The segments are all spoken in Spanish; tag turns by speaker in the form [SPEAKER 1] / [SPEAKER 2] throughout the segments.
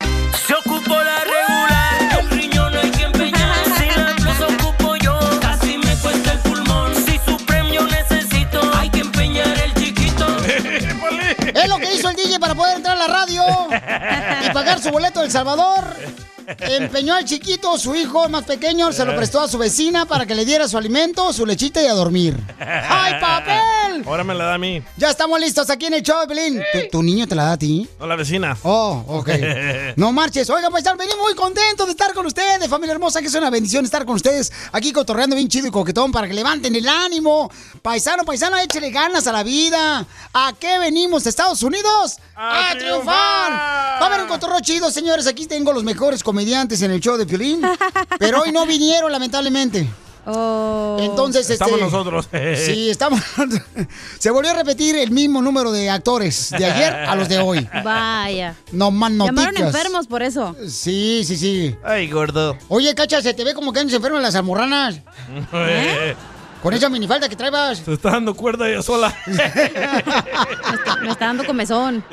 [SPEAKER 1] Se ocupó la regular, un riñón no hay que empeñar. Sin los ocupo yo, casi me cuesta el pulmón. Si su premio necesito, hay que empeñar el chiquito.
[SPEAKER 2] Es lo que hizo el DJ para poder entrar a la radio y pagar su boleto de El Salvador. Empeñó al chiquito, su hijo más pequeño, se lo prestó a su vecina para que le diera su alimento, su lechita y a dormir. ¡Ay, papel!
[SPEAKER 3] Ahora me la da a mí.
[SPEAKER 2] Ya estamos listos aquí en el show, Pelín. ¿Tu, tu niño te la da a ti?
[SPEAKER 3] No la vecina.
[SPEAKER 2] Oh, ok. No marches. Oigan, pues venimos muy contentos de estar con ustedes, familia hermosa, que es una bendición estar con ustedes aquí cotorreando bien chido y coquetón para que levanten el ánimo. Paisano, paisana, échale ganas a la vida. ¿A qué venimos, Estados Unidos? ¡A, triunfar! Va a haber un cotorreo chido, señores. Aquí tengo los mejores comediantes en el show de Piolín. Pero hoy no vinieron, lamentablemente. Entonces,
[SPEAKER 3] Estamos
[SPEAKER 2] este,
[SPEAKER 3] nosotros.
[SPEAKER 2] Sí, estamos. Se volvió a repetir el mismo número de actores de ayer a los de hoy.
[SPEAKER 4] Vaya.
[SPEAKER 2] No más noticias.
[SPEAKER 4] Ah, Llamaron enfermos por eso.
[SPEAKER 2] Sí, sí, sí.
[SPEAKER 3] Ay, gordo.
[SPEAKER 2] Oye, Cacha, se te ve como que andas enfermo en las almorranas. Con esa minifalda que traebas.
[SPEAKER 3] Eh. Se está dando cuerda ella sola.
[SPEAKER 4] Me está dando comezón.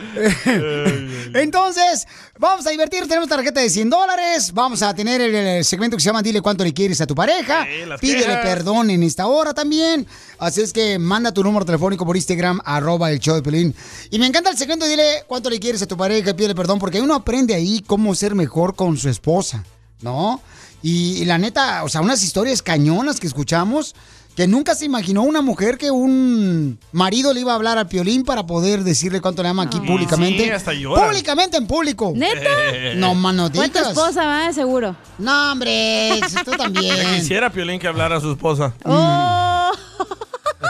[SPEAKER 2] Entonces, vamos a divertir. Tenemos tarjeta de 100 dólares. Vamos a tener el, el segmento que se llama Dile cuánto le quieres a tu pareja.
[SPEAKER 3] Sí, las
[SPEAKER 2] Pídele
[SPEAKER 3] quejas.
[SPEAKER 2] perdón en esta hora también. Así es que manda tu número telefónico por Instagram, arroba el show de Pelín. Y me encanta el segmento Dile cuánto le quieres a tu pareja. Pídele perdón porque uno aprende ahí cómo ser mejor con su esposa, ¿no? Y, y la neta, o sea, unas historias cañonas que escuchamos. Que nunca se imaginó una mujer que un marido le iba a hablar al piolín para poder decirle cuánto le ama aquí
[SPEAKER 4] No.
[SPEAKER 2] públicamente.
[SPEAKER 3] Ah. Sí, hasta llora.
[SPEAKER 2] Públicamente en público.
[SPEAKER 4] ¿Neta?
[SPEAKER 2] No
[SPEAKER 4] Fue tu
[SPEAKER 2] manotitas.
[SPEAKER 4] esposa, va, de seguro.
[SPEAKER 2] No, hombre, tú
[SPEAKER 3] Ya
[SPEAKER 2] también.
[SPEAKER 3] quisiera Piolín que hablara a su esposa.
[SPEAKER 4] ¡Oh!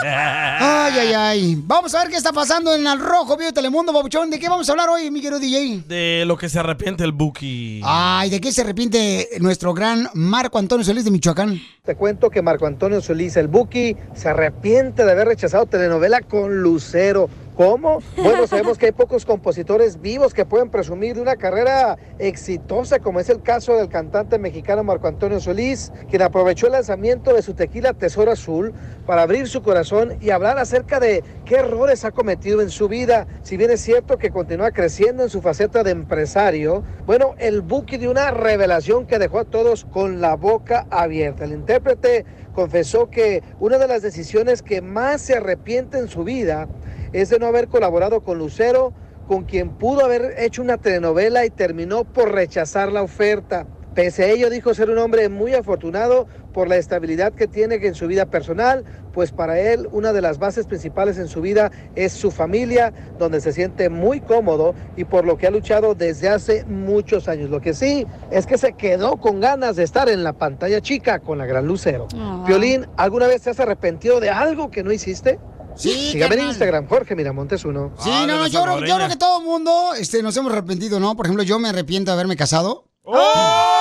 [SPEAKER 2] Ay, ay, ay. Vamos a ver qué está pasando en el Rojo Vivo de Telemundo, Babuchón. ¿De qué vamos a hablar hoy, mi querido DJ?
[SPEAKER 3] De lo que se arrepiente el Buki.
[SPEAKER 2] Ay, ¿de qué se arrepiente nuestro gran Marco Antonio Solís de
[SPEAKER 3] Ah,
[SPEAKER 2] Michoacán?
[SPEAKER 5] Te cuento que Marco Antonio Solís, el Buki, se arrepiente de haber rechazado telenovela con Lucero. ¿Cómo? Bueno, sabemos que hay pocos compositores vivos que pueden presumir de una carrera exitosa, como es el caso del cantante mexicano Marco Antonio Solís, quien aprovechó el lanzamiento de su tequila Tesoro Azul para abrir su corazón y hablar acerca de qué errores ha cometido en su vida. Si bien es cierto que continúa creciendo en su faceta de empresario, bueno, el Buki dio una revelación que dejó a todos con la boca abierta. El intérprete confesó que una de las decisiones que más se arrepiente en su vida es de no haber colaborado con Lucero, con quien pudo haber hecho una telenovela y terminó por rechazar la oferta. Pese a ello, dijo ser un hombre muy afortunado por la estabilidad que tiene en su vida personal, pues para él una de las bases principales en su vida es su familia, donde se siente muy cómodo y por lo que ha luchado desde hace muchos años. Lo que sí es que se quedó con ganas de estar en la pantalla chica con la gran Lucero.
[SPEAKER 4] Ah.
[SPEAKER 5] Violín, ¿alguna vez te has arrepentido de algo que no hiciste?
[SPEAKER 2] Sí,
[SPEAKER 5] Sígame en
[SPEAKER 2] carnal.
[SPEAKER 5] Instagram, Jorge Miramontes uno.
[SPEAKER 2] Sí,
[SPEAKER 3] Ah, de
[SPEAKER 2] no,
[SPEAKER 3] la
[SPEAKER 2] yo creo, yo
[SPEAKER 3] salvadoreña.
[SPEAKER 2] creo que todo el mundo este, nos hemos arrepentido, ¿no? Por ejemplo, yo me arrepiento de haberme casado.
[SPEAKER 3] ¡Oh!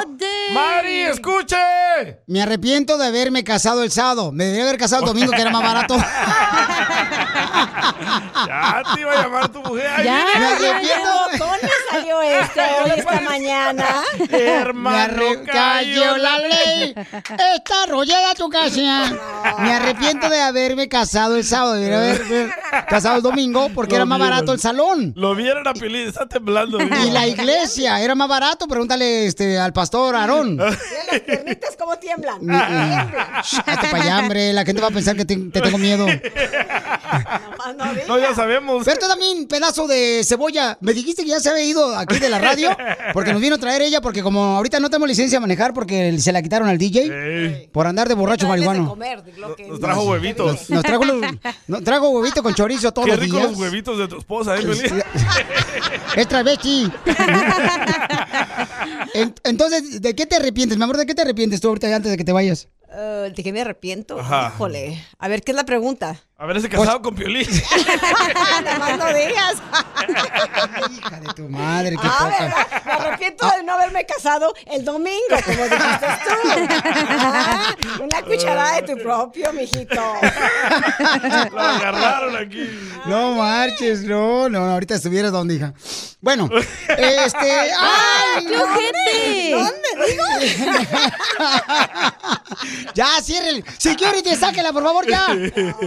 [SPEAKER 4] ¡Ande!
[SPEAKER 3] ¡Mari, escuche!
[SPEAKER 2] Me arrepiento de haberme casado el sábado. Me debería haber casado el domingo, que era más barato.
[SPEAKER 3] Ya te iba a llamar tu mujer. Ay,
[SPEAKER 4] Ya.
[SPEAKER 2] Me arrepiento.
[SPEAKER 6] ¿Dónde salió esto hoy, esta mañana?
[SPEAKER 2] Me
[SPEAKER 3] Hermano,
[SPEAKER 2] arre- cayó la ley. Está arrollada tu casa. Me arrepiento de haberme casado el sábado. Debería haberme casado el domingo porque
[SPEAKER 3] Lo
[SPEAKER 2] era más
[SPEAKER 3] vieron.
[SPEAKER 2] barato el salón.
[SPEAKER 3] Lo vieron a Piolín, está temblando.
[SPEAKER 2] Y la iglesia era más barato. Pregúntale este, al pastor Aarón. Mm,
[SPEAKER 6] Mira las piernitas cómo tiemblan.
[SPEAKER 2] Shh, Hazte para allá, hombre. La gente va a pensar que te, te tengo miedo.
[SPEAKER 6] Nomás
[SPEAKER 3] No, ya sabemos.
[SPEAKER 2] Pero tú también, pedazo de cebolla. Me dijiste que ya se había ido aquí de la radio porque nos vino a traer ella porque como ahorita no tenemos licencia a manejar porque se la quitaron al DJ por andar de borracho marihuano.
[SPEAKER 3] Nos trajo huevitos.
[SPEAKER 2] Nos trajo, los- nos trajo huevito con chorizo todos
[SPEAKER 3] Qué
[SPEAKER 2] los
[SPEAKER 3] rico
[SPEAKER 2] días.
[SPEAKER 3] los huevitos de tu esposa, ¿eh, Piolín?
[SPEAKER 2] Es travesti. En- Entonces, ¿de qué te arrepientes, mi amor? ¿De qué te arrepientes tú ahorita antes de que te vayas?
[SPEAKER 6] Eh, ¿De qué me arrepiento?
[SPEAKER 2] Ajá.
[SPEAKER 6] Híjole. A ver, ¿qué es la pregunta?
[SPEAKER 3] Haberse casado con Piolín.
[SPEAKER 6] Nomás no digas.
[SPEAKER 2] Tu madre, qué
[SPEAKER 6] Ah,
[SPEAKER 2] poca.
[SPEAKER 6] ¿verdad? Me arrepiento de no haberme casado el domingo, como dijiste tú. Ah, una cucharada de tu propio, mijito.
[SPEAKER 3] Lo agarraron aquí.
[SPEAKER 2] No marches, no, no, no, ahorita estuvieras donde, hija. Bueno, este. ¡Ay!
[SPEAKER 1] Ah, ¡Qué
[SPEAKER 2] no,
[SPEAKER 1] ojete!
[SPEAKER 2] ¿Dónde, digo? ya, cierren. Security, sáquela, por favor, ya.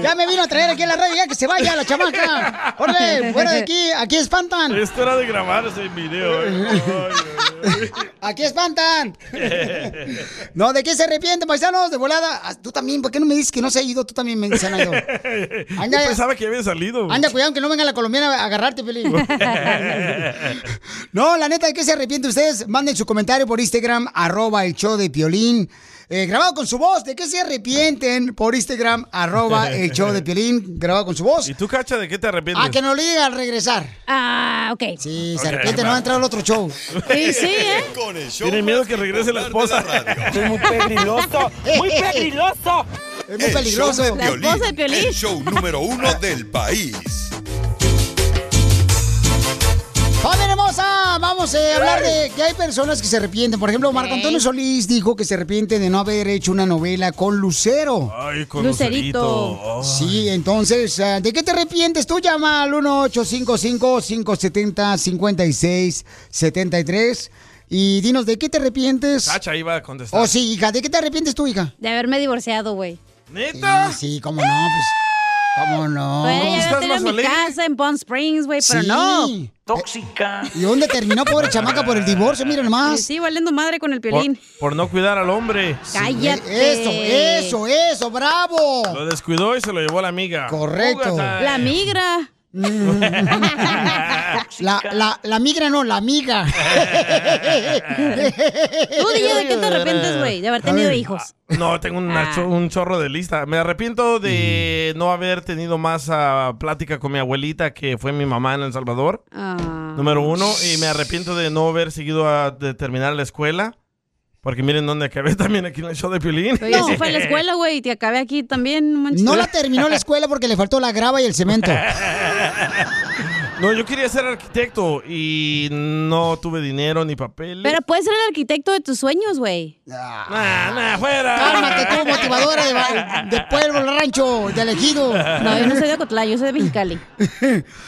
[SPEAKER 2] Ya me vino a traer aquí a la radio, ya que se vaya la chamaca. Órale, fuera de aquí, aquí espantan.
[SPEAKER 3] Esto era de grabar ese video, ¿eh?
[SPEAKER 2] Aquí espantan. No, ¿de qué se arrepienten, paisanos? De volada. Ah, Tú también, ¿por qué no me dices que no se ha ido? Tú también me dices, Anaido.
[SPEAKER 3] Yo pensaba que había salido.
[SPEAKER 2] Anda, cuidado, que no venga la colombiana a agarrarte, Felipe. No, la neta, ¿de qué se arrepiente ustedes? Manden su comentario por Instagram, arroba el show de Piolín. Eh, grabado con su voz, ¿de qué se arrepienten? Por Instagram, arroba el show de Piolín, grabado con su voz.
[SPEAKER 3] ¿Y tú, Cacha, de qué te arrepientes?
[SPEAKER 2] Ah, que no le diga al regresar. Ah, ok. Sí, se
[SPEAKER 3] Ok,
[SPEAKER 2] arrepiente, no va a entrar al otro show.
[SPEAKER 3] Con el show Tienen miedo que regrese la esposa. Es muy
[SPEAKER 7] peligroso,
[SPEAKER 2] muy peligroso. Es muy peligroso.
[SPEAKER 7] El show de Piolín, El show número uno del país.
[SPEAKER 2] ¡Familia ¡Oh, hermosa! Vamos eh, a hablar de que hay personas que se arrepienten. Por ejemplo, Marco Antonio Solís dijo que se arrepiente de no haber hecho una novela con Lucero.
[SPEAKER 3] Ay, con Lucerito. Lucerito. Ay.
[SPEAKER 2] Sí, entonces, ah, ¿de qué te arrepientes? Tú llama al 1-855-570-5673 y dinos, ¿de qué te arrepientes?
[SPEAKER 3] Cacha iba a contestar.
[SPEAKER 2] Oh, sí, hija, ¿de qué te arrepientes tú, hija?
[SPEAKER 4] De haberme divorciado, güey.
[SPEAKER 3] ¿Neta?
[SPEAKER 2] Sí, cómo no, pues. ¿Cómo no?
[SPEAKER 4] Güey, yo tenía mi casa en Bond Springs, güey, pero
[SPEAKER 2] Sí.
[SPEAKER 4] no.
[SPEAKER 3] Tóxica.
[SPEAKER 2] ¿Y dónde terminó, pobre chamaca, por el divorcio? Mira
[SPEAKER 4] Y
[SPEAKER 2] nomás.
[SPEAKER 4] sí, valiendo madre con el
[SPEAKER 3] Por,
[SPEAKER 4] piolín.
[SPEAKER 3] por no cuidar al hombre.
[SPEAKER 4] Cállate.
[SPEAKER 2] Eso, eso, eso, bravo.
[SPEAKER 3] Lo descuidó y se lo llevó a la amiga.
[SPEAKER 2] Correcto.
[SPEAKER 3] Fúgate.
[SPEAKER 2] migra. la, la, la migra no, la amiga.
[SPEAKER 4] Tú, DJ, ¿de qué te arrepientes, güey? De haber
[SPEAKER 3] A
[SPEAKER 4] tenido
[SPEAKER 3] ver.
[SPEAKER 4] hijos.
[SPEAKER 3] No, tengo una
[SPEAKER 4] Ah.
[SPEAKER 3] cho- un chorro de lista. Me arrepiento de no haber tenido más ah, plática con mi abuelita, que fue mi mamá en El Salvador,
[SPEAKER 4] Ah.
[SPEAKER 3] número uno. Y me arrepiento de no haber seguido a de terminar la escuela. Porque miren dónde acabé también aquí en el show de Piolín.
[SPEAKER 4] Pero ya se fue a la escuela, güey, y te acabé aquí también. manches.
[SPEAKER 2] No la terminó la escuela porque le faltó la grava y el cemento.
[SPEAKER 3] No, yo quería ser arquitecto y no tuve dinero ni papel.
[SPEAKER 4] Pero puedes ser el arquitecto de tus sueños, güey.
[SPEAKER 3] Nah, nah, fuera.
[SPEAKER 2] Cálmate tú, motivadora de, ba- de pueblo, el rancho, de elegido.
[SPEAKER 4] No, yo no soy de Ocotlán, yo soy de Mexicali.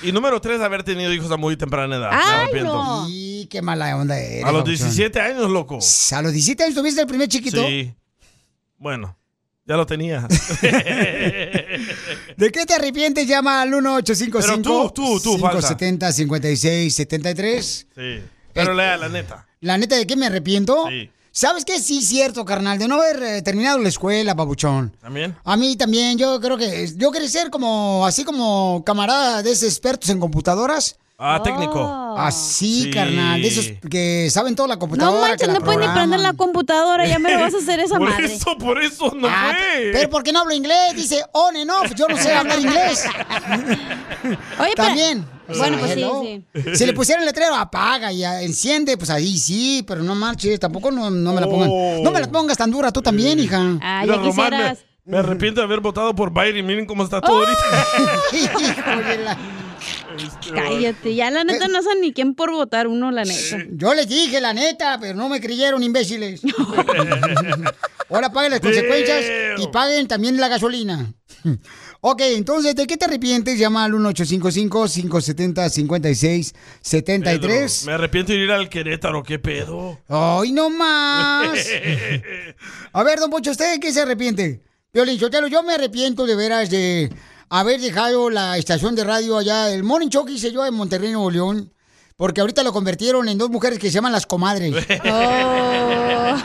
[SPEAKER 3] Y número tres, haber tenido hijos a muy temprana edad. Me
[SPEAKER 4] ¡Ay,
[SPEAKER 3] arrepiento.
[SPEAKER 4] no!
[SPEAKER 2] Y qué mala onda eres.
[SPEAKER 3] A los
[SPEAKER 2] babuchón.
[SPEAKER 3] 17 años, loco.
[SPEAKER 2] A los 17 años tuviste el primer chiquito.
[SPEAKER 3] Sí. Bueno, ya lo tenía.
[SPEAKER 2] ¿De qué te arrepientes? Llama al 1855
[SPEAKER 3] Pero tú, tú, tú, falta.
[SPEAKER 2] 570 5673
[SPEAKER 3] Sí. Pero
[SPEAKER 2] Eh.
[SPEAKER 3] lea, la neta.
[SPEAKER 2] La neta, ¿de qué me arrepiento?
[SPEAKER 3] Sí.
[SPEAKER 2] ¿Sabes qué? Sí, cierto, carnal, de no haber eh, terminado la escuela, babuchón.
[SPEAKER 3] ¿También?
[SPEAKER 2] A mí también, yo creo que yo quería ser como, así como camarada de esos expertos en computadoras.
[SPEAKER 3] Ah, técnico.
[SPEAKER 2] Oh. Así,
[SPEAKER 3] Sí.
[SPEAKER 2] carnal, de esos que saben toda la
[SPEAKER 4] No
[SPEAKER 2] computadora. que
[SPEAKER 4] manches,
[SPEAKER 2] la
[SPEAKER 4] no puedes ni
[SPEAKER 2] programan.
[SPEAKER 4] prender la computadora, ya me lo vas a hacer esa
[SPEAKER 2] Por
[SPEAKER 4] madre.
[SPEAKER 3] Eso, por eso no
[SPEAKER 2] Ah,
[SPEAKER 3] fue.
[SPEAKER 2] Pero porque no hablo inglés, dice on and off, yo no sé hablar inglés.
[SPEAKER 4] Oye, pero-
[SPEAKER 2] También.
[SPEAKER 4] Bueno, pues sí,
[SPEAKER 2] hello.
[SPEAKER 4] sí.
[SPEAKER 2] Si le pusieran el letrero apaga y ah, enciende, pues ahí sí, pero no marches, tampoco no, no me la pongan. No me la pongas tan dura tú también, hija.
[SPEAKER 4] Ah,
[SPEAKER 3] Mira, Román, me, me arrepiento de haber votado por Biden. Miren cómo está todo
[SPEAKER 2] Oh. ahorita.
[SPEAKER 4] Cállate, ya la neta no saben ni quién por votar uno, la neta.
[SPEAKER 2] Yo les dije la neta, pero no me creyeron, imbéciles. Ahora paguen las
[SPEAKER 4] Damn.
[SPEAKER 2] consecuencias y paguen también la gasolina. ok, entonces, ¿de qué te arrepientes? Llama al 1855-570-5673.
[SPEAKER 3] Me arrepiento de ir al Querétaro, qué pedo.
[SPEAKER 2] ¡Ay, no más! A ver, don Pocho, ¿usted de qué se arrepiente? Violín Sotelo, yo me arrepiento de veras de haber dejado la estación de radio allá, el Morning Show que hice yo en Monterrey, Nuevo León, porque ahorita lo convirtieron en dos mujeres que se llaman las comadres.
[SPEAKER 4] Oh.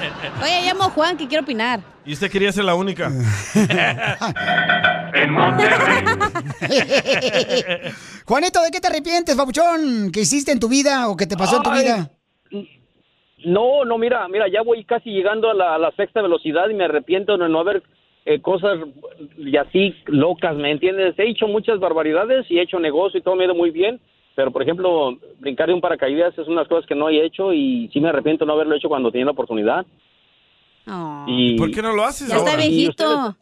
[SPEAKER 4] Oye, llamo a Juan que quiero opinar.
[SPEAKER 3] y usted quería ser la única.
[SPEAKER 1] en Monterrey.
[SPEAKER 2] Juanito, ¿de qué te arrepientes, papuchón? ¿Qué hiciste en tu vida o que te pasó en tu
[SPEAKER 8] Ay.
[SPEAKER 2] vida?
[SPEAKER 8] No, no, mira, mira, ya voy casi llegando a la, a la sexta velocidad y me arrepiento de no haber eh, cosas y así locas, ¿me entiendes? He hecho muchas barbaridades y he hecho negocio y todo me ha ido muy bien, pero por ejemplo, brincar de un paracaídas es unas cosas que no he hecho y sí me arrepiento de no haberlo hecho cuando tenía la oportunidad. Y-
[SPEAKER 3] ¿Por qué no lo haces
[SPEAKER 8] Ya está
[SPEAKER 3] ahora?
[SPEAKER 8] viejito.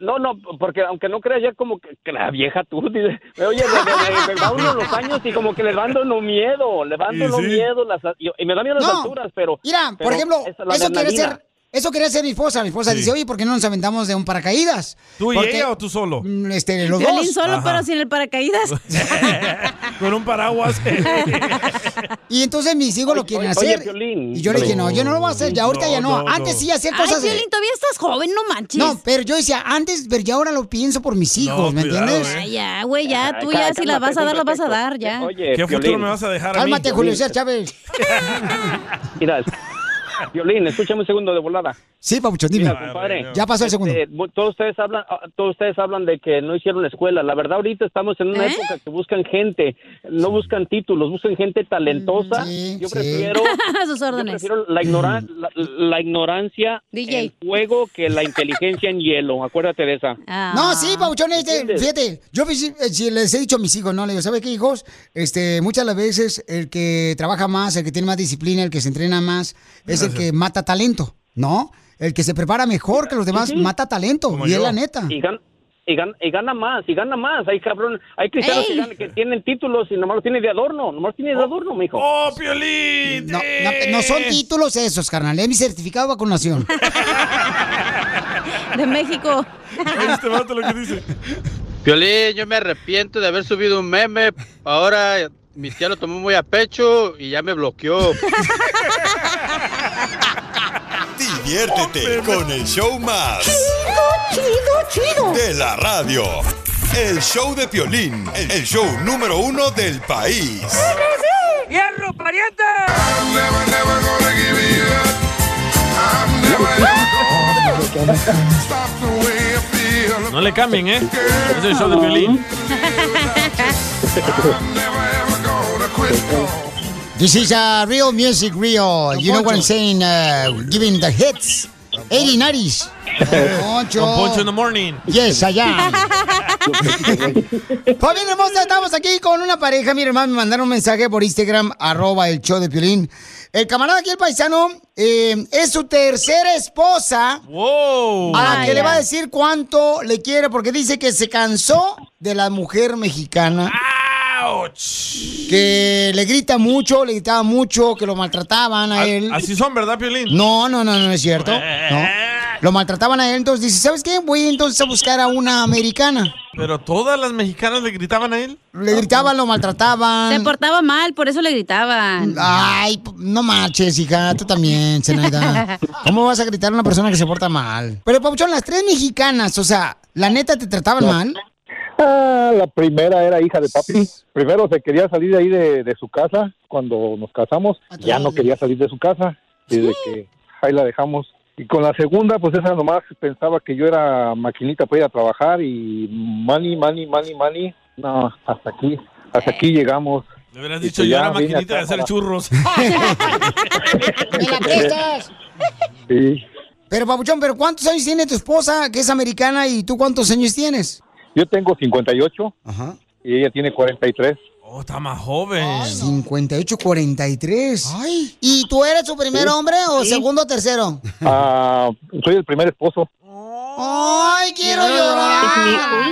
[SPEAKER 8] No, no, porque aunque no creas ya como que, que la vieja tú, dice, me oye, me, me- me va uno los años y como que le van dando miedo, le van
[SPEAKER 2] Y
[SPEAKER 8] dando
[SPEAKER 2] sí.
[SPEAKER 8] miedo, las, a- yo- y me da miedo las
[SPEAKER 2] No.
[SPEAKER 8] alturas, pero...
[SPEAKER 2] Mira, por
[SPEAKER 8] pero
[SPEAKER 2] ejemplo,
[SPEAKER 8] esa- la
[SPEAKER 2] eso quería
[SPEAKER 8] adrenalina.
[SPEAKER 2] ser, eso quería ser mi esposa. Mi esposa
[SPEAKER 3] Sí.
[SPEAKER 2] dice, oye, ¿por qué no nos aventamos de un paracaídas?
[SPEAKER 3] ¿Tú y
[SPEAKER 2] Porque,
[SPEAKER 3] ella o tú solo?
[SPEAKER 2] mm, Este, los
[SPEAKER 4] Piolín
[SPEAKER 2] dos.
[SPEAKER 4] solo, pero sin el paracaídas.
[SPEAKER 3] Con un paraguas.
[SPEAKER 2] Y entonces mis hijos lo quieren
[SPEAKER 3] oye,
[SPEAKER 2] hacer. y yo le dije, no, yo no lo voy a hacer, ya ahorita ya no.
[SPEAKER 3] No, no,
[SPEAKER 2] Antes sí hacía
[SPEAKER 4] Ay,
[SPEAKER 2] cosas.
[SPEAKER 4] Piolín,
[SPEAKER 2] todavía estás joven, no manches. No, pero yo decía, antes, pero ya ahora lo pienso por mis hijos, ¿me
[SPEAKER 3] cuidado,
[SPEAKER 2] entiendes?
[SPEAKER 3] eh.
[SPEAKER 4] Ay, ya, güey, ya,
[SPEAKER 2] Ay,
[SPEAKER 4] tú
[SPEAKER 2] cá-
[SPEAKER 4] ya, si la vas a
[SPEAKER 2] cálmate
[SPEAKER 4] dar, la
[SPEAKER 2] con
[SPEAKER 4] vas a
[SPEAKER 2] respeto.
[SPEAKER 4] dar, ya.
[SPEAKER 8] Oye,
[SPEAKER 3] ¿Qué futuro
[SPEAKER 8] Piolín.
[SPEAKER 3] me vas a dejar a mí?
[SPEAKER 2] Cálmate, Julio César Chávez.
[SPEAKER 8] Mira, Violín, escúchame un segundo de volada.
[SPEAKER 2] Sí, Papuchón, Pues dime.
[SPEAKER 8] Mira, compadre,
[SPEAKER 2] Ya pasó el segundo.
[SPEAKER 8] este, mu- todos ustedes hablan, ah, todos ustedes hablan de que no hicieron la escuela. La verdad ahorita estamos en una época que buscan gente, no buscan títulos, buscan gente
[SPEAKER 2] Mm,
[SPEAKER 8] talentosa. yo prefiero
[SPEAKER 4] A sus órdenes.
[SPEAKER 8] prefiero la, ignora- la, la ignorancia
[SPEAKER 4] DJ.
[SPEAKER 8] en fuego que la inteligencia en hielo. Acuérdate de esa.
[SPEAKER 2] No, sí, Pauchón, este, fíjate, yo pues, sí, eh, sí, les he dicho a mis hijos, ¿no? Le digo, ¿sabes qué, hijos? Este, muchas de las veces el que trabaja más, el que tiene más disciplina, el que se entrena más, es el
[SPEAKER 8] Gracias.
[SPEAKER 2] que mata talento, ¿no? El que se prepara mejor que los demás
[SPEAKER 8] Sí.
[SPEAKER 2] mata talento, Oh, y es la neta.
[SPEAKER 8] Y gana, y, gana, y gana más, y gana más. Hay cabrón, hay cristianos que, ganan- que tienen títulos y nomás los tienen de adorno, nomás tienen de adorno, mijo.
[SPEAKER 3] ¡Oh, Piolín!
[SPEAKER 2] No, no, no son
[SPEAKER 3] Eh.
[SPEAKER 2] títulos esos, carnal, es mi certificado de vacunación.
[SPEAKER 4] De México.
[SPEAKER 3] Este vato lo que dice.
[SPEAKER 9] Piolín, yo me arrepiento de haber subido un meme. Ahora mi tía lo tomó muy a pecho y ya me bloqueó.
[SPEAKER 7] Diviértete con el show más.
[SPEAKER 1] Chido, chido, chido.
[SPEAKER 7] De la radio. El show de Piolín, el show número uno del país.
[SPEAKER 1] ¡Hierro, pariente!
[SPEAKER 3] No le cambien, ¿eh? Es el show de Piolín.
[SPEAKER 2] This is a real music, real. You know what I'm saying? uh, giving the hits. 80, 90s. Poncho.
[SPEAKER 3] Con Poncho in the morning.
[SPEAKER 2] Yes, I am. Familia hermosa, estamos aquí con una pareja. Mi hermano me mandaron un mensaje por Instagram, arroba el show de Piolín. El camarada aquí, el paisano, eh, es su tercera esposa.
[SPEAKER 3] ¡Wow!
[SPEAKER 2] A la
[SPEAKER 3] Vaya.
[SPEAKER 2] que le va a decir cuánto le quiere, porque dice que se cansó de la mujer mexicana.
[SPEAKER 3] Ah.
[SPEAKER 2] Que le grita mucho, le gritaba mucho, que lo maltrataban a él.
[SPEAKER 3] Ah, Así son, ¿verdad, Piolín? Eh.
[SPEAKER 2] No, no, no, no es cierto. No. Lo maltrataban a él, entonces dice, ¿sabes qué? Voy entonces a buscar a una americana.
[SPEAKER 3] Pero todas las mexicanas le gritaban a él.
[SPEAKER 2] Le gritaban, lo maltrataban.
[SPEAKER 4] Se portaba mal, por eso le gritaban.
[SPEAKER 2] Ay, p- no marches, hija, tú también, Zenaida. ¿Cómo vas a gritar a una persona que se porta mal? Pero, Papuchón, las tres mexicanas, o sea, ¿la neta te trataban mal?
[SPEAKER 10] Ah, la primera era hija de papi. Primero se quería salir de ahí de, de su casa cuando nos casamos. Ya no quería salir de su casa. Y desde que ahí la dejamos. Y con la segunda, pues esa nomás pensaba que yo era maquinita para ir a trabajar y money, money, money, money. No, hasta aquí, hasta aquí llegamos.
[SPEAKER 3] Le hubieras
[SPEAKER 10] Y
[SPEAKER 3] dicho,
[SPEAKER 10] pues
[SPEAKER 3] yo
[SPEAKER 10] ya
[SPEAKER 3] era
[SPEAKER 10] vine
[SPEAKER 3] maquinita de
[SPEAKER 10] acá
[SPEAKER 3] hacer
[SPEAKER 10] para-
[SPEAKER 3] churros.
[SPEAKER 2] ¿Me la prestas?
[SPEAKER 10] Sí.
[SPEAKER 2] Pero, Papuchón, ¿pero cuántos años tiene tu esposa que es americana y tú cuántos años tienes?
[SPEAKER 10] Yo tengo 58 y ella tiene 43.
[SPEAKER 3] Oh, está más joven.
[SPEAKER 2] 58, 43. ¿Y tú eres su primer hombre o segundo o tercero?
[SPEAKER 10] Ah, soy el primer esposo.
[SPEAKER 4] Ah.
[SPEAKER 2] ¡Ay, quiero
[SPEAKER 11] Es mi
[SPEAKER 2] llorar!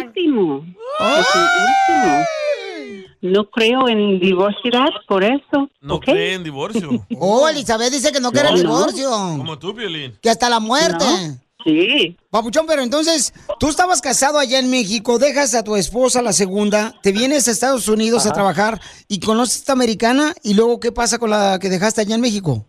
[SPEAKER 11] último. Es mi último. No creo en divorciar por eso.
[SPEAKER 3] No
[SPEAKER 11] ¿ok?
[SPEAKER 3] cree en divorcio.
[SPEAKER 2] Oh, Elizabeth dice que no quiere
[SPEAKER 11] No, no.
[SPEAKER 2] divorcio.
[SPEAKER 3] Como tú, Piolín.
[SPEAKER 2] Que hasta la muerte.
[SPEAKER 11] Sí.
[SPEAKER 2] Papuchón, pero entonces, tú estabas casado allá en México, dejas a tu esposa la segunda, te vienes a Estados Unidos a
[SPEAKER 10] Ajá.
[SPEAKER 2] trabajar y conoces a esta americana y luego, ¿qué pasa con la que dejaste allá en México?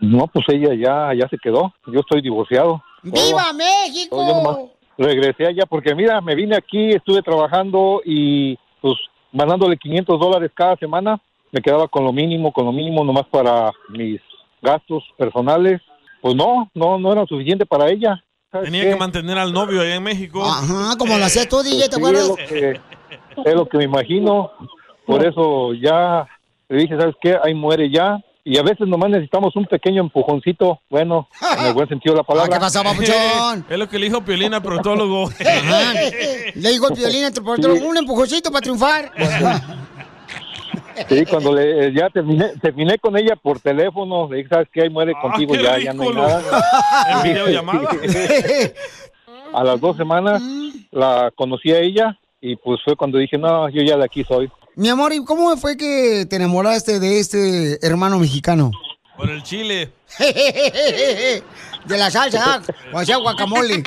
[SPEAKER 10] No, pues ella ya, ya se quedó. Yo estoy divorciado.
[SPEAKER 11] Oh.
[SPEAKER 2] ¡Viva México!
[SPEAKER 10] Yo nomás regresé allá porque mira, me vine aquí, estuve trabajando y pues mandándole 500 dólares cada semana, me quedaba con lo mínimo, con lo mínimo nomás para mis gastos personales. Pues no, no, no era suficiente para ella. ¿sabes
[SPEAKER 3] Tenía
[SPEAKER 10] qué? Pues
[SPEAKER 3] que mantener al novio allá en México.
[SPEAKER 2] Ajá, Ah, como lo hacías tú, DJ, ¿te
[SPEAKER 10] Sí,
[SPEAKER 2] acuerdas?
[SPEAKER 10] Es lo, que, es lo que me imagino. Por eso ya le dije, ¿sabes qué? Ahí muere ya. Y a veces nomás necesitamos un pequeño empujoncito, bueno, en el buen sentido de la palabra.
[SPEAKER 2] Ah, ¿Qué pasó, papuchón?
[SPEAKER 3] es lo que le dijo Piolina, protólogo.
[SPEAKER 2] Ajá. Le dijo el violín al trompetón, un empujoncito para triunfar.
[SPEAKER 10] Sí, cuando le, eh, ya terminé, terminé con ella por teléfono, le dije, ¿sabes qué? Ahí muere contigo
[SPEAKER 3] Ah, qué
[SPEAKER 10] ya, ya no hay
[SPEAKER 3] ridículo.
[SPEAKER 10] nada.
[SPEAKER 3] ¿En videollamada?
[SPEAKER 10] a las dos semanas la conocí a ella y pues fue cuando dije, no, yo ya de aquí soy.
[SPEAKER 2] Mi amor, ¿y cómo fue que te enamoraste de este hermano mexicano?
[SPEAKER 3] Por el chile.
[SPEAKER 2] De la salsa, ¿ah? o sea, guacamole.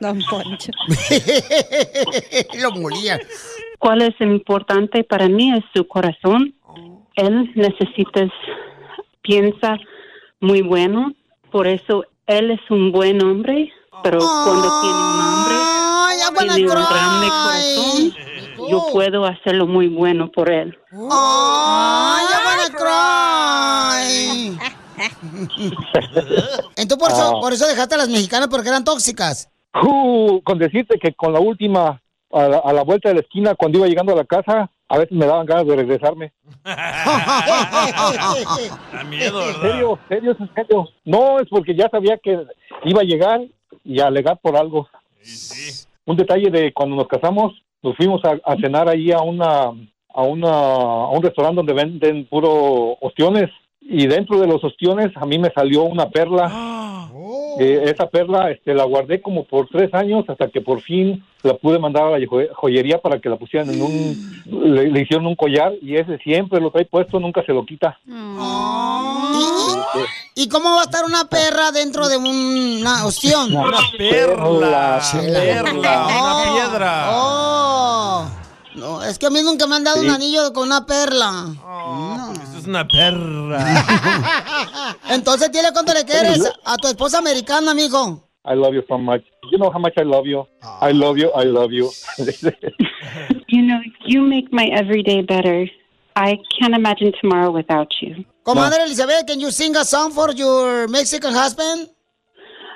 [SPEAKER 4] Don Poncho.
[SPEAKER 2] Lo molía.
[SPEAKER 11] ¿Cuál es importante para mí? Es su corazón. Él necesita, piensa muy bueno. Por eso él es un buen hombre, pero cuando tiene un hombre, tiene un grande corazón. Yo puedo hacerlo muy bueno por él.
[SPEAKER 2] ¡Ay, I wanna cry! Entonces, por eso,
[SPEAKER 10] Ah.
[SPEAKER 2] por eso dejaste a las mexicanas porque eran tóxicas.
[SPEAKER 10] Uh, con decirte que con la última, a la, a la vuelta de la esquina, cuando iba llegando a la casa, a veces me daban ganas de regresarme.
[SPEAKER 3] Da miedo,
[SPEAKER 10] En
[SPEAKER 3] ¿verdad?
[SPEAKER 10] serio, en serio, en serio. No, es porque ya sabía que iba a llegar y a alegar por algo. Un detalle de cuando nos casamos, nos fuimos a, a cenar ahí a una a una a un restaurante donde venden puro ostiones y dentro de los ostiones a mí me salió una perla. Eh, esa perla este, la guardé como por tres años hasta que por fin la pude mandar a la joye- joyería para que la pusieran en un... Le, le hicieron un collar y ese siempre lo trae puesto, nunca se lo quita. Este,
[SPEAKER 2] ¿Y cómo va a estar una perra dentro de una ostión?
[SPEAKER 10] Una perla,
[SPEAKER 2] Chela.
[SPEAKER 3] perla, una
[SPEAKER 2] Oh,
[SPEAKER 3] piedra.
[SPEAKER 2] oh. No, es que a mí nunca me han dado
[SPEAKER 3] Sí.
[SPEAKER 2] un anillo con una perla.
[SPEAKER 3] Esto es una perra.
[SPEAKER 2] Entonces, dile cuánto le quieres a tu esposa americana, amigo.
[SPEAKER 10] I love you so much. You know how much I love you.
[SPEAKER 5] Ah.
[SPEAKER 10] I love you. I love you.
[SPEAKER 11] You know, you make my everyday better. I can't imagine tomorrow without you.
[SPEAKER 2] Comadre Elizabeth, can you sing a song for your Mexican husband?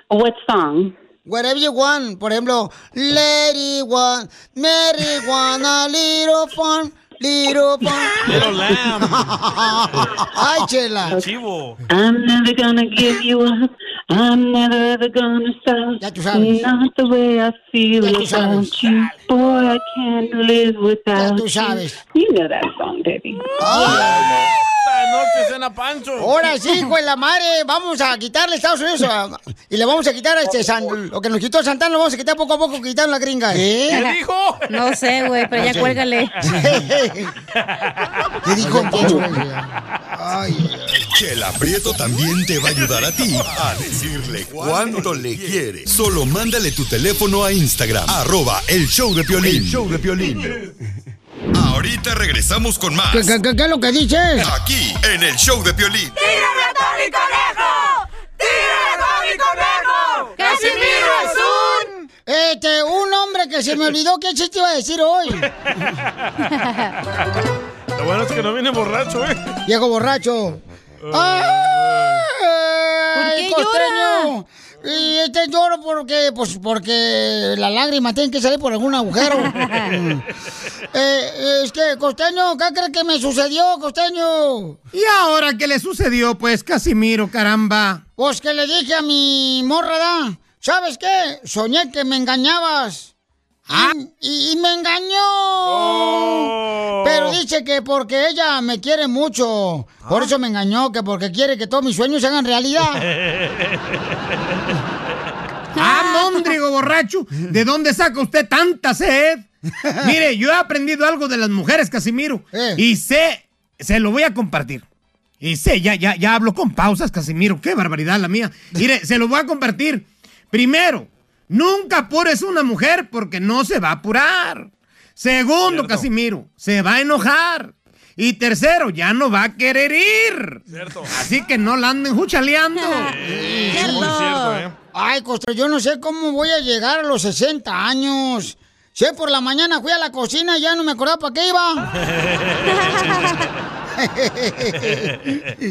[SPEAKER 11] What song?
[SPEAKER 2] Whatever you want. Por ejemplo, Lady One, Mary One, a little farm, little farm.
[SPEAKER 3] Little lamb.
[SPEAKER 2] Ay, chela.
[SPEAKER 3] Chivo.
[SPEAKER 11] I'm never gonna give you up. I'm never ever gonna stop.
[SPEAKER 2] sabes.
[SPEAKER 11] Not the way I feel
[SPEAKER 2] Ya tú
[SPEAKER 11] about
[SPEAKER 2] sabes.
[SPEAKER 11] you. Boy, I can't live without
[SPEAKER 2] tú sabes.
[SPEAKER 11] you. You know that song, baby.
[SPEAKER 3] Esta noche cena Pancho.
[SPEAKER 2] Ahora sí, hijo de la madre, vamos a quitarle a Estados Unidos a- y le vamos a quitar a este San- lo que nos quitó Santana, lo vamos a quitar poco a poco, quitando la gringa. ¿Eh?
[SPEAKER 4] ¿Qué dijo? No sé, güey, pero ya cuélgale.
[SPEAKER 2] ¿Qué dijo el Poncho?
[SPEAKER 7] Chela Prieto también te va a ayudar a ti a decirle cuánto le quiere. Solo mándale tu teléfono a Instagram, arroba el show de Piolín.
[SPEAKER 2] El
[SPEAKER 7] show de Piolín. Ahorita regresamos con más
[SPEAKER 2] ¿Qué, qué, qué- qué es lo que dices?
[SPEAKER 7] aquí en el show de Piolín.
[SPEAKER 1] ratón y conejo! ¡Tira ratón y conejo! ¡Casimiro es un...
[SPEAKER 2] Este, un hombre que se me olvidó qué chiste iba a decir hoy.
[SPEAKER 3] Lo bueno es que no viene borracho, ¿eh?
[SPEAKER 2] Viejo borracho. ¡Ay,
[SPEAKER 1] qué
[SPEAKER 2] costeño! Y este lloro porque, pues, porque la lágrima tiene que salir por algún agujero. Mm. Eh, es que, costeño, ¿qué crees que me sucedió, costeño?
[SPEAKER 12] ¿Y ahora qué le sucedió, pues, Casimiro, caramba?
[SPEAKER 2] Pues que le dije a mi morra, ¿da? ¿sabes qué? Soñé que me engañabas. Y, y me engañó.
[SPEAKER 3] Oh.
[SPEAKER 2] Pero dice que porque ella me quiere mucho.
[SPEAKER 3] Ah.
[SPEAKER 2] Por eso me engañó, que porque quiere que todos mis sueños se hagan realidad.
[SPEAKER 12] ¡Ah, mondrigo borracho! ¿De dónde saca usted tanta sed? Mire, yo he aprendido algo de las mujeres, Casimiro. Y sé, se lo voy a compartir. Y sé, ya, ya, ya hablo con pausas, Casimiro. ¡Qué barbaridad la mía! Mire, se lo voy a compartir. Primero, nunca apures a una mujer porque no se va a apurar. Segundo, Casimiro, se va a enojar. Y tercero, ya no va a querer ir.
[SPEAKER 3] Cierto.
[SPEAKER 12] Así que no la anden juchaleando.
[SPEAKER 3] ¿eh?
[SPEAKER 2] Ay, Costro, yo no sé cómo voy a llegar a los 60 años. Sé por la mañana fui a la cocina y ya no me acordaba para qué iba.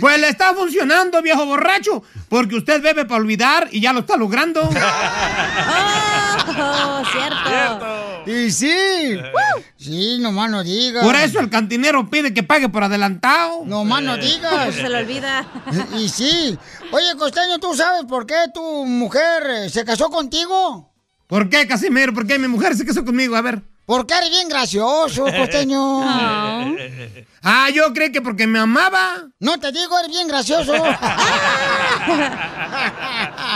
[SPEAKER 12] Pues le está funcionando, viejo borracho, porque usted bebe para olvidar y ya lo está logrando.
[SPEAKER 2] ¡Oh, cierto! ¡Y sí! Sí, nomás no digas.
[SPEAKER 12] Por eso el cantinero pide que pague por adelantado. Eh.
[SPEAKER 2] No más no digas.
[SPEAKER 4] Pues se le olvida.
[SPEAKER 2] Y, y sí. Oye, Costeño, ¿tú sabes por qué tu mujer eh, se casó contigo?
[SPEAKER 12] ¿Por qué, Casimiro? ¿Por qué mi mujer se casó conmigo? A ver.
[SPEAKER 2] Porque eres bien gracioso, Costeño.
[SPEAKER 12] Ah. Ah, yo creí que porque me amaba.
[SPEAKER 2] No te digo, eres bien gracioso.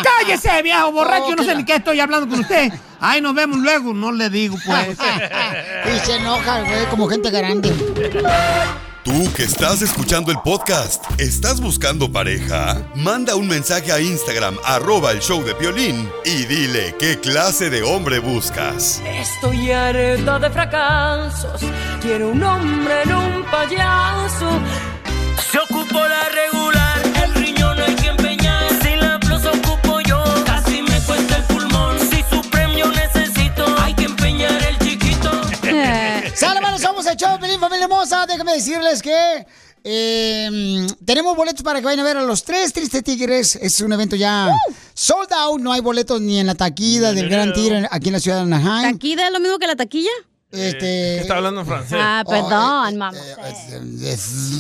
[SPEAKER 12] ¡Cállese,
[SPEAKER 2] Oh,
[SPEAKER 12] viejo borracho! no sé ni qué estoy hablando con usted. Ahí nos vemos luego. No le digo, pues.
[SPEAKER 2] y se enoja, güey, como gente grande.
[SPEAKER 7] Tú que estás escuchando el podcast, ¿estás buscando pareja? Manda un mensaje a Instagram, arroba el show de Piolín, y dile qué clase de hombre buscas.
[SPEAKER 1] Estoy harta de fracasos. Quiero un hombre en un payaso. Se ocupó la regular, el riñón hay que empeñar. Si la blusa ocupo yo, casi me cuesta el pulmón. Si su premio necesito, hay que empeñar el chiquito.
[SPEAKER 2] ¡Sale, vale! Somos el show, Pelín, familia hermosa. Déjame decirles que eh, tenemos boletos para que vayan a ver a los tres Tristes Tigres. Es un evento ya sold out. No hay boletos ni en la taquida del Gran Tigre aquí en la ciudad de Anaheim.
[SPEAKER 4] ¿Taquida es lo mismo que la taquilla?
[SPEAKER 2] Este... pues,
[SPEAKER 3] Está hablando en francés.
[SPEAKER 4] Ah, perdón, mamá.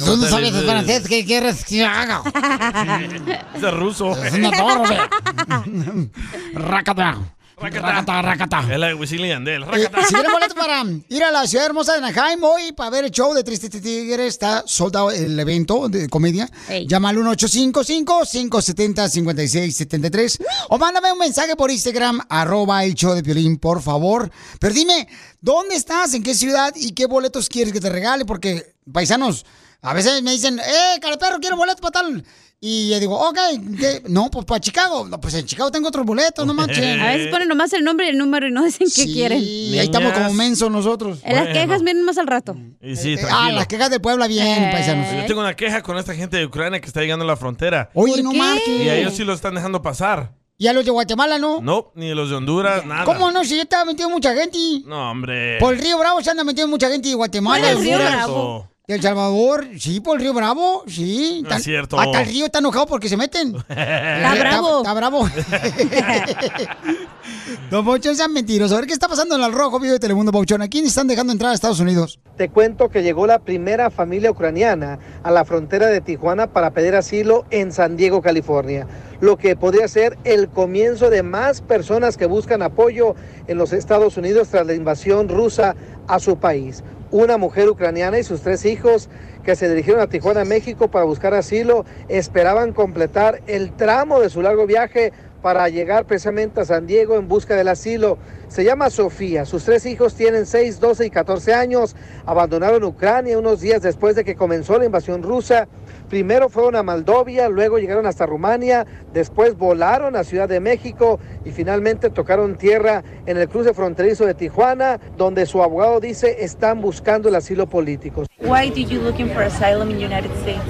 [SPEAKER 2] ¿Tú no sabes el francés? ¿Qué quieres que haga?
[SPEAKER 3] Es de ruso.
[SPEAKER 2] Es una toro, ve. Rácata. Rácata, rácata.
[SPEAKER 3] Es la de Wisin y Yandel.
[SPEAKER 2] Eh,
[SPEAKER 3] Rácata.
[SPEAKER 2] si quieren boletos para ir a la ciudad hermosa de Anaheim hoy para ver el show de Triste Tigre, está soldado el evento de comedia.
[SPEAKER 1] Ey.
[SPEAKER 2] Llama al 1-855-570-5673 o mándame un mensaje por Instagram, arroba el show de Piolín, por favor. Pero dime, ¿dónde estás? ¿En qué ciudad? ¿Y qué boletos quieres que te regale? Porque, paisanos, a veces me dicen, ¡eh, caraperro, quiero boleto para tal! Y yo digo, ok, ¿qué? no, pues para Chicago. No, pues en Chicago tengo otros boletos, no manches.
[SPEAKER 4] A veces ponen nomás el nombre y el número y no dicen qué quieren.
[SPEAKER 2] Y ahí estamos como mensos nosotros.
[SPEAKER 4] En Las quejas vienen más al rato.
[SPEAKER 3] Y sí,
[SPEAKER 2] Ah,
[SPEAKER 3] tranquilo.
[SPEAKER 2] las quejas de Puebla, bien,
[SPEAKER 4] Eh,
[SPEAKER 2] paisanos.
[SPEAKER 3] Yo tengo una queja con esta gente de Ucrania que está llegando a la frontera.
[SPEAKER 2] Oye, ¿Por no qué? marches.
[SPEAKER 3] Y a ellos sí lo están dejando pasar.
[SPEAKER 2] Y a los de Guatemala, ¿no?
[SPEAKER 3] No, ni los de Honduras, nada.
[SPEAKER 2] ¿Cómo no? Si ya está metido mucha gente.
[SPEAKER 3] No, hombre.
[SPEAKER 2] Por el Río Bravo se anda metiendo mucha gente de Guatemala.
[SPEAKER 3] ¿Cuál es el Río
[SPEAKER 2] Honduras,
[SPEAKER 3] Bravo?
[SPEAKER 2] De El Salvador, sí, por el Río Bravo, sí.
[SPEAKER 3] No
[SPEAKER 2] Tan-
[SPEAKER 3] es cierto. Eh.
[SPEAKER 2] Hasta el río está enojado porque se meten. Está bravo. Está, bravo. Don Bauchón, sean mentirosos. A ver qué está pasando en el rojo vivo de Telemundo, Bauchón. ¿A quién están dejando entrar a Estados Unidos?
[SPEAKER 5] Te cuento que llegó la primera familia ucraniana a la frontera de Tijuana para pedir asilo en San Diego, California, lo que podría ser el comienzo de más personas que buscan apoyo en los Estados Unidos tras la invasión rusa a su país. Una mujer ucraniana y sus tres hijos que se dirigieron a Tijuana, México para buscar asilo, esperaban completar el tramo de su largo viaje para llegar precisamente a San Diego en busca del asilo. Se llama Sofía, sus tres hijos tienen 6, 12 y 14 años, abandonaron Ucrania unos días después de que comenzó la invasión rusa. Primero fueron a Moldovia, luego llegaron hasta Rumania, después volaron a Ciudad de México y finalmente tocaron tierra en el cruce fronterizo de Tijuana, donde su abogado dice están buscando el asilo político.
[SPEAKER 13] Why did you looking for asylum in United States?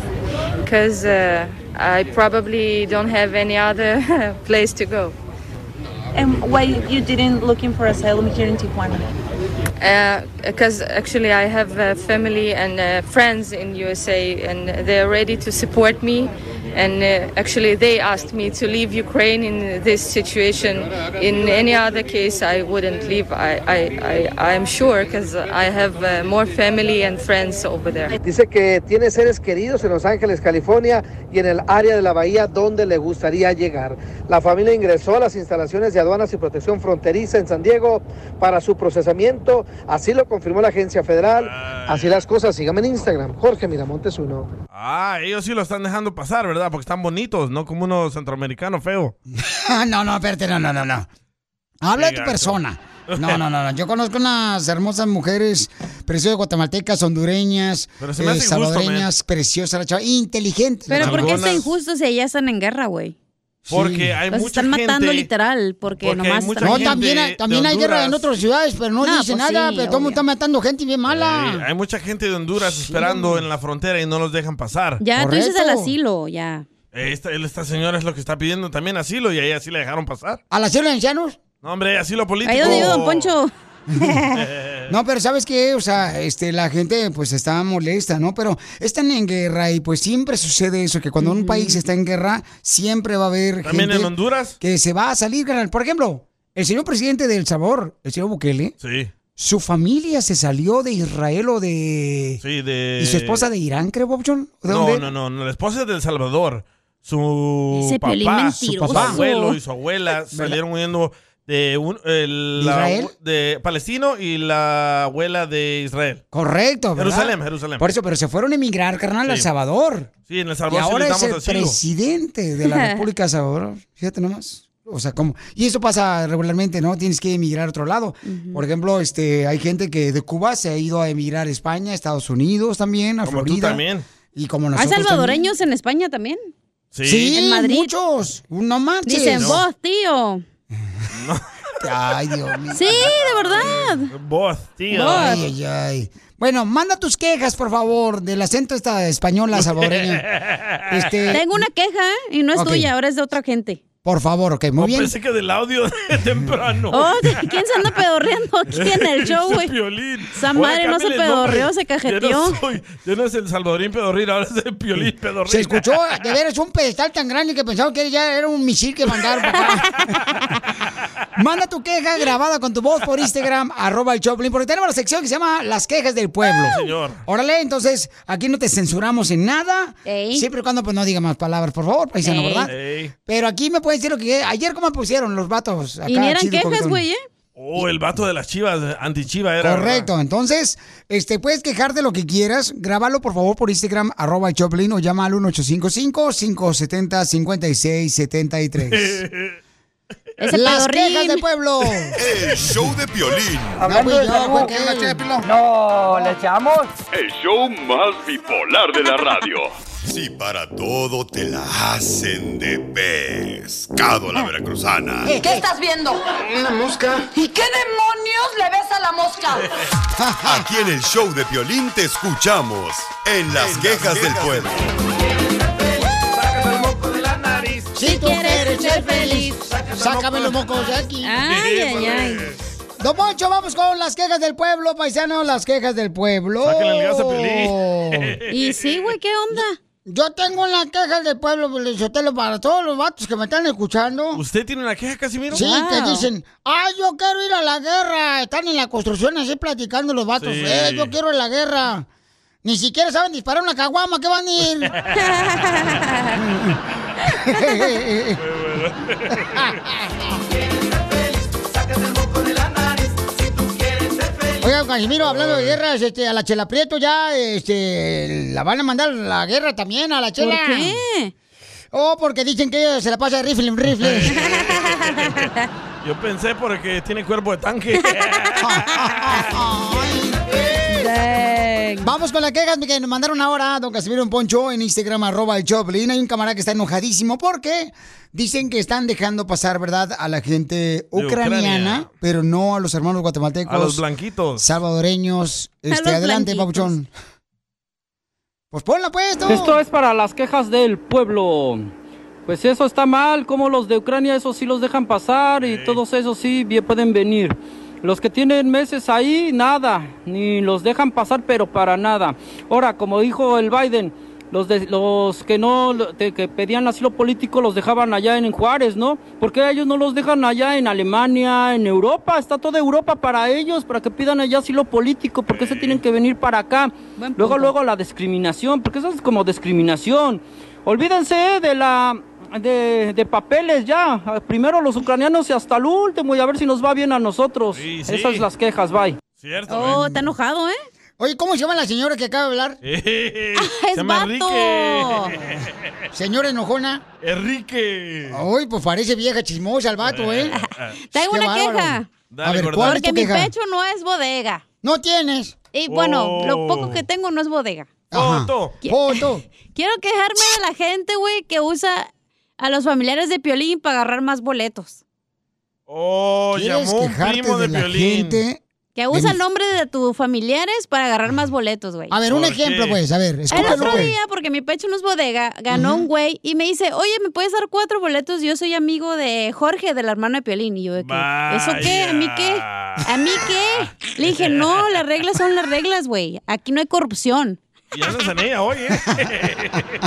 [SPEAKER 13] Because uh, I probably don't have any other place to go. And why you didn't looking for asylum here in Tijuana?
[SPEAKER 14] Because Uh, actually, I have a family and uh, friends in USA, and they are ready to support me. And uh, actually, they asked me to leave Ukraine in this situation. In any other case, I wouldn't leave. I, I, I I'm sure, because I have uh, more family and friends over there.
[SPEAKER 5] Dice que tiene seres queridos en Los Ángeles, California y en el área de la bahía donde le gustaría llegar. La familia ingresó a las instalaciones de aduanas y protección fronteriza en San Diego para su procesamiento. Así lo confirmó la agencia federal. Así las cosas. Sígame en Instagram, Jorge Miramontes uno.
[SPEAKER 3] Ah, ellos sí lo están dejando pasar, ¿verdad? Porque están bonitos, no como uno centroamericano feo.
[SPEAKER 2] no, no, espérate, no, no, no, no. Habla
[SPEAKER 3] Qué
[SPEAKER 2] de tu
[SPEAKER 3] gacho.
[SPEAKER 2] persona. No, no, no, no. Yo conozco unas hermosas mujeres preciosas guatemaltecas, hondureñas,
[SPEAKER 3] Pero se me
[SPEAKER 2] eh,
[SPEAKER 3] hace injusto,
[SPEAKER 2] salvadoreñas, preciosas, la chava, inteligente.
[SPEAKER 4] Pero ¿por qué está injusto si allá están en guerra, güey?
[SPEAKER 3] Porque hay
[SPEAKER 4] Los
[SPEAKER 3] mucha
[SPEAKER 4] están matando
[SPEAKER 3] gente-
[SPEAKER 4] literal, porque,
[SPEAKER 3] porque hay
[SPEAKER 4] nomás...
[SPEAKER 3] mucha
[SPEAKER 4] están-
[SPEAKER 3] gente
[SPEAKER 2] No, también, hay-
[SPEAKER 3] de
[SPEAKER 2] también hay guerra en
[SPEAKER 3] Honduras.
[SPEAKER 2] otras ciudades, pero no,
[SPEAKER 4] No,
[SPEAKER 2] dice
[SPEAKER 4] pues
[SPEAKER 2] nada,
[SPEAKER 4] sí,
[SPEAKER 2] pero todo el mundo está matando gente bien mala.
[SPEAKER 3] Eh, hay mucha gente de Honduras esperando en la frontera y no los dejan pasar.
[SPEAKER 4] Ya, tú dices el asilo, ya.
[SPEAKER 3] Eh, Esta, esta señora es lo que está pidiendo también asilo y ahí así la dejaron pasar.
[SPEAKER 2] ¿Al asilo de ancianos?
[SPEAKER 3] No, hombre, asilo político.
[SPEAKER 4] Ahí donde vive Don Poncho.
[SPEAKER 2] No, pero ¿sabes qué? O sea, este, la gente pues está molesta, ¿no? Pero están en guerra y pues siempre sucede eso, que cuando un país está en guerra, siempre va a haber
[SPEAKER 3] ¿También
[SPEAKER 2] gente
[SPEAKER 3] en Honduras?
[SPEAKER 2] que se va a salir, carnal. Por ejemplo, el señor presidente de El Salvador, el señor Bukele,
[SPEAKER 3] Sí.
[SPEAKER 2] su familia se salió de Israel o de...
[SPEAKER 3] Sí, de...
[SPEAKER 2] ¿Y su esposa de Irán, creo, Bob John? ¿De
[SPEAKER 3] Eh, No,
[SPEAKER 2] dónde?
[SPEAKER 3] no, no, no, la esposa es del Salvador. Su
[SPEAKER 2] Ese Piolín
[SPEAKER 3] papá, su,
[SPEAKER 2] mentiroso.
[SPEAKER 3] papá, su abuelo y su abuela salieron huyendo de un, el-
[SPEAKER 2] ¿De
[SPEAKER 3] la-
[SPEAKER 2] Israel?
[SPEAKER 3] de palestino y la abuela de Israel.
[SPEAKER 2] Correcto, ¿verdad?
[SPEAKER 3] Jerusalén, Jerusalén.
[SPEAKER 2] Por eso, pero se fueron a emigrar, carnal,
[SPEAKER 3] Sí.
[SPEAKER 2] al Salvador.
[SPEAKER 3] Sí, en El
[SPEAKER 2] Y
[SPEAKER 3] Salvador sí
[SPEAKER 2] ahora
[SPEAKER 3] les
[SPEAKER 2] es
[SPEAKER 3] damos
[SPEAKER 2] el
[SPEAKER 3] asilo.
[SPEAKER 2] presidente de la República de Salvador. Fíjate nomás. O sea, como. Y eso pasa regularmente, ¿no? Tienes que emigrar a otro lado.
[SPEAKER 3] Ujú.
[SPEAKER 2] Por ejemplo, este, hay gente que de Cuba se ha ido a emigrar a España, a Estados Unidos también, a
[SPEAKER 3] Como tú
[SPEAKER 2] Florida.
[SPEAKER 3] también.
[SPEAKER 2] Y como
[SPEAKER 4] Hay
[SPEAKER 2] nosotros.
[SPEAKER 4] salvadoreños en España también.
[SPEAKER 2] también. Sí,
[SPEAKER 4] En Madrid.
[SPEAKER 2] muchos. No marches.
[SPEAKER 4] Dicen, vos, tío.
[SPEAKER 2] Ay, Dios mío.
[SPEAKER 4] Sí, de verdad.
[SPEAKER 3] Vos, tío.
[SPEAKER 2] Ay, ay, ay. Bueno, manda tus quejas, por favor, del acento esta española salvadoreña. Este-
[SPEAKER 4] Tengo una queja Eh, y no es
[SPEAKER 2] Ok.
[SPEAKER 4] tuya, ahora es de otra gente.
[SPEAKER 2] Por favor, ok, muy
[SPEAKER 3] No,
[SPEAKER 2] bien.
[SPEAKER 3] Pensé que del audio de temprano.
[SPEAKER 4] Oh, ¿quién se anda pedorreando aquí en el show, güey?
[SPEAKER 3] Ese Piolín.
[SPEAKER 4] Esa
[SPEAKER 3] Oye,
[SPEAKER 4] madre no se
[SPEAKER 3] cámbiale el nombre.
[SPEAKER 4] pedorreó, se cajeteó.
[SPEAKER 3] Ya no, soy- ya no es el salvadorín pedorrín, ahora es el piolín pedorrín.
[SPEAKER 2] Se escuchó, de veras, un pedestal tan grande que pensaba que ya era un misil que mandaron para acá. Manda tu queja grabada con tu voz por Instagram, arroba el Choplin, porque tenemos la sección que se llama Las Quejas del Pueblo.
[SPEAKER 3] Ah, Señor.
[SPEAKER 2] Órale, entonces, aquí no te censuramos en nada. Siempre y cuando pues, no diga más palabras, por favor, paisano,
[SPEAKER 3] Ey.
[SPEAKER 2] ¿verdad?
[SPEAKER 3] Ey.
[SPEAKER 2] Pero aquí me pueden decir lo que... Ayer cómo pusieron los vatos acá.
[SPEAKER 4] Y ni eran
[SPEAKER 2] chido,
[SPEAKER 4] quejas,
[SPEAKER 2] coquetón.
[SPEAKER 4] güey, ¿eh?
[SPEAKER 3] Oh, el vato de las chivas, antichiva era.
[SPEAKER 2] Correcto,
[SPEAKER 3] ¿verdad?
[SPEAKER 2] entonces, este, puedes quejarte de lo que quieras, grábalo por favor por Instagram, arroba el Choplin o llama al 1855-570-5673.
[SPEAKER 7] Ese
[SPEAKER 2] Las
[SPEAKER 7] pedorrín.
[SPEAKER 2] quejas del pueblo. pues,
[SPEAKER 7] El show de Piolín.
[SPEAKER 2] Hablando de tabú, ¿quién le echa
[SPEAKER 15] No, ¿le echamos?
[SPEAKER 7] El show más bipolar de la radio. Si para todo te la hacen de pescado a la veracruzana.
[SPEAKER 15] ¿Qué estás viendo? Una mosca. ¿Y qué demonios le ves a la mosca?
[SPEAKER 7] Aquí en el show de Piolín te escuchamos en las quejas del pueblo.
[SPEAKER 2] Si tú quieres ser feliz, sácame los mocos de aquí.
[SPEAKER 4] Ay, ay, ay.
[SPEAKER 2] Don Poncho, vamos con las quejas del pueblo, paisano, las quejas del pueblo.
[SPEAKER 4] Sáquenle el gas a Piolín. Y sí, güey, ¿qué onda?
[SPEAKER 2] Yo tengo las quejas del pueblo, Sotelo, para todos los vatos que me están escuchando.
[SPEAKER 3] ¿Usted tiene una queja, Casimiro?
[SPEAKER 2] Sí, que dicen, ah, yo quiero ir a la guerra. Están en la construcción así platicando los vatos.
[SPEAKER 3] Sí.
[SPEAKER 2] Eh, yo quiero ir a la guerra. Ni siquiera saben disparar una caguama, ¿qué van a ir? Oiga, Casimiro, hablando de guerras, este, a la Chela Prieto ya este, la van a mandar a la guerra también, a la Chela.
[SPEAKER 4] ¿Por qué?
[SPEAKER 2] Oh, porque dicen que ella se la pasa de rifle en rifle.
[SPEAKER 3] Yo pensé porque tiene cuerpo de tanque.
[SPEAKER 2] Vamos con las quejas que nos mandaron ahora, don Casimiro en Poncho, en Instagram, arroba el Choplin. Hay un camarada que está enojadísimo porque dicen que están dejando pasar, ¿verdad?, a la gente
[SPEAKER 3] Ucrania.
[SPEAKER 2] ucraniana, pero no a los hermanos guatemaltecos.
[SPEAKER 3] A los blanquitos.
[SPEAKER 2] Salvadoreños.
[SPEAKER 3] A
[SPEAKER 2] Este,
[SPEAKER 3] los
[SPEAKER 2] adelante,
[SPEAKER 3] blanquitos.
[SPEAKER 2] Papuchón. Pues ponla, pues, tú.
[SPEAKER 16] Esto es para las quejas del pueblo. Pues eso está mal, como los de Ucrania, esos sí los dejan pasar y todos esos sí bien pueden venir. Los que tienen meses ahí, nada, ni los dejan pasar, pero para nada. Ahora, como dijo el Biden, los, de- los que no lo- te- que pedían asilo político los dejaban allá en Juárez, ¿no? ¿Por qué ellos no los dejan allá en Alemania, en Europa? Está toda Europa para ellos, para que pidan allá asilo político. ¿Por qué se tienen que venir para acá? Luego, luego la discriminación, porque eso es como discriminación. Olvídense de la de, de papeles ya. Primero los ucranianos y hasta el último y a ver si nos va bien a nosotros.
[SPEAKER 3] sí.
[SPEAKER 16] Esas las quejas, bye.
[SPEAKER 3] Cierto.
[SPEAKER 4] Oh, está enojado, ¿eh?
[SPEAKER 2] Oye, ¿cómo se llama la señora que acaba de hablar?
[SPEAKER 15] Oh.
[SPEAKER 3] Eh,
[SPEAKER 2] es
[SPEAKER 3] se llama
[SPEAKER 2] vato.
[SPEAKER 3] Enrique.
[SPEAKER 2] Señora enojona.
[SPEAKER 3] Enrique.
[SPEAKER 2] Ay, pues parece vieja chismosa el vato, ¿eh?
[SPEAKER 4] Tengo
[SPEAKER 2] Qué
[SPEAKER 4] una
[SPEAKER 2] bárbaro.
[SPEAKER 4] queja.
[SPEAKER 2] a ver, ¿cuál es
[SPEAKER 4] Porque
[SPEAKER 2] tu
[SPEAKER 4] mi
[SPEAKER 2] queja?
[SPEAKER 4] pecho no es bodega.
[SPEAKER 2] No tienes.
[SPEAKER 4] Y bueno,
[SPEAKER 2] Oh.
[SPEAKER 4] lo poco que tengo no es bodega.
[SPEAKER 2] Ajá.
[SPEAKER 3] Foto.
[SPEAKER 4] Qui- Quiero quejarme de la gente, güey, que usa a los familiares de Piolín para agarrar más boletos.
[SPEAKER 3] Oh,
[SPEAKER 2] ¿Quieres
[SPEAKER 3] llamó un
[SPEAKER 2] quejarte
[SPEAKER 3] primo
[SPEAKER 2] de,
[SPEAKER 3] de,
[SPEAKER 2] la
[SPEAKER 3] Piolín.
[SPEAKER 2] gente
[SPEAKER 4] Que usa el nombre de tus familiares para agarrar más boletos, güey.
[SPEAKER 2] A ver, un Mm. ¿Por ejemplo, qué? pues, a ver, escúpelo,
[SPEAKER 4] El otro
[SPEAKER 2] güey.
[SPEAKER 4] día, porque mi pecho no es bodega, ganó
[SPEAKER 2] Ujú.
[SPEAKER 4] un güey y me dice, oye, ¿me puedes dar cuatro boletos? Yo soy amigo de Jorge, del hermano de Piolín. Y yo, de que, ¿eso qué? ¿A mí qué?
[SPEAKER 3] Ah,
[SPEAKER 4] ¿A mí qué? Le dije, no, las reglas son las reglas, güey. Aquí no hay corrupción.
[SPEAKER 3] Ya no sané hoy, ¿eh?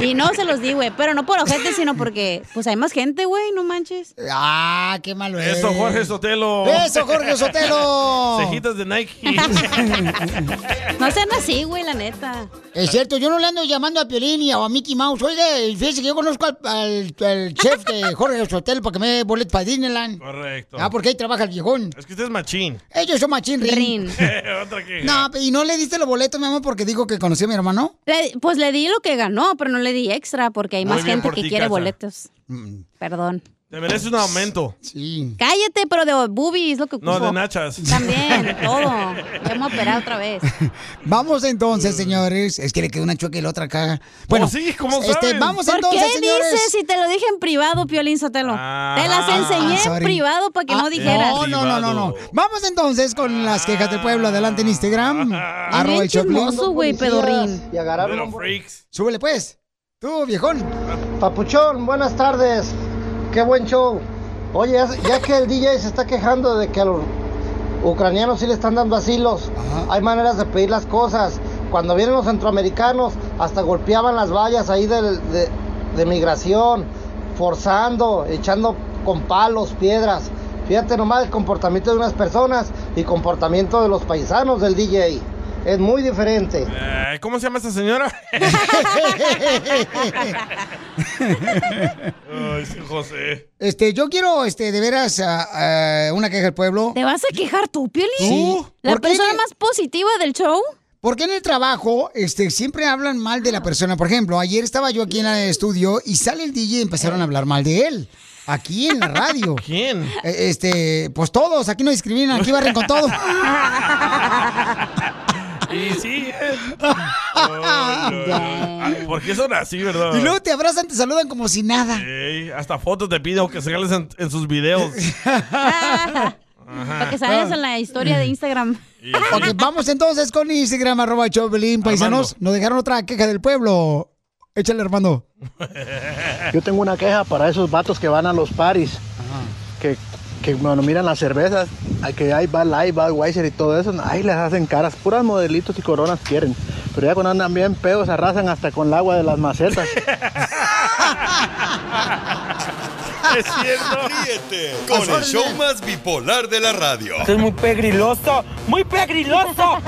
[SPEAKER 4] Y no se los di, güey. Pero no por ojete, sino porque, pues, hay más gente, güey, no manches.
[SPEAKER 2] Ah, qué malo
[SPEAKER 3] Eso, Jorge Sotelo.
[SPEAKER 4] Eso, Jorge Sotelo.
[SPEAKER 3] Cejitas de Nike.
[SPEAKER 4] No sean así, güey, la neta.
[SPEAKER 2] Es cierto, yo no le ando llamando a Piolín y a Mickey Mouse. Oye, fíjese que yo conozco al, al- al chef de Jorge Sotel para que me dé boleto para Disneyland.
[SPEAKER 3] Correcto.
[SPEAKER 2] Ah, porque ahí trabaja el viejón.
[SPEAKER 3] Es que usted es machín.
[SPEAKER 2] Ellos son machín rin.
[SPEAKER 3] Otra que.
[SPEAKER 2] No, y no le diste los boletos, mi amor, porque dijo que conoció a mi hermano.
[SPEAKER 4] Le- pues le di lo que ganó, pero no le di extra porque hay
[SPEAKER 3] Muy
[SPEAKER 4] más
[SPEAKER 3] bien
[SPEAKER 4] gente
[SPEAKER 3] por
[SPEAKER 4] que
[SPEAKER 3] ti,
[SPEAKER 4] quiere
[SPEAKER 3] Cacha.
[SPEAKER 4] boletos.
[SPEAKER 2] Mm.
[SPEAKER 4] Perdón.
[SPEAKER 3] Te mereces un aumento.
[SPEAKER 2] Sí.
[SPEAKER 4] Cállate, pero de boobies es lo que ocupo.
[SPEAKER 3] No, de nachas.
[SPEAKER 4] También, todo. Ya me operado otra vez.
[SPEAKER 2] Vamos
[SPEAKER 3] Mm.
[SPEAKER 2] entonces, señores. Es que le quedó una chueca y la otra caga.
[SPEAKER 3] Oh, Pues
[SPEAKER 2] Bueno, este, vamos
[SPEAKER 4] ¿Por
[SPEAKER 2] entonces,
[SPEAKER 4] qué
[SPEAKER 2] señores.
[SPEAKER 4] dices si te lo dije en privado, Piolín Sotelo? te las enseñé en
[SPEAKER 2] sorry.
[SPEAKER 4] privado para que
[SPEAKER 2] Ah,
[SPEAKER 4] no dijeras.
[SPEAKER 2] No, no, no, no, no. Vamos entonces con las quejas del pueblo. Adelante en Instagram. Arroba el show de Piolín.
[SPEAKER 4] chismoso, güey, pedorrín.
[SPEAKER 17] Y agarraron un-
[SPEAKER 2] Súbele pues. Tú, viejón.
[SPEAKER 17] Papuchón, buenas tardes. Qué buen show. Oye, ya, ya que el DJ se está quejando de que a los ucranianos sí le están dando asilos, hay maneras de pedir las cosas. Cuando vienen los centroamericanos, hasta golpeaban las vallas ahí del- de, de migración, forzando, echando con palos, piedras. Fíjate nomás el comportamiento de unas personas y comportamiento de los paisanos del DJ. Es muy diferente.
[SPEAKER 3] Eh, ¿Cómo se llama esta señora? Ay, sí, José.
[SPEAKER 2] Este, yo quiero, este, de veras, a- a una queja del pueblo.
[SPEAKER 4] ¿Te vas a quejar tú, Piolín?
[SPEAKER 2] Sí.
[SPEAKER 4] ¿La persona más positiva del show?
[SPEAKER 2] Porque en el trabajo, este, siempre hablan mal
[SPEAKER 4] Ah.
[SPEAKER 2] de la persona. Por ejemplo, ayer estaba yo aquí en el estudio y sale el DJ y empezaron a hablar mal de él. Aquí en la radio.
[SPEAKER 3] ¿Quién?
[SPEAKER 2] Este, pues todos, aquí no discriminan, aquí barren con todo.
[SPEAKER 3] Y sí. eh. Oh, no, no. Ah, ¿Por qué son así, verdad?
[SPEAKER 2] Y luego te abrazan, te saludan como si nada.
[SPEAKER 3] Ey, hasta fotos te pido que salgas en, en sus videos. Ajá.
[SPEAKER 4] Para que salgas en la historia de Instagram.
[SPEAKER 2] Ah. Ok, vamos entonces con Instagram, arroba Choplin, paisanos. Nos dejaron otra queja del pueblo. Échale, hermano.
[SPEAKER 17] Yo tengo una queja Ah, para esos vatos que van a los paris. Que, que bueno, miran las cervezas, a que hay Bad Light, Bad Weiser y todo eso. Ahí les hacen caras, puras modelitos y coronas quieren. Pero ya cuando andan bien pedos, arrasan hasta con el agua de las macetas.
[SPEAKER 7] Es cierto. Ríete con el show más bipolar de la radio.
[SPEAKER 1] Esto es muy pegriloso, muy pegriloso.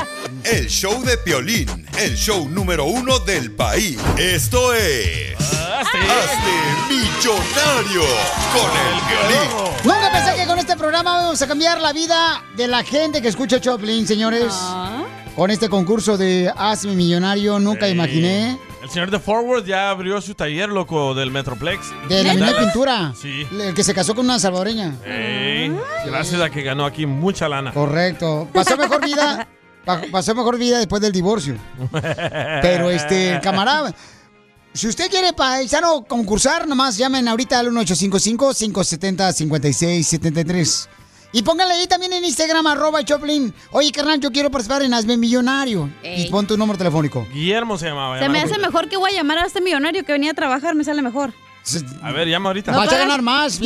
[SPEAKER 7] El show de Piolín, el show número uno del país. Esto es... Hazte millonario con el Piolín.
[SPEAKER 2] Nunca pensé que con este programa vamos a cambiar la vida de la gente que escucha Choplin, señores.
[SPEAKER 4] Ah.
[SPEAKER 2] Con este concurso de Hazme Millonario, nunca imaginé.
[SPEAKER 3] El señor de Forward ya abrió su taller, loco, del Metroplex.
[SPEAKER 2] De la mina de
[SPEAKER 3] Dale.
[SPEAKER 2] pintura.
[SPEAKER 3] Sí.
[SPEAKER 2] El que se casó con una salvadoreña.
[SPEAKER 3] Ey, gracias a que ganó aquí mucha lana.
[SPEAKER 2] Correcto. Pasó mejor vida. pa- Pasó mejor vida después del divorcio. Pero este, camarada, si usted quiere paisano concursar, nomás llamen ahorita al 1855-570-5673. Y pónganle ahí también en Instagram, arroba Choplin. Oye, carnal, yo quiero participar en Hazme Millonario.
[SPEAKER 4] Ey.
[SPEAKER 2] Y pon tu número telefónico.
[SPEAKER 3] Guillermo se llamaba.
[SPEAKER 4] Se me
[SPEAKER 3] llamaba.
[SPEAKER 4] hace mejor que voy a llamar a este millonario que venía a trabajar, me sale mejor.
[SPEAKER 3] A ver, llama ahorita.
[SPEAKER 4] No pagas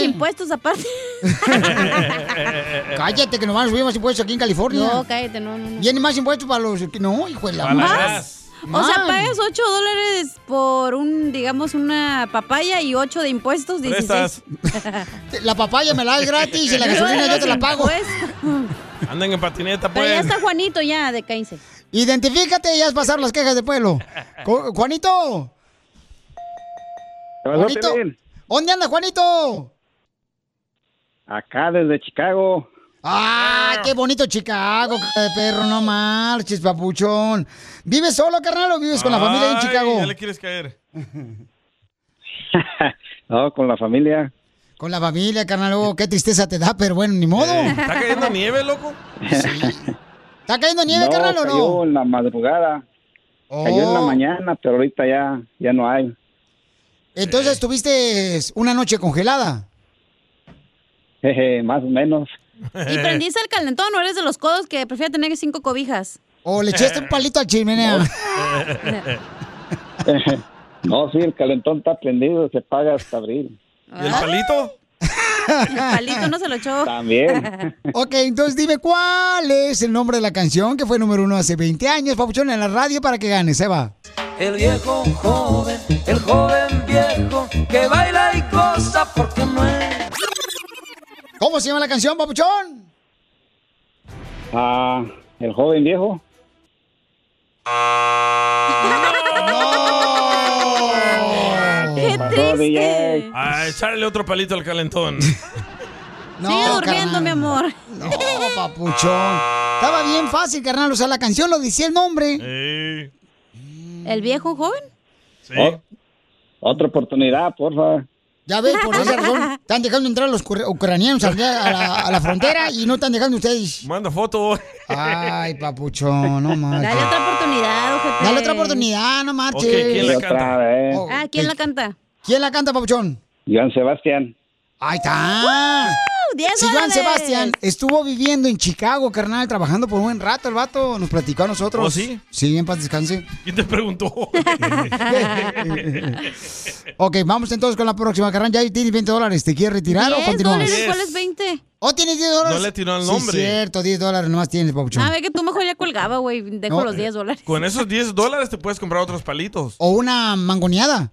[SPEAKER 2] ¿eh?
[SPEAKER 4] impuestos aparte.
[SPEAKER 3] Eh,
[SPEAKER 2] Cállate, que nomás subimos impuestos aquí en California.
[SPEAKER 4] No, cállate, no, no, no.
[SPEAKER 2] Viene más impuestos para los... No, hijo de la
[SPEAKER 4] Para
[SPEAKER 2] madre.
[SPEAKER 4] las O sea,
[SPEAKER 2] Man.
[SPEAKER 4] pagas 8 dólares por un, digamos, una papaya y 8 de impuestos, 16.
[SPEAKER 2] la papaya me la das gratis y la gasolina yo te la pago.
[SPEAKER 3] Anden en patineta,
[SPEAKER 4] Pero Pues, ya
[SPEAKER 3] pues.
[SPEAKER 4] está Juanito, ya, de
[SPEAKER 3] Eh.
[SPEAKER 4] Caínse.
[SPEAKER 2] Identifícate y haz pasar las quejas de pueblo. Co- Juanito. Juanito. ¿Dónde anda Juanito?
[SPEAKER 18] Acá desde Chicago.
[SPEAKER 2] Ah, qué bonito Chicago, c- de perro, no marches, papuchón. ¿Vives solo, carnal, o vives con la familia ahí en
[SPEAKER 3] Ay,
[SPEAKER 2] Chicago?
[SPEAKER 3] Ya le quieres caer.
[SPEAKER 18] No, con la familia.
[SPEAKER 2] Con la familia, carnal, oh, qué tristeza te da, pero bueno, ni modo.
[SPEAKER 3] ¿Está cayendo nieve, loco?
[SPEAKER 2] ¿Está cayendo nieve,
[SPEAKER 18] no,
[SPEAKER 2] carnal, o
[SPEAKER 18] cayó
[SPEAKER 2] no?
[SPEAKER 18] en la madrugada. Cayó en la
[SPEAKER 2] Oh.
[SPEAKER 18] mañana, pero ahorita ya, ya no hay. Eh.
[SPEAKER 2] Entonces tuviste una noche congelada.
[SPEAKER 18] Jeje, más o menos.
[SPEAKER 4] ¿Y prendiste el calentón o eres de los codos que prefiere tener cinco cobijas?
[SPEAKER 2] O le echaste un palito al chimenea.
[SPEAKER 18] no, sí, el calentón está prendido, se paga hasta abril.
[SPEAKER 3] ¿Y el palito?
[SPEAKER 4] El palito no se lo echó.
[SPEAKER 18] También.
[SPEAKER 2] Ok, entonces dime cuál es el nombre de la canción que fue número uno hace 20 años, Papuchón, en la radio para que gane, se va.
[SPEAKER 1] El viejo joven, el joven viejo que baila y goza porque no es.
[SPEAKER 2] ¿Cómo se llama la canción, Papuchón?
[SPEAKER 18] Ah, el joven viejo.
[SPEAKER 3] ¡Qué
[SPEAKER 18] pasó, DJ?
[SPEAKER 3] Ah, echarle otro palito al calentón.
[SPEAKER 4] Sigue durmiendo, mi amor.
[SPEAKER 2] No, papuchón.
[SPEAKER 3] Ah.
[SPEAKER 2] Estaba bien fácil, carnal. O sea, la canción lo decía el nombre.
[SPEAKER 4] ¿El viejo joven?
[SPEAKER 18] O- Oh, otra oportunidad, porfa.
[SPEAKER 2] Ya ves, por esa razón, están dejando entrar a los ucra- ucranianos allá a la, a la frontera y no están dejando ustedes.
[SPEAKER 3] Manda foto.
[SPEAKER 2] Ay, papuchón, no manches.
[SPEAKER 4] Dale otra oportunidad, ojete.
[SPEAKER 2] Dale otra oportunidad, no marches.
[SPEAKER 18] Otra vez.
[SPEAKER 4] Ah, ¿quién la canta?
[SPEAKER 2] ¿Quién la canta, papuchón?
[SPEAKER 18] Joan Sebastián.
[SPEAKER 2] Ahí está.
[SPEAKER 4] ¡Diez
[SPEAKER 2] Si Joan
[SPEAKER 4] dólares!
[SPEAKER 2] Sebastián estuvo viviendo en Chicago, carnal, trabajando por un buen rato, el vato nos platicó a nosotros.
[SPEAKER 3] ¿Oh, sí?
[SPEAKER 2] Sí, en paz descanse.
[SPEAKER 3] ¿Quién te preguntó?
[SPEAKER 2] Ok, vamos entonces con la próxima, carnal. Ya tienes 20 dólares. ¿Te quieres retirar o
[SPEAKER 4] ¿Diez
[SPEAKER 2] continuamos?
[SPEAKER 4] dólares? ¿Cuál es 20?
[SPEAKER 2] ¿O Oh, tienes 10 dólares?
[SPEAKER 3] No le tiró al
[SPEAKER 2] Sí,
[SPEAKER 3] nombre.
[SPEAKER 2] cierto, 10 dólares nomás tienes, Papuchón.
[SPEAKER 4] A ver, Ah, que tú mejor ya colgaba, güey. Dejo
[SPEAKER 2] No. eh.
[SPEAKER 4] los 10 dólares.
[SPEAKER 3] Con esos 10 dólares te puedes comprar otros palitos.
[SPEAKER 2] O una Ah, mangoneada.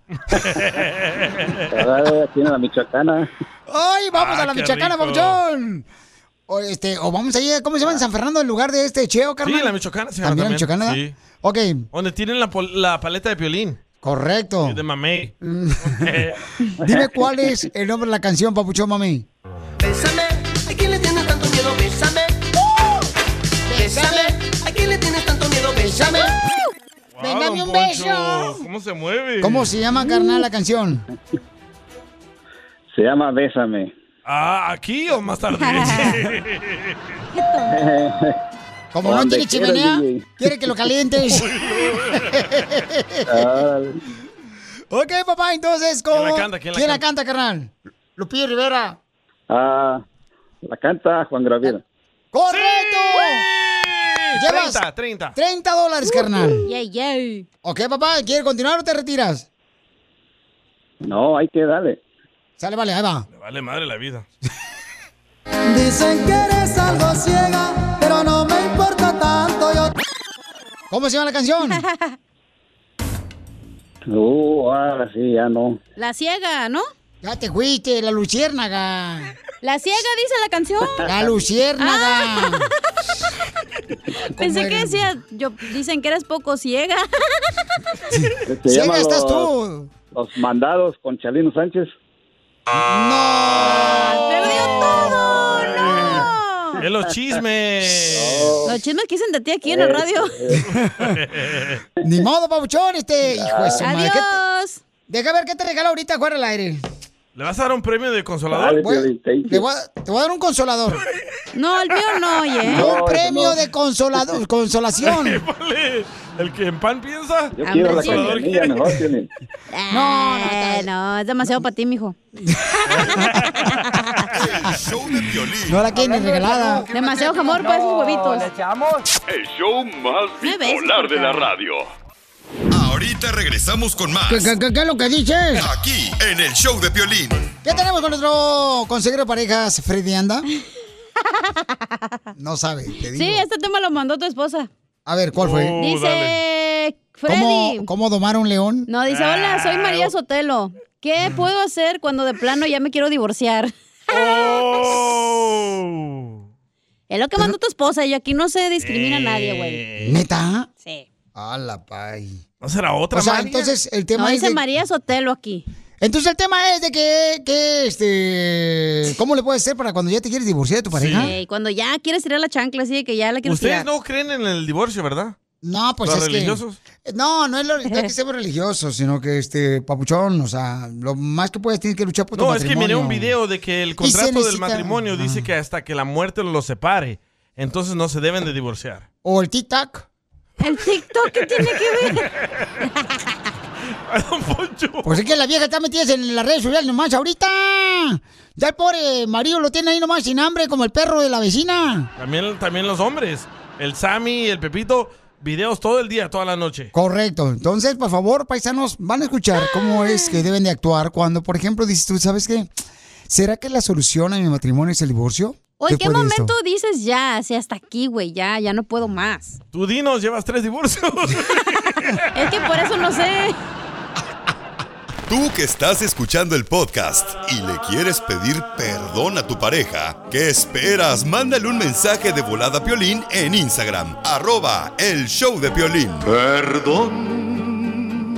[SPEAKER 18] Ahora Tiene la michoacana.
[SPEAKER 2] ¡Ay, vamos
[SPEAKER 3] Ah,
[SPEAKER 2] a la
[SPEAKER 3] qué
[SPEAKER 2] Michoacana,
[SPEAKER 3] rico.
[SPEAKER 2] Papuchón! O, este, o vamos a ir, a- ¿cómo se llama? en San Fernando, el lugar de este Cheo, carnal.
[SPEAKER 3] Sí, la Michoacana se llama
[SPEAKER 2] También la
[SPEAKER 3] también.
[SPEAKER 2] Michoacana.
[SPEAKER 3] Sí.
[SPEAKER 2] Ok,
[SPEAKER 3] Donde tienen la, pol- la paleta de violín.
[SPEAKER 2] correcto. Mm.
[SPEAKER 3] De mamey.
[SPEAKER 2] Dime cuál es el nombre de la canción, Papuchón, mami.
[SPEAKER 1] Bésame, ¿a quién le tienes tanto miedo? Bésame. Bésame, ¿a quién le tienes tanto miedo? Bésame.
[SPEAKER 3] Wow,
[SPEAKER 2] dame
[SPEAKER 3] don
[SPEAKER 2] un
[SPEAKER 3] Poncho,
[SPEAKER 2] beso.
[SPEAKER 3] ¿Cómo se mueve?
[SPEAKER 2] ¿Cómo se llama, carnal, la canción?
[SPEAKER 18] Se llama Bésame.
[SPEAKER 3] Ah, ¿aquí o más tarde?
[SPEAKER 2] Como no
[SPEAKER 18] Donde
[SPEAKER 2] tiene
[SPEAKER 18] quiera,
[SPEAKER 2] chimenea,
[SPEAKER 18] DJ.
[SPEAKER 2] quiere que lo calientes.
[SPEAKER 11] Ah.
[SPEAKER 18] Órale.
[SPEAKER 2] ok, papá, entonces, ¿cómo?
[SPEAKER 18] ¿Quién la canta? ¿Quién la
[SPEAKER 2] canta, carnal? Lupillo Rivera.
[SPEAKER 18] Ah, la canta Juan Gabriel.
[SPEAKER 2] ¡Correcto! Llevas
[SPEAKER 3] 30, 30.
[SPEAKER 2] 30 dólares, carnal.
[SPEAKER 4] Uh, Yay, yay.
[SPEAKER 2] Ok, papá, ¿quieres continuar o te retiras?
[SPEAKER 18] No, hay que darle.
[SPEAKER 2] Sale, vale, ahí va.
[SPEAKER 3] Le vale madre la vida.
[SPEAKER 1] Dicen que eres algo ciega, pero no me importa tanto. Yo
[SPEAKER 2] ¿Cómo se llama la canción?
[SPEAKER 18] Uh, ahora sí, ya no.
[SPEAKER 4] La ciega, ¿no?
[SPEAKER 2] Ya te fuiste, la luciérnaga.
[SPEAKER 4] La ciega dice la canción.
[SPEAKER 2] La luciérnaga.
[SPEAKER 4] Ah. Pensé
[SPEAKER 2] ¿Cómo
[SPEAKER 4] que
[SPEAKER 2] eres?
[SPEAKER 4] decía, yo, dicen que eres poco ciega.
[SPEAKER 18] Se llama Los- Los mandados con Chalino Sánchez.
[SPEAKER 3] Es los chismes.
[SPEAKER 2] Oh.
[SPEAKER 4] Los chismes que dicen de ti aquí en la
[SPEAKER 2] Eh,
[SPEAKER 4] radio.
[SPEAKER 2] Ni modo, pabuchón, este. Hijo de su madre. ¿Qué te-
[SPEAKER 4] Adiós.
[SPEAKER 2] Deja ver qué te regalo ahorita, fuera al aire.
[SPEAKER 3] ¿Le vas a dar un premio de consolador?
[SPEAKER 2] Voy- le voy a- te voy a dar un consolador.
[SPEAKER 4] No, el mío no, oye.
[SPEAKER 2] un premio de consolado- consolación.
[SPEAKER 3] Ponle, El que en pan piensa.
[SPEAKER 18] Yo quiero la
[SPEAKER 3] Consolador
[SPEAKER 18] cachanilla,
[SPEAKER 3] quiere.
[SPEAKER 18] mejor tienen.
[SPEAKER 4] No, Eh, no, es demasiado para ti, mijo.
[SPEAKER 2] No la quieren regalada. pues,
[SPEAKER 4] Demasiado jamón para esos huevitos.
[SPEAKER 7] El show más
[SPEAKER 4] Me ves,
[SPEAKER 7] bipolar de la radio. Ahorita regresamos con más.
[SPEAKER 2] ¿Qué, qué- qué- qué es lo que dices?
[SPEAKER 7] Aquí, en el show de Piolín.
[SPEAKER 2] ¿Qué tenemos con nuestro consejero de parejas, Freddy Anda? No sabe, te digo.
[SPEAKER 4] Sí, este tema lo mandó tu esposa.
[SPEAKER 2] A ver, ¿cuál fue?
[SPEAKER 4] Oh, Dice Freddy.
[SPEAKER 2] ¿Cómo, ¿Cómo domar a un león?
[SPEAKER 4] No, dice, hola, soy María Sotelo.
[SPEAKER 2] Mm.
[SPEAKER 4] ¿Qué puedo hacer cuando de plano ya me quiero divorciar? Es lo que mandó tu esposa y aquí no se discrimina a nadie, güey.
[SPEAKER 2] ¿Neta?
[SPEAKER 4] Sí.
[SPEAKER 2] A la pay.
[SPEAKER 3] Eh. ¿No será otra
[SPEAKER 2] O sea,
[SPEAKER 3] María?
[SPEAKER 2] entonces el tema
[SPEAKER 4] no,
[SPEAKER 2] es
[SPEAKER 4] dice
[SPEAKER 2] de-
[SPEAKER 4] María Sotelo aquí.
[SPEAKER 2] Entonces el tema es de que, que este, ¿cómo le puedes hacer para cuando ya te quieres divorciar de tu pareja?
[SPEAKER 4] Sí, cuando ya quieres tirar la chancla, así de que ya la quieres
[SPEAKER 3] Ustedes
[SPEAKER 4] tirar.
[SPEAKER 3] no creen en el divorcio, ¿verdad?
[SPEAKER 2] No, pues
[SPEAKER 3] ¿Los
[SPEAKER 2] es
[SPEAKER 3] religiosos?
[SPEAKER 2] que no, no es, lo, no es que seamos religiosos, sino que este papuchón, o sea, lo más que puedes tienes que luchar por tu
[SPEAKER 3] No, es que
[SPEAKER 2] matrimonio.
[SPEAKER 3] miré un video de que el contrato del
[SPEAKER 2] necesita-
[SPEAKER 3] matrimonio dice que hasta que la muerte los separe, entonces no se deben de divorciar.
[SPEAKER 2] O el tic tac.
[SPEAKER 4] El TikTok que tiene que ver.
[SPEAKER 2] Pues es que la vieja está metida en las redes sociales nomás ahorita. Ya el pobre marido lo tiene ahí nomás sin hambre como el perro de la vecina.
[SPEAKER 3] También, también los hombres. El Sammy, el Pepito, videos todo el día, toda la noche.
[SPEAKER 2] Correcto. Entonces, por favor, paisanos, van a escuchar cómo es que deben de actuar cuando, por ejemplo, dices tú, ¿sabes qué? ¿Será que la solución a mi matrimonio es el divorcio?
[SPEAKER 4] ¿O en qué
[SPEAKER 2] Después de esto.
[SPEAKER 4] momento dices ya, así hasta aquí, güey, ya, ya no puedo más?
[SPEAKER 3] Tú dinos, llevas tres divorcios.
[SPEAKER 4] Es que por eso no sé.
[SPEAKER 7] Tú que estás escuchando el podcast y le quieres pedir perdón a tu pareja, ¿qué esperas? Mándale un mensaje de volada a Piolín en Instagram, arroba el show de Piolín. Perdón.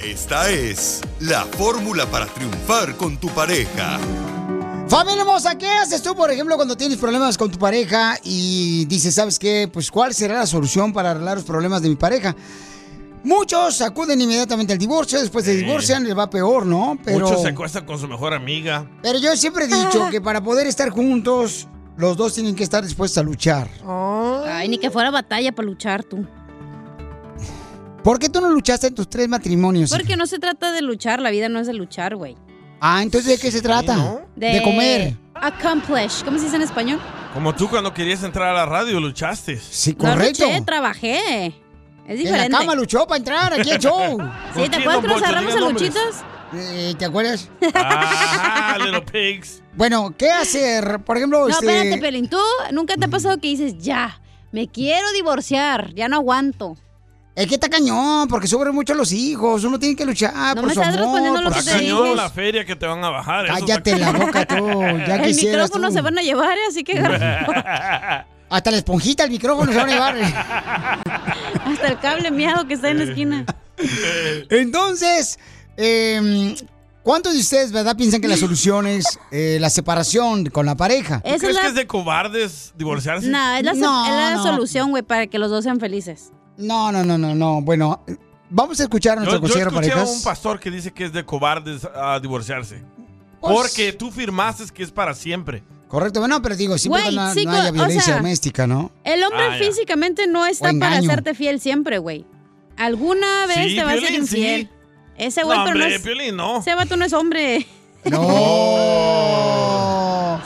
[SPEAKER 7] Esta es la fórmula para triunfar con tu pareja.
[SPEAKER 2] Familia hermosa, ¿qué haces tú, por ejemplo, cuando tienes problemas con tu pareja y dices, ¿sabes qué? Pues, ¿cuál será la solución para arreglar los problemas de mi pareja? Muchos acuden inmediatamente al divorcio, después se
[SPEAKER 3] Sí.
[SPEAKER 2] divorcian, les va peor, ¿no? Pero,
[SPEAKER 3] Muchos se acuestan con su mejor amiga.
[SPEAKER 2] pero yo siempre he dicho que para poder estar juntos, los dos tienen que estar dispuestos a luchar.
[SPEAKER 4] Ay, ni que fuera batalla para luchar tú.
[SPEAKER 2] ¿Por qué tú no luchaste en tus tres matrimonios?
[SPEAKER 4] Porque no se trata de luchar, la vida no es de luchar, güey.
[SPEAKER 2] Ah, entonces, ¿de qué se trata? de comer.
[SPEAKER 4] Accomplish. ¿Cómo se dice en español?
[SPEAKER 3] Como tú cuando querías entrar a la radio, luchaste.
[SPEAKER 2] Sí,
[SPEAKER 4] No luché, trabajé. Es diferente.
[SPEAKER 2] En la cama luchó para entrar aquí al show.
[SPEAKER 4] Sí, ¿te acuerdas que nos agarramos a luchitas?
[SPEAKER 2] Eh, ¿Te acuerdas?
[SPEAKER 3] Ah, Little Pigs.
[SPEAKER 2] Bueno, ¿qué hacer? Por ejemplo,
[SPEAKER 4] No,
[SPEAKER 2] este...
[SPEAKER 4] espérate, Pelín. ¿Tú nunca te ha pasado que dices, ya, me quiero divorciar, ya no aguanto?
[SPEAKER 2] Es que está cañón, porque sobran mucho los hijos. Uno tiene que luchar
[SPEAKER 4] No
[SPEAKER 2] por
[SPEAKER 4] me
[SPEAKER 2] su
[SPEAKER 4] estás
[SPEAKER 2] Pues, amor,
[SPEAKER 4] respondiendo lo
[SPEAKER 2] por
[SPEAKER 4] que
[SPEAKER 2] sus
[SPEAKER 4] te digo.
[SPEAKER 2] hijos.
[SPEAKER 3] la feria que te van a bajar. eso
[SPEAKER 2] Cállate
[SPEAKER 3] está-
[SPEAKER 2] la boca tú, ya
[SPEAKER 4] El
[SPEAKER 2] quisieras
[SPEAKER 4] micrófono
[SPEAKER 2] tú.
[SPEAKER 3] Mm.
[SPEAKER 4] se van a llevar, así que
[SPEAKER 2] Hasta la esponjita, el micrófono se van a llevar.
[SPEAKER 4] hasta el cable miado que está en la esquina.
[SPEAKER 2] Entonces, eh, ¿cuántos de ustedes, verdad, piensan que la solución es eh, la separación con la pareja?
[SPEAKER 3] ¿Tú crees que es de cobardes divorciarse?
[SPEAKER 4] No, es la,
[SPEAKER 2] No,
[SPEAKER 4] es la
[SPEAKER 2] no.
[SPEAKER 4] solución, güey, para que los dos sean felices.
[SPEAKER 2] No, no, no, no, no. Bueno, vamos a escuchar a
[SPEAKER 3] Yo,
[SPEAKER 2] nuestro
[SPEAKER 3] yo escuché
[SPEAKER 2] consejero
[SPEAKER 3] a
[SPEAKER 2] parejas.
[SPEAKER 3] un pastor que dice que es de cobardes a divorciarse.
[SPEAKER 2] Pues-
[SPEAKER 3] Porque tú firmaste que es para siempre.
[SPEAKER 2] Correcto, bueno, pero digo, siempre
[SPEAKER 4] Güey,
[SPEAKER 2] que no,
[SPEAKER 4] sí,
[SPEAKER 2] no
[SPEAKER 4] co-
[SPEAKER 2] haya
[SPEAKER 4] o
[SPEAKER 2] violencia
[SPEAKER 4] sea,
[SPEAKER 2] doméstica, ¿no?
[SPEAKER 4] El hombre
[SPEAKER 2] Ah, ya.
[SPEAKER 4] físicamente no está
[SPEAKER 2] O
[SPEAKER 4] para
[SPEAKER 2] engaño.
[SPEAKER 4] hacerte fiel siempre, güey. Alguna vez
[SPEAKER 3] Sí,
[SPEAKER 4] te va a ser
[SPEAKER 3] Piolín, sí.
[SPEAKER 4] infiel. Ese
[SPEAKER 3] No,
[SPEAKER 4] güey, pero no
[SPEAKER 3] hombre,
[SPEAKER 4] es.
[SPEAKER 3] Piolín, no.
[SPEAKER 4] Ese vato no es hombre.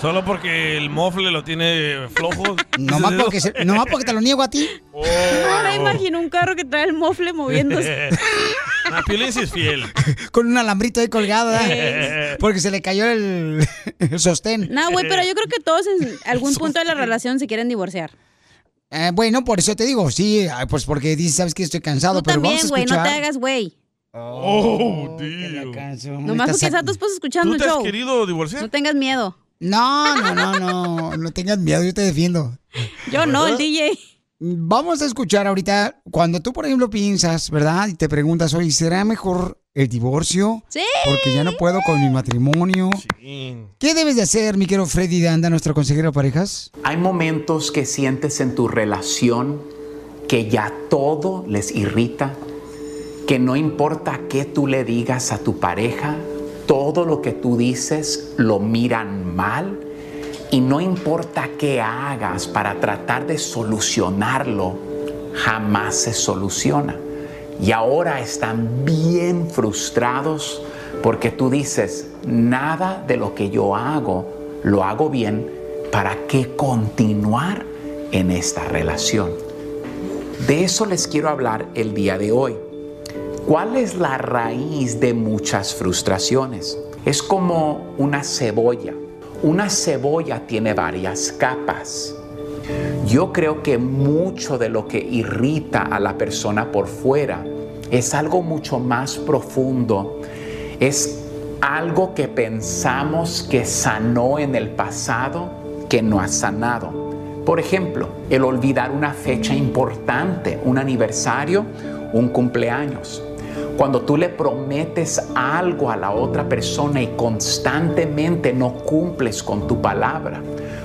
[SPEAKER 3] Solo porque el mofle lo tiene flojo.
[SPEAKER 2] No más porque, se- nomás porque te lo niego a ti.
[SPEAKER 3] Oh.
[SPEAKER 4] Ahora imagino un carro que trae el mofle moviéndose.
[SPEAKER 3] La Piolín sí es fiel.
[SPEAKER 2] Con un alambrito ahí colgado, ¿verdad?
[SPEAKER 3] Eh.
[SPEAKER 2] Porque se le cayó el, el sostén.
[SPEAKER 4] No, güey, pero yo creo que todos en algún punto de la relación se quieren divorciar.
[SPEAKER 2] Eh, bueno, por eso te digo, sí, ah, pues porque dices, sabes que estoy cansado,
[SPEAKER 4] Tú
[SPEAKER 2] pero
[SPEAKER 4] también,
[SPEAKER 2] vamos a
[SPEAKER 4] güey, no
[SPEAKER 2] escuchar.
[SPEAKER 4] te hagas, güey.
[SPEAKER 3] Oh,
[SPEAKER 4] Nomás porque está tu esposo escuchando
[SPEAKER 2] ¿Tú
[SPEAKER 4] el
[SPEAKER 2] te has
[SPEAKER 4] show.
[SPEAKER 3] querido divorciar?
[SPEAKER 4] No tengas miedo.
[SPEAKER 2] No, no, no, no, no tengas miedo, yo te defiendo.
[SPEAKER 4] Yo no, el DJ.
[SPEAKER 2] Vamos a escuchar ahorita, cuando tú, por ejemplo, piensas, ¿verdad? Y te preguntas, oye, ¿será mejor el divorcio?
[SPEAKER 4] Sí.
[SPEAKER 2] Porque ya no puedo con mi matrimonio. ¿Qué debes de hacer, mi querido Freddy de Anda, nuestro consejero de parejas?
[SPEAKER 19] Hay momentos que sientes en tu relación que ya todo les irrita, que no importa qué tú le digas a tu pareja, todo lo que tú dices lo miran mal y no importa qué hagas para tratar de solucionarlo, jamás se soluciona. Y ahora están bien frustrados porque tú dices, nada de lo que yo hago lo hago bien, ¿para qué continuar en esta relación? De eso les quiero hablar el día de hoy. ¿Cuál es la raíz de muchas frustraciones? Es como una cebolla. Una cebolla tiene varias capas. Yo creo que mucho de lo que irrita a la persona por fuera es algo mucho más profundo. Es algo que pensamos que sanó en el pasado que no ha sanado. Por ejemplo, el olvidar una fecha importante, un aniversario, un cumpleaños. Cuando tú le prometes algo a la otra persona y constantemente no cumples con tu palabra.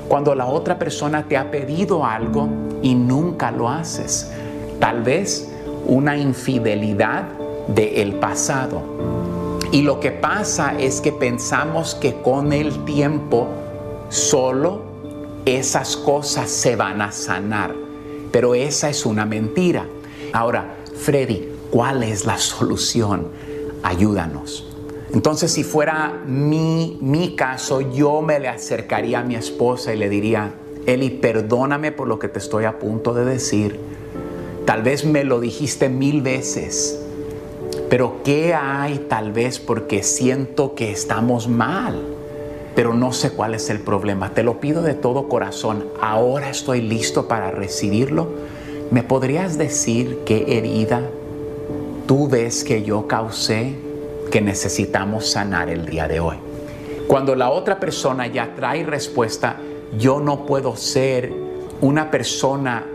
[SPEAKER 19] Cuando la otra persona te ha pedido algo y nunca lo haces. Tal vez una infidelidad del pasado. Y lo que pasa es que pensamos que con el tiempo solo esas cosas se van a sanar. Pero esa es una mentira. Ahora, Freddy, ¿cuál es la solución? Ayúdanos. Entonces, si fuera mi, mi caso, yo me le acercaría a mi esposa y le diría, Eli, perdóname por lo que te estoy a punto de decir. Tal vez me lo dijiste mil veces, pero ¿qué hay tal vez porque siento que estamos mal? Pero no sé cuál es el problema. Te lo pido de todo corazón. Ahora estoy listo para recibirlo. ¿Me podrías decir qué herida tú ves que yo causé que necesitamos sanar el día de hoy? Cuando la otra persona ya trae respuesta, yo no puedo ser una persona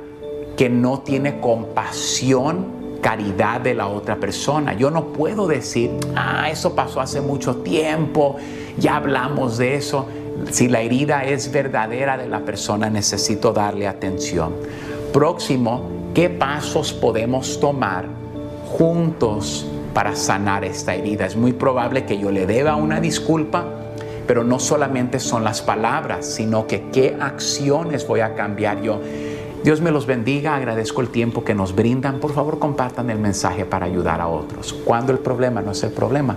[SPEAKER 19] que no tiene compasión caridad de la otra persona. Yo no puedo decir, ah, eso pasó hace mucho tiempo, ya hablamos de eso. Si la herida es verdadera de la persona, necesito darle atención. Próximo, ¿qué pasos podemos tomar juntos para sanar esta herida? Es muy probable que yo le deba una disculpa, pero no solamente son las palabras, sino que qué acciones voy a cambiar yo. Dios me los bendiga, agradezco el tiempo que nos brindan. Por favor, compartan el mensaje para ayudar a otros. Cuando el problema no es el problema,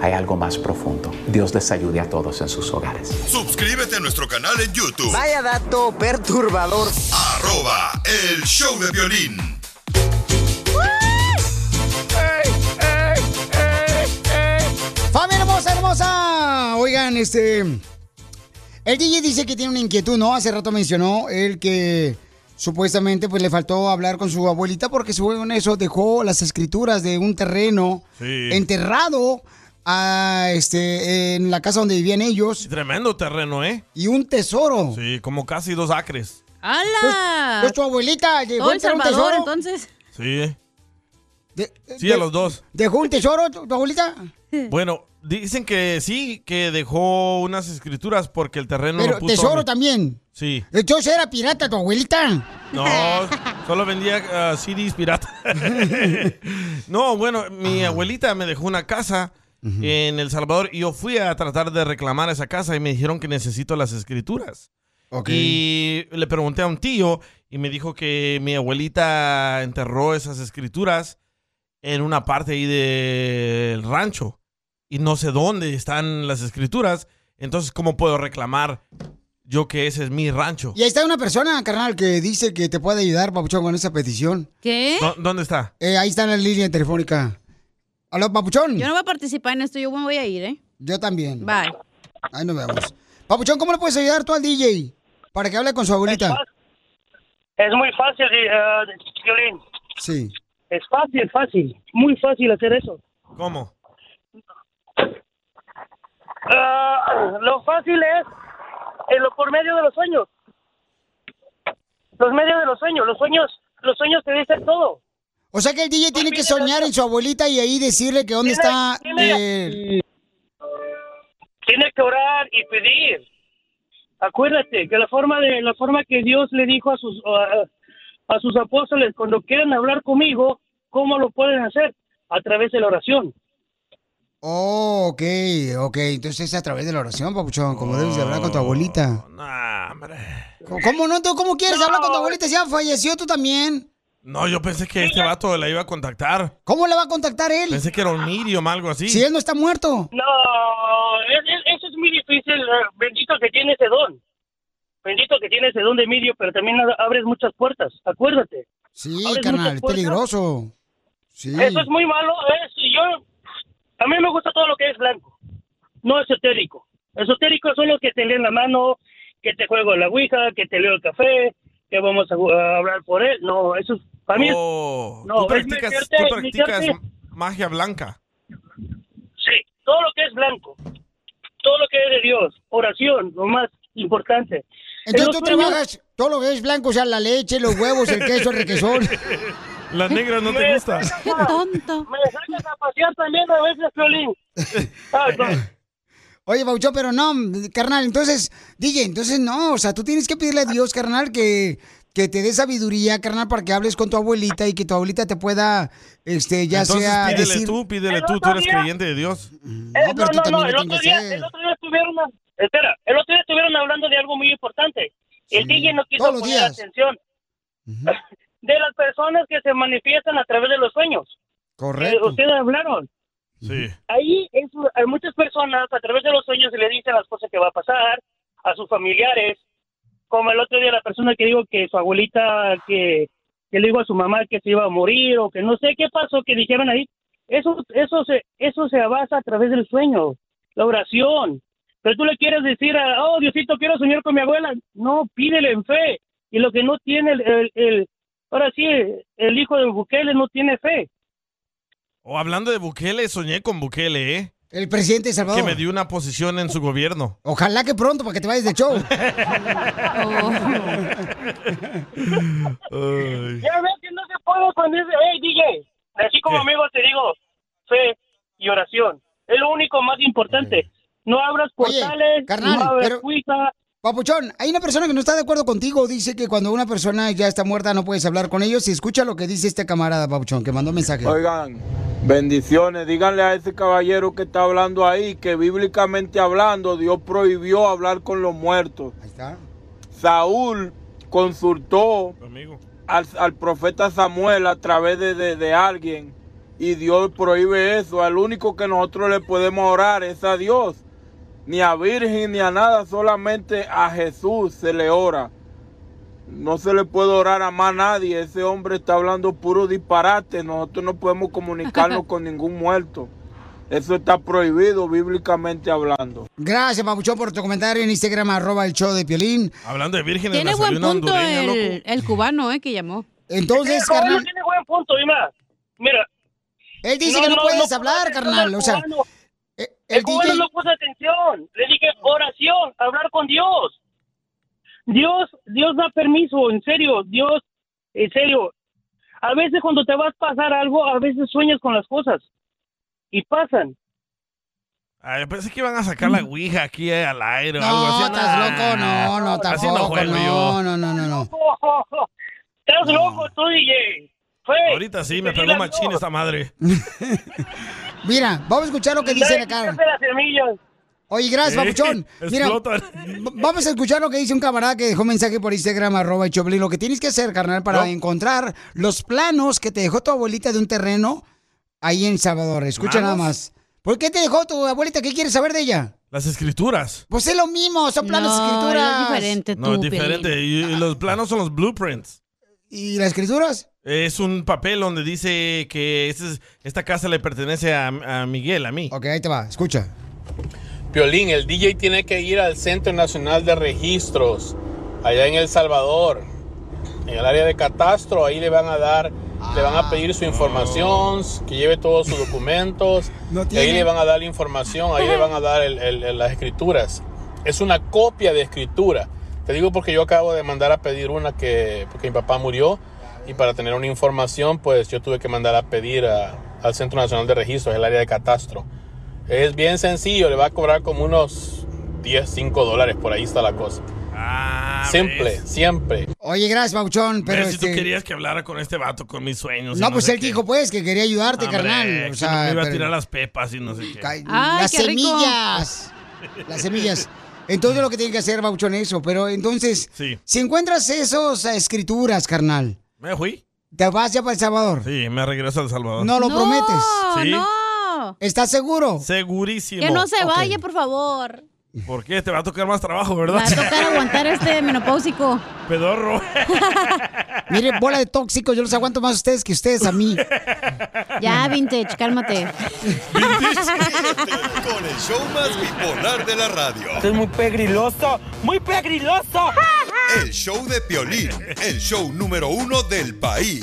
[SPEAKER 19] hay algo más profundo. Dios les ayude a todos en sus hogares.
[SPEAKER 7] Suscríbete a nuestro canal en YouTube.
[SPEAKER 20] Vaya dato perturbador.
[SPEAKER 7] Arroba el show de violín.
[SPEAKER 2] ¡Familia hermosa, hermosa! Oigan, este. El DJ dice que tiene una inquietud, ¿no? Hace rato mencionó el que supuestamente pues le faltó hablar con su abuelita porque según eso dejó las escrituras de un terreno
[SPEAKER 3] Sí.
[SPEAKER 2] enterrado a, este, en la casa donde vivían ellos
[SPEAKER 3] Tremendo terreno, ¿eh?
[SPEAKER 2] y un tesoro.
[SPEAKER 3] Sí, como casi dos acres.
[SPEAKER 4] ¡Hala!
[SPEAKER 2] Pues tu abuelita llegó
[SPEAKER 4] Todo
[SPEAKER 2] a
[SPEAKER 4] El
[SPEAKER 2] enterrar un
[SPEAKER 4] Salvador,
[SPEAKER 2] tesoro.
[SPEAKER 4] entonces.
[SPEAKER 3] Sí. ¿eh? sí,
[SPEAKER 2] de-
[SPEAKER 3] a los dos.
[SPEAKER 2] ¿Dejó un tesoro tu, tu abuelita?
[SPEAKER 3] Bueno, dicen que sí, que dejó unas escrituras porque el terreno lo
[SPEAKER 2] Pero
[SPEAKER 3] puso.
[SPEAKER 2] tesoro también.
[SPEAKER 3] Sí.
[SPEAKER 2] Entonces era pirata tu abuelita.
[SPEAKER 3] No, solo vendía ah, CDs pirata. no, bueno,
[SPEAKER 2] Ah.
[SPEAKER 3] mi abuelita me dejó una casa en El Salvador y yo fui a tratar de reclamar esa casa y me dijeron que necesito las escrituras.
[SPEAKER 2] Ok.
[SPEAKER 3] Y le pregunté a un tío y me dijo que mi abuelita enterró esas escrituras en una parte ahí del rancho y no sé dónde están las escrituras. Entonces, ¿cómo puedo reclamar yo que ese es mi rancho?
[SPEAKER 2] Y ahí está una persona, carnal, que dice que te puede ayudar, Papuchón, con esa petición.
[SPEAKER 4] ¿Qué?
[SPEAKER 3] ¿Dó- ¿Dónde está?
[SPEAKER 2] Eh, ahí está en la línea telefónica. Aló, Papuchón.
[SPEAKER 4] Yo no voy a participar en esto, yo me voy a ir, ¿eh?
[SPEAKER 2] Yo también.
[SPEAKER 4] Bye.
[SPEAKER 2] Ahí nos vemos. Papuchón, ¿cómo le puedes ayudar tú al DJ para que hable con su abuelita?
[SPEAKER 6] Es muy fácil, eh, Piolín.
[SPEAKER 2] Sí.
[SPEAKER 6] Es fácil, fácil. Muy fácil hacer eso.
[SPEAKER 3] ¿Cómo?
[SPEAKER 6] Ah, lo fácil es eh, lo- por medio de los sueños. Los medios de los sueños. Los sueños los sueños te dicen todo.
[SPEAKER 2] O sea que el
[SPEAKER 6] Pues
[SPEAKER 2] DJ tiene que soñar en su abuelita y ahí decirle que dónde
[SPEAKER 6] Tiene-
[SPEAKER 2] está...
[SPEAKER 6] tiene-
[SPEAKER 2] eh,
[SPEAKER 6] Tienes que orar y pedir. Acuérdate que la forma de la forma que Dios le dijo a sus a, a sus apóstoles cuando quieren hablar conmigo, ¿cómo lo pueden hacer? A través de la oración.
[SPEAKER 2] Oh, ok, ok. Entonces es a través de la oración, Papuchón, como debes de hablar
[SPEAKER 3] Oh,
[SPEAKER 2] con tu abuelita. ¿Cómo- ¿Cómo no? ¿Tú cómo quieres hablar con tu abuelita? Si ya falleció tú también.
[SPEAKER 3] No, yo pensé que este vato la iba a contactar.
[SPEAKER 2] ¿Cómo la va a contactar él?
[SPEAKER 3] Pensé que era un medium, algo así.
[SPEAKER 2] Si él no está muerto.
[SPEAKER 6] No, es- es- eso es muy difícil. eh, Bendito que tiene ese don. Bendito que tiene ese don de medio, pero también a- abres muchas puertas. Acuérdate.
[SPEAKER 2] Sí,
[SPEAKER 6] Abres
[SPEAKER 2] carnal,
[SPEAKER 6] muchas
[SPEAKER 2] es
[SPEAKER 6] puertas.
[SPEAKER 2] peligroso.
[SPEAKER 6] Eso es muy malo. Es, yo, a mí me gusta todo lo que es blanco. No esotérico. Esotérico son los que te leen la mano, que te juego la ouija, que te leo el café, que vamos a, ju- a hablar por él. No, eso es, para mí es-
[SPEAKER 3] Oh,
[SPEAKER 6] no,
[SPEAKER 3] tú
[SPEAKER 6] es
[SPEAKER 3] practicas, tú
[SPEAKER 6] meterte-
[SPEAKER 3] practicas
[SPEAKER 6] meterte-
[SPEAKER 3] magia blanca.
[SPEAKER 6] Sí, todo lo que es blanco. Todo lo que es de Dios. Oración, lo más importante.
[SPEAKER 2] Entonces
[SPEAKER 6] En
[SPEAKER 2] tú
[SPEAKER 6] los sueños-
[SPEAKER 2] trabajas todo lo que es blanco, o sea, la leche, los huevos, el queso, el requesón.
[SPEAKER 3] Las negras no te
[SPEAKER 6] Me
[SPEAKER 3] gusta.
[SPEAKER 6] sacas a- Me sacas a pasear también a veces, Piolín. Ah, no.
[SPEAKER 2] Oye, Bauchón, pero no, carnal, entonces, DJ, entonces no, o sea, tú tienes que pedirle a Dios, carnal, que, que te dé sabiduría, carnal, para que hables con tu abuelita y que tu abuelita te pueda, este, ya
[SPEAKER 3] Entonces
[SPEAKER 2] sea
[SPEAKER 3] pídele
[SPEAKER 2] decir...
[SPEAKER 3] tú, pídele
[SPEAKER 2] El
[SPEAKER 3] tú, tú
[SPEAKER 2] otro
[SPEAKER 3] eres
[SPEAKER 2] día-
[SPEAKER 3] creyente de Dios.
[SPEAKER 6] Eh,
[SPEAKER 2] pero
[SPEAKER 6] no,
[SPEAKER 2] tú
[SPEAKER 6] no,
[SPEAKER 2] también
[SPEAKER 6] no,
[SPEAKER 2] lo
[SPEAKER 6] el otro
[SPEAKER 2] tienes que
[SPEAKER 6] día,
[SPEAKER 2] hacer.
[SPEAKER 6] el otro día estuvieron, espera, el otro día estuvieron hablando de algo muy importante. El DJ no quiso
[SPEAKER 2] todos los
[SPEAKER 6] poner
[SPEAKER 2] días.
[SPEAKER 6] atención. De las personas que se manifiestan a través de los sueños. Eh,
[SPEAKER 2] Correcto.
[SPEAKER 6] ustedes hablaron.
[SPEAKER 3] Sí.
[SPEAKER 6] Ahí es, hay muchas personas a través de los sueños se le dicen las cosas que va a pasar a sus familiares. Como el otro día la persona que dijo que su abuelita, que, que le dijo a su mamá que se iba a morir o que no sé qué pasó, que dijeron ahí. Eso, eso, se, eso se basa a través del sueño, la oración. Pero tú le quieres decir, a, oh Diosito, quiero soñar con mi abuela. No, pídele en fe. Y lo que no tiene el, el, el- ahora sí, el hijo de Bukele no tiene fe.
[SPEAKER 3] O hablando de Bukele, soñé con Bukele, ¿eh?
[SPEAKER 2] El presidente de
[SPEAKER 3] Que
[SPEAKER 2] Salvador.
[SPEAKER 3] me dio una posición en su gobierno.
[SPEAKER 2] Ojalá que pronto, para que te vayas de show.
[SPEAKER 6] Ya ves que no se puede con ese, hey DJ, así como
[SPEAKER 3] ¿Qué?
[SPEAKER 6] amigo te digo, fe y oración, es lo único más importante. No abras portales,
[SPEAKER 2] carnal,
[SPEAKER 6] no abras
[SPEAKER 2] pero-
[SPEAKER 6] cuitas.
[SPEAKER 2] Papuchón, hay una persona que no está de acuerdo contigo. Dice que cuando una persona ya está muerta no puedes hablar con ellos. Y escucha lo que dice este camarada, Papuchón, que mandó mensaje.
[SPEAKER 21] Oigan, bendiciones. Díganle a ese caballero que está hablando ahí que bíblicamente hablando Dios prohibió hablar con los muertos. Saúl consultó al, al profeta Samuel a través de, de- de alguien y Dios prohíbe eso. Al único que nosotros le podemos orar es a Dios. Ni a Virgen ni a nada, solamente a Jesús se le ora. No se le puede orar a más nadie. Ese hombre está hablando puro disparate. Nosotros no podemos comunicarnos con ningún muerto. Eso está prohibido bíblicamente hablando.
[SPEAKER 2] Gracias, Papuchón, por tu comentario en Instagram, arroba el show de Piolín.
[SPEAKER 3] Hablando de vírgenes,
[SPEAKER 4] Tiene
[SPEAKER 3] me
[SPEAKER 4] buen
[SPEAKER 3] salió una
[SPEAKER 4] punto
[SPEAKER 3] hondureña, loco.
[SPEAKER 4] el, el cubano, ¿eh? Que llamó.
[SPEAKER 2] Entonces,
[SPEAKER 6] Pero él
[SPEAKER 2] carnal-
[SPEAKER 6] no tiene buen punto, y más. Mira.
[SPEAKER 2] Él dice que no puedes hablar, carnal, o sea,
[SPEAKER 6] el, cubano
[SPEAKER 2] DJ
[SPEAKER 6] no puso atención. Le dije oración, hablar con Dios. Dios, Dios da permiso, en serio, Dios, en serio. A veces cuando te vas a pasar algo, a veces sueñas con las cosas y pasan.
[SPEAKER 3] Ay, Ah, pensé que iban a sacar la ouija aquí eh, al aire o
[SPEAKER 2] No,
[SPEAKER 3] algo así.
[SPEAKER 2] estás loco, no, no,
[SPEAKER 3] Así no
[SPEAKER 2] tampoco,
[SPEAKER 3] juego yo.
[SPEAKER 2] no, no, no, no, no.
[SPEAKER 6] Estás loco tú, DJ. Fue.
[SPEAKER 3] Ahorita sí, me pegó machín esta madre.
[SPEAKER 2] Mira, vamos a escuchar lo que dice
[SPEAKER 3] Dale,
[SPEAKER 2] acá.
[SPEAKER 3] quítate
[SPEAKER 2] Oye, gracias,
[SPEAKER 3] Sí,
[SPEAKER 2] Papuchón. Mira,
[SPEAKER 3] explotan.
[SPEAKER 2] v- vamos a escuchar lo que dice un camarada que dejó mensaje por Instagram, arroba y Choplin. Lo que tienes que hacer, carnal, para
[SPEAKER 3] No.
[SPEAKER 2] encontrar los planos que te dejó tu abuelita de un terreno ahí en Salvador. Escucha
[SPEAKER 3] ¿Planos?
[SPEAKER 2] nada más. ¿Por qué te dejó tu abuelita? ¿Qué quieres saber de ella?
[SPEAKER 3] Las escrituras.
[SPEAKER 2] Pues es lo mismo, son planos y escrituras.
[SPEAKER 3] No, es diferente. Y, y los planos son los blueprints.
[SPEAKER 2] ¿Y las escrituras?
[SPEAKER 3] Es un papel donde dice que este es- esta casa le pertenece a, a Miguel, a mí.
[SPEAKER 2] Ok, ahí te va, escucha.
[SPEAKER 22] Piolín, el DJ tiene que ir al Centro Nacional de Registros, allá en El Salvador, en el área de catastro, ahí le van a dar, le van a pedir su información, que lleve todos sus documentos, y ahí
[SPEAKER 23] tiene.
[SPEAKER 22] le van a dar la información, ahí le van a dar el- el- el- las escrituras. Es una copia de escritura. Te digo porque yo acabo de mandar a pedir una que, porque mi papá murió, y para tener una información, pues yo tuve que mandar a pedir a- al Centro Nacional de Registros, el área de catastro. Es bien sencillo, le va a cobrar como unos 10, 5 dólares, por ahí está la cosa. Simple, siempre.
[SPEAKER 2] Oye, gracias, Papuchón, pero
[SPEAKER 3] Ah, Pero si tú
[SPEAKER 2] este,
[SPEAKER 3] querías que hablara con este vato, con mis sueños. y
[SPEAKER 2] No, pues
[SPEAKER 3] sé
[SPEAKER 2] él
[SPEAKER 3] qué.
[SPEAKER 2] dijo, pues, que quería ayudarte,
[SPEAKER 3] Hombre,
[SPEAKER 2] carnal.
[SPEAKER 3] que
[SPEAKER 2] O sea,
[SPEAKER 3] me iba a
[SPEAKER 2] pero-
[SPEAKER 3] tirar las pepas y no sé qué.
[SPEAKER 2] las semillas. Las semillas. Entonces lo que tiene que hacer, Bauchón, eso. Pero entonces,
[SPEAKER 3] Sí.
[SPEAKER 2] si encuentras esas escrituras, carnal,
[SPEAKER 3] ¿Me fui?
[SPEAKER 2] ¿te vas ya para El Salvador?
[SPEAKER 3] Sí, me regreso al Salvador.
[SPEAKER 2] No lo prometes.
[SPEAKER 3] Sí.
[SPEAKER 4] No,
[SPEAKER 2] ¿Estás seguro?
[SPEAKER 3] Segurísimo.
[SPEAKER 4] que no se
[SPEAKER 2] Ok.
[SPEAKER 4] vaya, por favor.
[SPEAKER 3] ¿Por qué? Te va a tocar más trabajo, ¿verdad?
[SPEAKER 4] Va a tocar aguantar este menopáusico.
[SPEAKER 3] Pedorro.
[SPEAKER 2] Mire, bola de tóxico, yo los aguanto más a ustedes que ustedes a mí.
[SPEAKER 4] Ya, vintage, cálmate.
[SPEAKER 7] Con el show más bipolar de la radio.
[SPEAKER 10] es muy pegriloso, muy pegriloso.
[SPEAKER 7] El show de Piolín, el show número uno del país.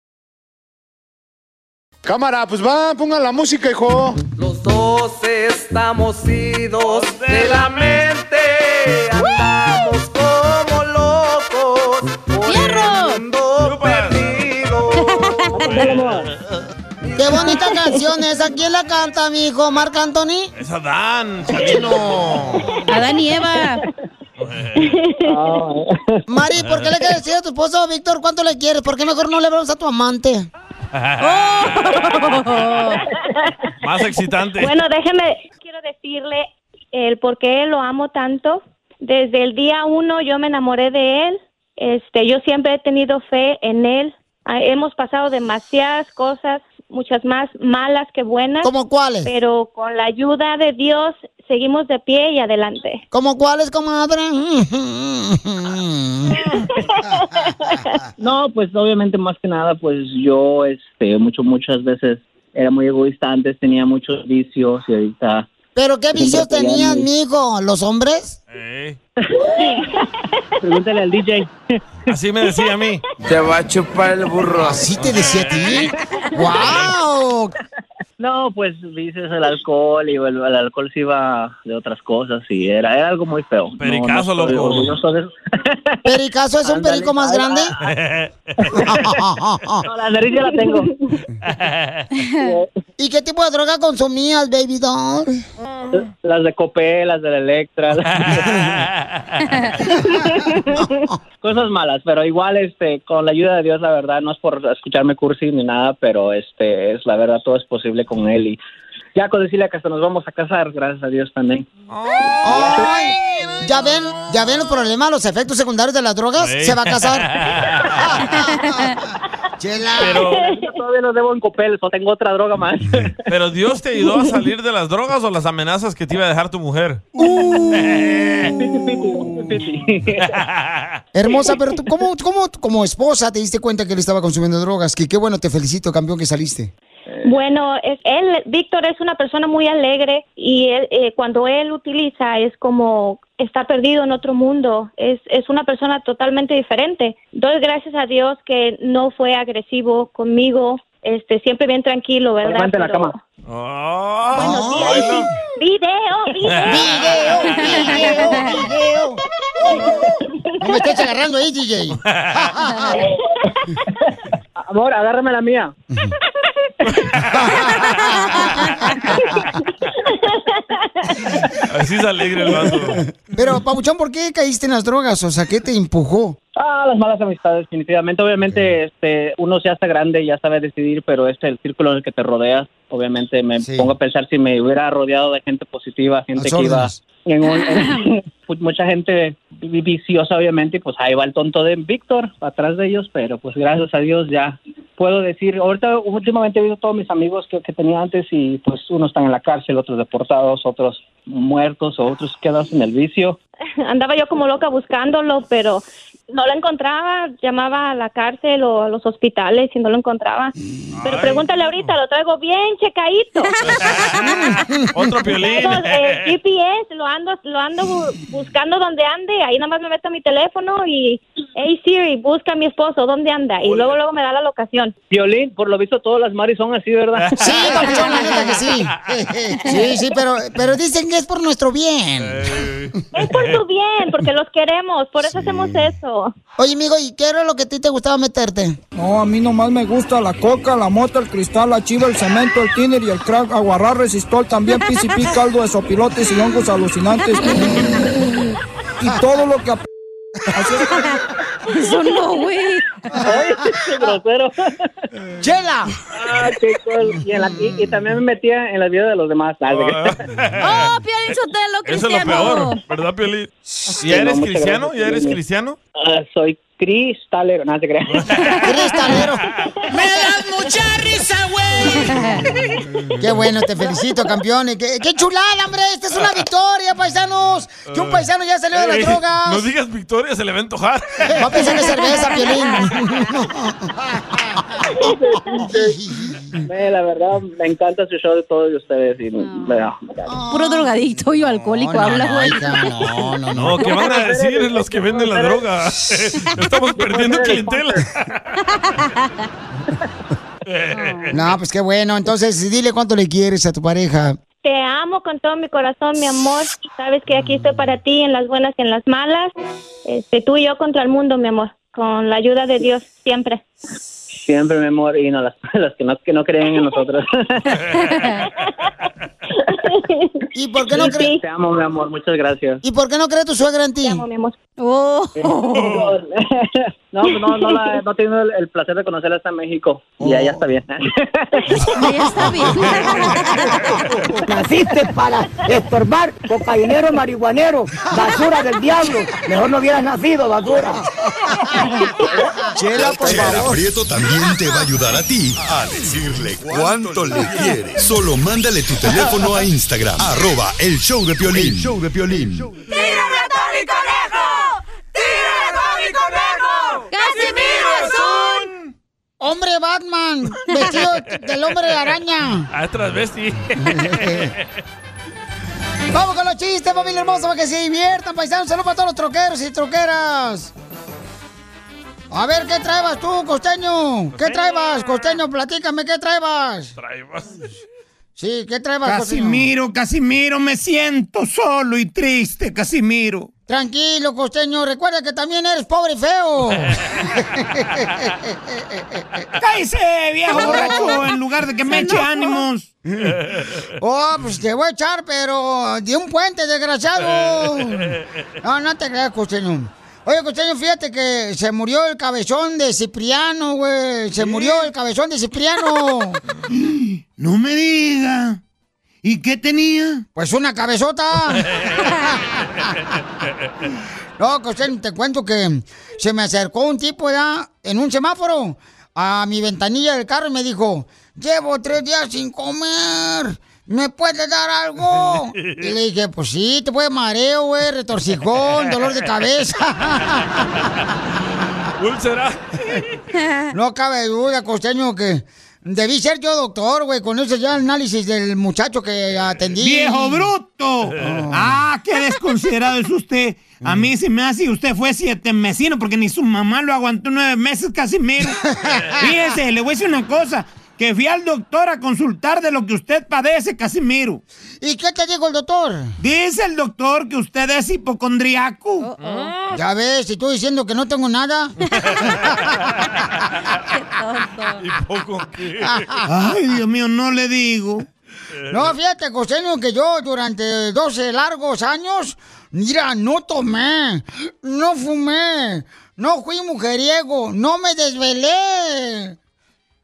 [SPEAKER 11] Cámara, pues va, pongan la música, hijo. Los dos estamos idos de la mente. Andamos como locos. Por el mundo perdido.
[SPEAKER 2] Qué bonita canción es. ¿A quién la canta, mi hijo? ¿Marc Anthony?
[SPEAKER 3] Es Adán, Chalino.
[SPEAKER 2] Adán y Eva. Mari, ¿por qué le quieres decir a tu esposo, Víctor, cuánto le quieres? ¿Por qué mejor no le hablamos a tu amante?
[SPEAKER 4] Oh,
[SPEAKER 3] Más excitante.
[SPEAKER 24] Bueno, déjeme, quiero decirle el por qué lo amo tanto. Desde el día uno yo me enamoré de él. Este, yo siempre he tenido fe en él. Ah, Hemos pasado demasiadas cosas, muchas más malas que buenas.
[SPEAKER 2] ¿Cómo cuáles?
[SPEAKER 24] Pero con la ayuda de Dios seguimos de pie y adelante.
[SPEAKER 2] ¿Cómo cuáles, comadre?
[SPEAKER 25] No, pues obviamente más que nada, pues yo, este, mucho, muchas veces era muy egoísta, antes tenía muchos vicios y ahorita...
[SPEAKER 2] ¿Pero qué vicios
[SPEAKER 25] Siempre peleando
[SPEAKER 2] tenían,
[SPEAKER 25] y-
[SPEAKER 2] mi hijo? ¿Los hombres?
[SPEAKER 25] Pregúntale al DJ.
[SPEAKER 3] Así me decía a mí.
[SPEAKER 25] Te va a chupar el burro.
[SPEAKER 2] ¿Así te decía a ti? ¡Wow!
[SPEAKER 25] No, pues dices el alcohol y el, el alcohol se iba de otras cosas y era, era algo muy feo. No,
[SPEAKER 3] Pericazo,
[SPEAKER 25] no estoy
[SPEAKER 3] loco.
[SPEAKER 25] orgulloso de eso.
[SPEAKER 2] ¿Pericazo es un
[SPEAKER 25] Ándale,
[SPEAKER 2] perico más
[SPEAKER 25] ay,
[SPEAKER 2] grande?
[SPEAKER 25] No, la nariz ya la tengo.
[SPEAKER 2] ¿Y qué tipo de droga consumías, baby doll?
[SPEAKER 25] Las de Copé, las de la Electra. Cosas malas, pero igual este con la ayuda de Dios, la verdad, no es por escucharme cursi ni nada, pero este es la verdad, todo es posible con él y ya con decirle que hasta nos vamos a casar, gracias a Dios también.
[SPEAKER 2] Ay, ¿Ya ven, ya ven los problemas, los efectos secundarios de las drogas?
[SPEAKER 25] Sí.
[SPEAKER 2] Se va a casar. Chela.
[SPEAKER 3] Pero-
[SPEAKER 25] Yo todavía no debo en Copel, o tengo otra droga más.
[SPEAKER 3] ¿Pero Dios te ayudó a salir de las drogas o las amenazas que te iba a dejar tu mujer?
[SPEAKER 2] Hermosa, pero tú, ¿cómo, cómo como esposa te diste cuenta que él estaba consumiendo drogas? Que qué bueno, te felicito, campeón, que saliste.
[SPEAKER 24] Bueno, es- él, Víctor, es una persona muy alegre y él, eh, cuando él utiliza es como está perdido en otro mundo, es, es una persona totalmente diferente. Doy gracias a Dios que no fue agresivo conmigo, este, siempre bien tranquilo, ¿verdad?
[SPEAKER 25] Levante la
[SPEAKER 24] Pero-
[SPEAKER 25] cama. Ah.
[SPEAKER 24] Video, video, video, video.
[SPEAKER 2] No me estés agarrando ahí, DJ.
[SPEAKER 25] Amor, agárrame la mía.
[SPEAKER 3] Así es alegre el vato.
[SPEAKER 2] Pero, Pabuchón, ¿por qué caíste en las drogas? O sea, ¿qué te empujó?
[SPEAKER 25] Ah, las malas amistades, definitivamente. Obviamente, este, uno se hace grande y ya sabe decidir, pero este, el círculo en el que te rodeas, obviamente me pongo a pensar si me hubiera rodeado de gente positiva, gente
[SPEAKER 26] Las
[SPEAKER 25] que iba
[SPEAKER 26] órdenes.
[SPEAKER 25] en un- en- pues, mucha gente vi- viciosa, obviamente, y pues ahí va el tonto de Víctor atrás de ellos, pero pues gracias a Dios ya puedo decir, ahorita últimamente he visto todos mis amigos que, que tenía antes y pues unos están en la cárcel, otros deportados, otros muertos, otros quedados en el vicio.
[SPEAKER 24] andaba yo como loca buscándolo, pero no lo encontraba, llamaba a la cárcel o a los hospitales y no lo encontraba. Pero eh, pregúntale ahorita, lo traigo bien checadito.
[SPEAKER 3] Otro piolín.
[SPEAKER 24] Tengo el GPS, lo ando, lo ando bu- buscando donde ande. Ahí nada más me meto a mi teléfono y, hey Siri, busca a mi esposo, ¿dónde anda? Y luego, luego me da la locación.
[SPEAKER 25] Violín, por lo visto todas las maris son así, ¿verdad?
[SPEAKER 2] Sí, papuchón, la neta que sí. Sí, sí, pero, pero dicen que es por nuestro bien.
[SPEAKER 24] Es por tu bien, porque los queremos, por eso hacemos eso.
[SPEAKER 2] Oye, amigo, ¿y qué era lo que a ti te gustaba meterte?
[SPEAKER 5] No, a mí nomás me gusta la coca, la mota, el cristal, la chiva, el cemento, el tiner y el crack, aguarrar, resistol, también PCP, caldo de sopilotes y hongos alucinantes. y todo lo que... ap- Así es que-
[SPEAKER 25] Eso no, güey. Ay, qué grosero.
[SPEAKER 2] ¡Chela!
[SPEAKER 25] Ah, qué cool. Y, en la- y- y también me metía en la vida de los demás. Ah,
[SPEAKER 4] ¡Oh, Piolín Sotelo,
[SPEAKER 25] Eso es lo
[SPEAKER 4] Cristiano!
[SPEAKER 25] peor.
[SPEAKER 3] ¿Verdad, Piolín?
[SPEAKER 25] Sí,
[SPEAKER 3] ¿Ya eres
[SPEAKER 25] no, muchas
[SPEAKER 3] cristiano?
[SPEAKER 25] gracias,
[SPEAKER 3] ¿Ya eres
[SPEAKER 25] Piolín.
[SPEAKER 3] cristiano?
[SPEAKER 25] Ah, soy cristalero, no te creas.
[SPEAKER 2] ¡Me das mucha risa, güey! Qué bueno, te felicito, campeón. Y ¡Qué, qué chulada, hombre! ¡Esta es una victoria, paisanos! Que un paisano ya salió de
[SPEAKER 3] Ey,
[SPEAKER 2] las drogas.
[SPEAKER 3] No digas victoria, se le va a antojar.
[SPEAKER 2] Va a pensar que es cerveza, Piolín.
[SPEAKER 25] Eh, la verdad, me encanta su show de todos ustedes. Y, bueno,
[SPEAKER 4] Puro drogadicto y alcohólico habla, güey.
[SPEAKER 2] No, no,
[SPEAKER 3] no. ¿qué van a decir los que venden la droga? Estamos perdiendo clientela.
[SPEAKER 2] No, pues qué bueno. Entonces, dile cuánto le quieres a tu pareja.
[SPEAKER 24] Te amo con todo mi corazón, mi amor. Sabes que aquí estoy para ti, en las buenas y en las malas. Este, tú y yo contra el mundo, mi amor. Con la ayuda de Dios, siempre.
[SPEAKER 25] siempre me amor y no las, las que, no, que no creen en nosotros.
[SPEAKER 2] ¿Y por qué no crees?
[SPEAKER 25] Te amo, mi amor, muchas gracias.
[SPEAKER 2] ¿Y por qué no cree tu suegra en ti? Oh. Te amo,
[SPEAKER 24] mi amor.
[SPEAKER 25] No, pues no, no, la- no tengo el, el placer de conocerla hasta México.
[SPEAKER 2] Oh.
[SPEAKER 25] Y allá está bien.
[SPEAKER 4] Ya está bien.
[SPEAKER 5] Naciste para estorbar, cocainero, marihuanero, basura del diablo. Mejor no hubieras nacido, basura.
[SPEAKER 2] Ah, Chela, por
[SPEAKER 7] Chela Prieto también te va a ayudar a ti a decirle cuánto le quieres. Solo mándale tu teléfono a Instagram, arroba el show de Piolín. show de Piolín.
[SPEAKER 11] ¡Tírame a Tony Conejo! ¡Tírame a Tony Conejo!
[SPEAKER 2] ¡Casimiro es un hombre Batman! Vestido del hombre de araña.
[SPEAKER 3] Ah, es transvesti.
[SPEAKER 2] Vamos con los chistes, familia hermosa, para que se diviertan, paisanos. Saludos para todos los troqueros y troqueras. A ver, ¿qué traebas tú, costeño? ¿Qué traebas, costeño? Platícame, ¿qué traebas? Sí, ¿qué traebas,
[SPEAKER 12] Casimiro, Casimiro, me siento solo y triste, Casimiro.
[SPEAKER 2] Tranquilo, costeño. Recuerda que también eres pobre y feo.
[SPEAKER 12] ¡Cállese, viejo borracho! En lugar de que me eche ánimos.
[SPEAKER 2] Oh, pues te voy a echar, pero de un puente, desgraciado. No, no te creas, costeño. Oye, costeño, fíjate que se murió el cabezón de Cipriano, güey. Se murió el cabezón de Cipriano.
[SPEAKER 12] No me diga. ¿Y qué tenía?
[SPEAKER 2] Pues una cabezota. No, Costeño, te cuento que se me acercó un tipo ya en un semáforo a mi ventanilla del carro y me dijo, llevo tres días sin comer, ¿me puedes dar algo? Y le dije, pues sí, te puede mareo, güey, retorcijón, dolor de cabeza.
[SPEAKER 3] Úlcera.
[SPEAKER 2] No cabe duda, Costeño, que debí ser yo doctor, güey, con eso ya el análisis del muchacho que atendí.
[SPEAKER 12] ¡Viejo bruto! ¡Ah, qué desconsiderado es usted! A mí se me hace, usted fue siete mesino porque ni su mamá lo aguantó nueve meses, Casimiro. Fíjese, le voy a decir una cosa, que fui al doctor a consultar de lo que usted padece, Casimiro.
[SPEAKER 2] ¿Y qué te dijo el doctor?
[SPEAKER 12] Dice el doctor que usted es hipocondriaco.
[SPEAKER 11] Oh,
[SPEAKER 2] Oh. Ya ves, si tú diciendo que no tengo nada.
[SPEAKER 3] ¿Y poco qué?
[SPEAKER 12] Ay, Dios mío, no le digo.
[SPEAKER 2] No, fíjate, costeño, que yo durante 12 largos años, mira, no tomé, no fumé, no fui mujeriego, no me desvelé.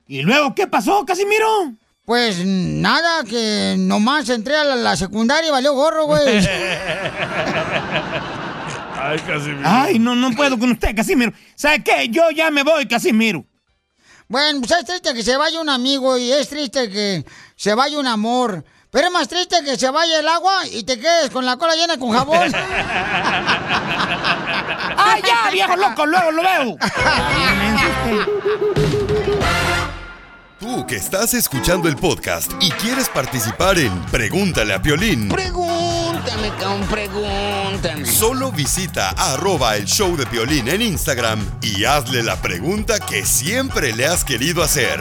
[SPEAKER 12] ¿Y luego qué pasó, Casimiro?
[SPEAKER 2] Pues nada, que nomás entré a la, la secundaria y valió gorro,
[SPEAKER 12] Pues.
[SPEAKER 2] güey.
[SPEAKER 12] Ay, Casimiro. Ay, no, no puedo con usted, Casimiro. ¿Sabe qué? Yo ya me voy, Casimiro.
[SPEAKER 2] Bueno, pues es triste que se vaya un amigo y es triste que se vaya un amor. Pero es más triste que se vaya el agua y te quedes con la cola llena con jabón.
[SPEAKER 12] ¡Ay, ya, viejo loco! ¡Luego lo veo!
[SPEAKER 7] Tú que estás escuchando el podcast y quieres participar en Pregúntale a Piolín,
[SPEAKER 13] Pregúntame, cabrón, pregúntame.
[SPEAKER 7] solo visita arroba el show de Piolín en Instagram y hazle la pregunta que siempre le has querido hacer.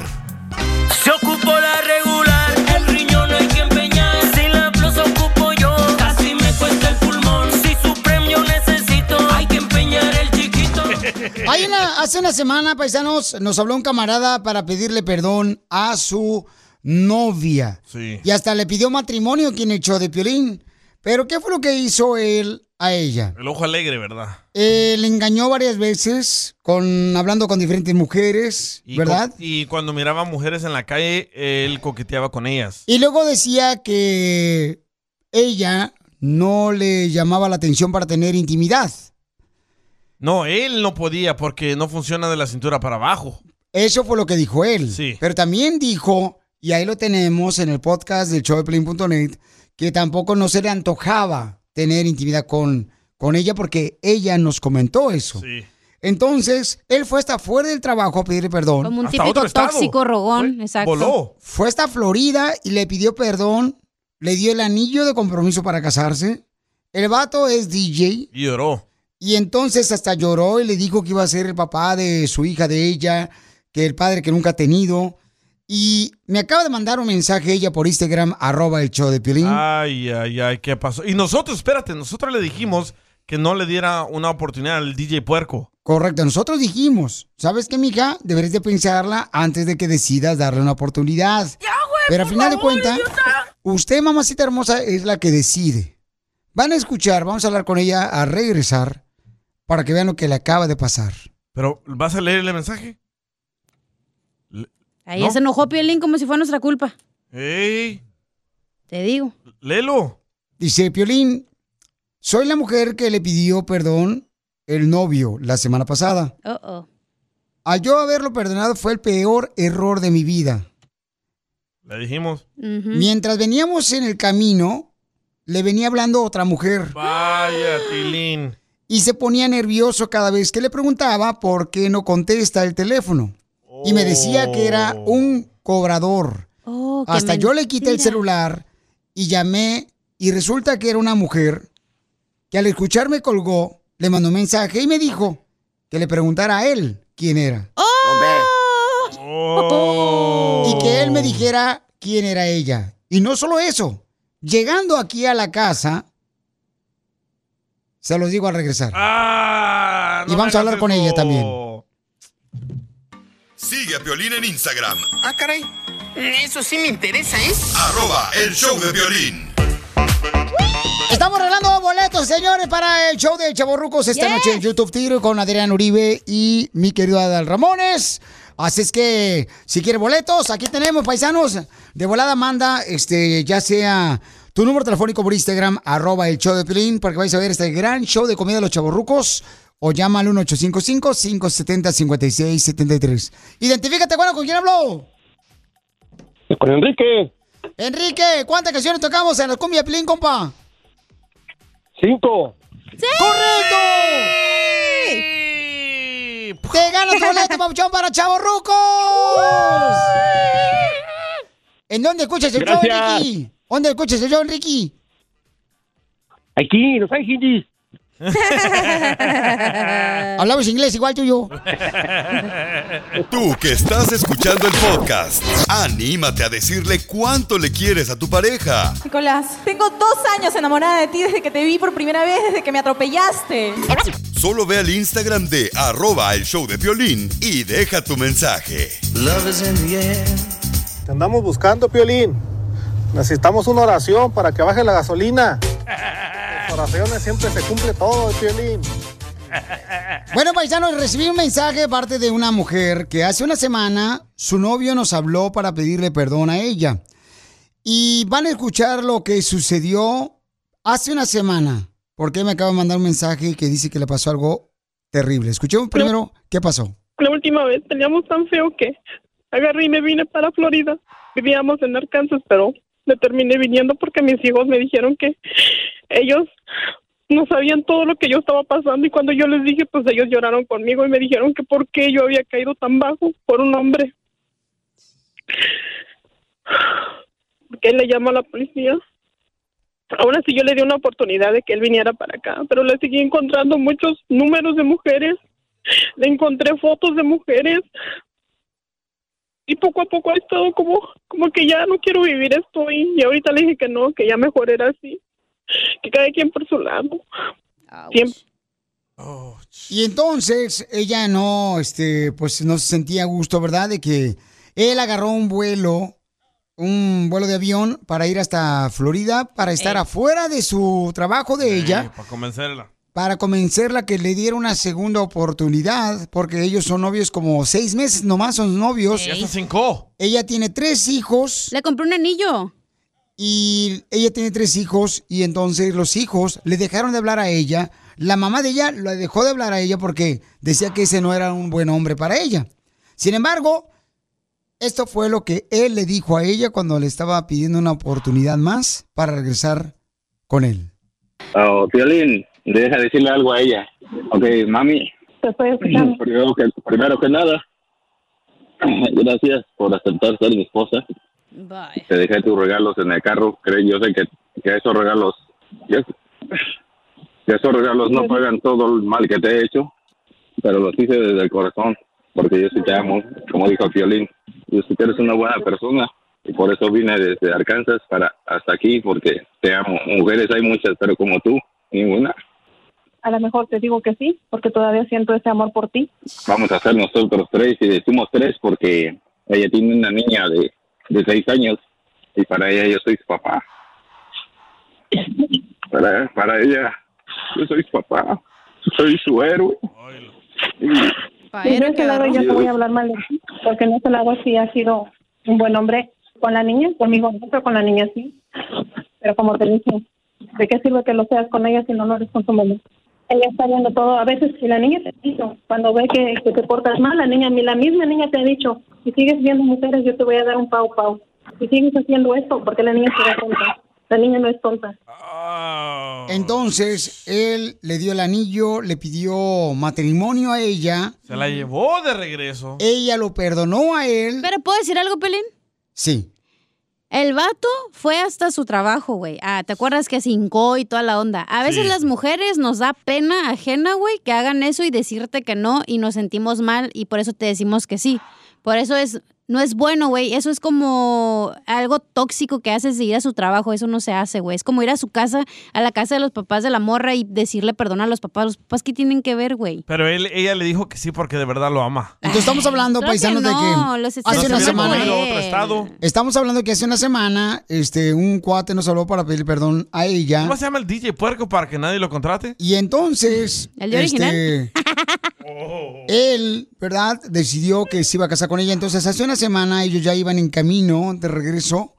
[SPEAKER 1] Se ocupó la regular, el riñón no hay que empeñar. Si la blusa ocupo yo, casi me cuesta el pulmón. Si su premio necesito, hay que empeñar el chiquito.
[SPEAKER 2] Hay una- hace una semana, paisanos, nos habló un camarada para pedirle perdón a su novia.
[SPEAKER 3] Sí.
[SPEAKER 2] Y hasta le pidió matrimonio quien echó de Piolín. Pero ¿qué fue lo que hizo él a ella?
[SPEAKER 3] El ojo alegre, ¿verdad?
[SPEAKER 2] Eh, le engañó varias veces con hablando con diferentes mujeres,
[SPEAKER 3] Y
[SPEAKER 2] ¿verdad?
[SPEAKER 3] cu- Y cuando miraba mujeres en la calle, él coqueteaba con ellas.
[SPEAKER 2] Y luego decía que ella no le llamaba la atención para tener intimidad.
[SPEAKER 3] No, él no podía porque no funciona de la cintura para abajo.
[SPEAKER 2] Eso fue lo que dijo él. Pero también dijo, y ahí lo tenemos en el podcast del show de Piolín.net, que tampoco no se le antojaba tener intimidad con, con ella porque ella nos comentó eso. Entonces, él fue hasta fuera del trabajo a pedirle perdón.
[SPEAKER 4] Como un típico tóxico rogón, exacto.
[SPEAKER 2] Fue hasta Florida y le pidió perdón, le dio el anillo de compromiso para casarse. El vato es DJ
[SPEAKER 3] Y lloró.
[SPEAKER 2] y entonces hasta lloró y le dijo que iba a ser el papá de su hija, de ella, que el padre que nunca ha tenido. Y me acaba de mandar un mensaje ella por Instagram, arroba el show de Piolín.
[SPEAKER 3] Ay, ay, ay, ¿qué pasó? Y nosotros, espérate, nosotros le dijimos que no le diera una oportunidad al DJ Puerco.
[SPEAKER 2] Correcto, nosotros dijimos, ¿sabes qué, mija? Deberías de pensarla antes de que decidas darle una oportunidad. Pero al final de cuentas, usted, mamacita hermosa, es la que decide. Van a escuchar, vamos a hablar con ella a regresar para que vean lo que le acaba de pasar.
[SPEAKER 3] Pero, ¿vas a leer el mensaje?
[SPEAKER 4] Ahí
[SPEAKER 3] ¿No?
[SPEAKER 4] se enojó Piolín como si fuera nuestra culpa.
[SPEAKER 3] ¡Ey!
[SPEAKER 4] Te digo.
[SPEAKER 3] Lelo.
[SPEAKER 2] Dice Piolín, soy la mujer que le pidió perdón el novio la semana pasada.
[SPEAKER 4] Oh, oh.
[SPEAKER 2] A yo haberlo perdonado fue el peor error de mi vida.
[SPEAKER 3] Le dijimos.
[SPEAKER 2] Mientras veníamos en el camino, le venía hablando otra mujer.
[SPEAKER 3] Vaya, Tilín.
[SPEAKER 2] y se ponía nervioso cada vez que le preguntaba por qué no contesta el teléfono. Y me decía que era
[SPEAKER 3] Oh.
[SPEAKER 2] un cobrador.
[SPEAKER 4] Oh, qué
[SPEAKER 2] Hasta yo le quité el
[SPEAKER 4] mentira.
[SPEAKER 2] celular y llamé y resulta que era una mujer que al escucharme colgó, le mandó un mensaje y me dijo que le preguntara a él quién era. Y que él me dijera quién era ella. Y no solo eso, llegando aquí a la casa, se los digo al regresar. y vamos a hablar con ella también.
[SPEAKER 7] Sigue a Piolín en Instagram,
[SPEAKER 13] Ah, caray. Eso sí me interesa, ¿eh?
[SPEAKER 7] arroba el show de Piolín.
[SPEAKER 2] Estamos regalando boletos, señores, para el show de Chaborrucos esta noche en YouTube Tiro con Adrián Uribe y mi querido Adal Ramones. Así es que, si quiere boletos, aquí tenemos, paisanos. De volada manda, este, ya sea tu número telefónico por Instagram, arroba el show de Pilín, para que vais a ver este gran show de comida de los chaborrucos. O llama al 1855-570-5673. Identifícate, bueno, ¿con quién habló?
[SPEAKER 14] Con Enrique,
[SPEAKER 2] Enrique, ¿cuántas canciones tocamos en la cumbia de Pilín, compa?
[SPEAKER 14] cinco.
[SPEAKER 2] ¡Correcto! ¡Te ganas tu boleto, papuchón, para Chavos Rucos! ¿En dónde escuchas el show,
[SPEAKER 14] Gracias.
[SPEAKER 2] Enrique? ¿Dónde escuchas el show, Enrique?
[SPEAKER 14] Aquí, Los Ángeles.
[SPEAKER 2] Hablamos inglés igual tú y yo.
[SPEAKER 7] Tú que estás escuchando el podcast, anímate a decirle cuánto le quieres a tu pareja.
[SPEAKER 15] Nicolás, tengo dos años enamorada de ti desde que te vi por primera vez, desde que me atropellaste.
[SPEAKER 7] Solo ve al Instagram de arroba el show de violín y deja tu mensaje.
[SPEAKER 16] Te andamos buscando, Piolín. Necesitamos una oración para que baje la gasolina. Las oraciones siempre se cumple todo, Piolín.
[SPEAKER 2] Bueno, paisanos, recibí un mensaje de parte de una mujer que hace una semana su novio nos habló para pedirle perdón a ella. Y van a escuchar lo que sucedió hace una semana. Porque me acaba de mandar un mensaje que dice que le pasó algo terrible. Escuchemos primero qué pasó.
[SPEAKER 26] La última vez teníamos tan feo que agarré y me vine para Florida. Vivíamos en Arkansas, pero me terminé viniendo porque mis hijos me dijeron que ellos no sabían todo lo que yo estaba pasando y cuando yo les dije, pues ellos lloraron conmigo y me dijeron que por qué yo había caído tan bajo por un hombre.
[SPEAKER 27] que él le llamó a la policía. Aún así yo le di una oportunidad de que él viniera para acá, pero le seguí encontrando muchos números de mujeres, le encontré fotos de mujeres y poco a poco ha estado como, como que ya no quiero vivir esto y, y ahorita le dije que no, que ya mejor era así, que cada quien por su lado. Siempre.
[SPEAKER 2] Y entonces ella no, este, pues no se sentía a gusto, ¿verdad? De que él agarró un vuelo, un vuelo de avión para ir hasta Florida, para estar
[SPEAKER 3] Ey.
[SPEAKER 2] afuera de su trabajo de ella,
[SPEAKER 3] Para convencerla.
[SPEAKER 2] para convencerla que le diera una segunda oportunidad, porque ellos son novios como seis meses nomás, son novios.
[SPEAKER 3] Ya se cinco.
[SPEAKER 2] Ella tiene tres hijos.
[SPEAKER 4] Le compré un anillo.
[SPEAKER 2] Y ella tiene tres hijos y entonces los hijos le dejaron de hablar a ella. La mamá de ella la dejó de hablar a ella porque decía que ese no era un buen hombre para ella. Sin embargo, esto fue lo que él le dijo a ella cuando le estaba pidiendo una oportunidad más para regresar con él.
[SPEAKER 18] Oh, Piolín, deja decirle algo a ella. Ok, mami. Primero que, primero que nada, gracias por aceptar ser mi esposa. Te dejé tus regalos en el carro. Cre- Yo sé que, que esos regalos, que, que esos regalos no pagan todo el mal que te he hecho, pero los hice desde el corazón, porque yo sí te amo, como dijo Piolín. Yo sé que eres una buena persona y por eso vine desde Arkansas para hasta aquí, porque te amo. Mujeres hay muchas, pero como tú, ninguna.
[SPEAKER 27] A lo mejor te digo que sí, porque todavía siento ese amor por ti.
[SPEAKER 18] vamos a hacer nosotros tres y decimos tres porque ella tiene una niña de, de seis años y para ella yo soy su papá. Para, para ella yo soy su papá, soy su héroe.
[SPEAKER 27] Y de ese lado yo no voy a hablar mal de ti, porque en ese lado sí ha sido un buen hombre con la niña, conmigo no, pero con la niña sí. Pero como te dije, ¿de qué sirve que lo seas con ella si no lo eres con tu mamá? Ella está viendo todo, a veces si la niña te dijo, cuando ve que, que te portas mal, la niña, la misma niña te ha dicho, si sigues viendo mujeres yo te voy a dar un pau pau. Si sigues haciendo esto, porque la niña se da tonta, la niña no es tonta.
[SPEAKER 2] Entonces, él le dio el anillo, le pidió matrimonio a ella.
[SPEAKER 3] Se la llevó de regreso.
[SPEAKER 2] Ella lo perdonó a él.
[SPEAKER 4] Pero ¿puedo decir algo, Pelín?
[SPEAKER 2] Sí.
[SPEAKER 4] El vato fue hasta su trabajo, güey. Ah, ¿te acuerdas que cincó y toda la onda? A veces
[SPEAKER 2] Sí.
[SPEAKER 4] las mujeres nos da pena ajena, güey, que hagan eso y decirte que no y nos sentimos mal y por eso te decimos que sí. Por eso es, no es bueno, güey. Eso es como algo tóxico que haces de ir a su trabajo. Eso no se hace, güey. Es como ir a su casa, a la casa de los papás de la morra y decirle perdón a los papás. Los papás, ¿qué tienen que ver, güey?
[SPEAKER 3] Pero él, ella le dijo que sí porque de verdad lo ama.
[SPEAKER 2] Entonces estamos hablando,
[SPEAKER 4] Claro que
[SPEAKER 2] paisanos,
[SPEAKER 4] no,
[SPEAKER 2] de
[SPEAKER 4] los
[SPEAKER 2] que
[SPEAKER 4] estás
[SPEAKER 2] hace una
[SPEAKER 4] haciendo
[SPEAKER 2] semana.
[SPEAKER 4] mal. Otro estado.
[SPEAKER 2] Estamos hablando que hace una semana, este, un cuate nos habló para pedir perdón a ella.
[SPEAKER 3] ¿Cómo se llama el DJ puerco para que nadie lo contrate?
[SPEAKER 2] Y entonces, este,
[SPEAKER 3] ¿El de original?
[SPEAKER 2] él, ¿verdad? Decidió que se iba a casar con ella. Entonces, hace una semana ellos ya iban en camino de regreso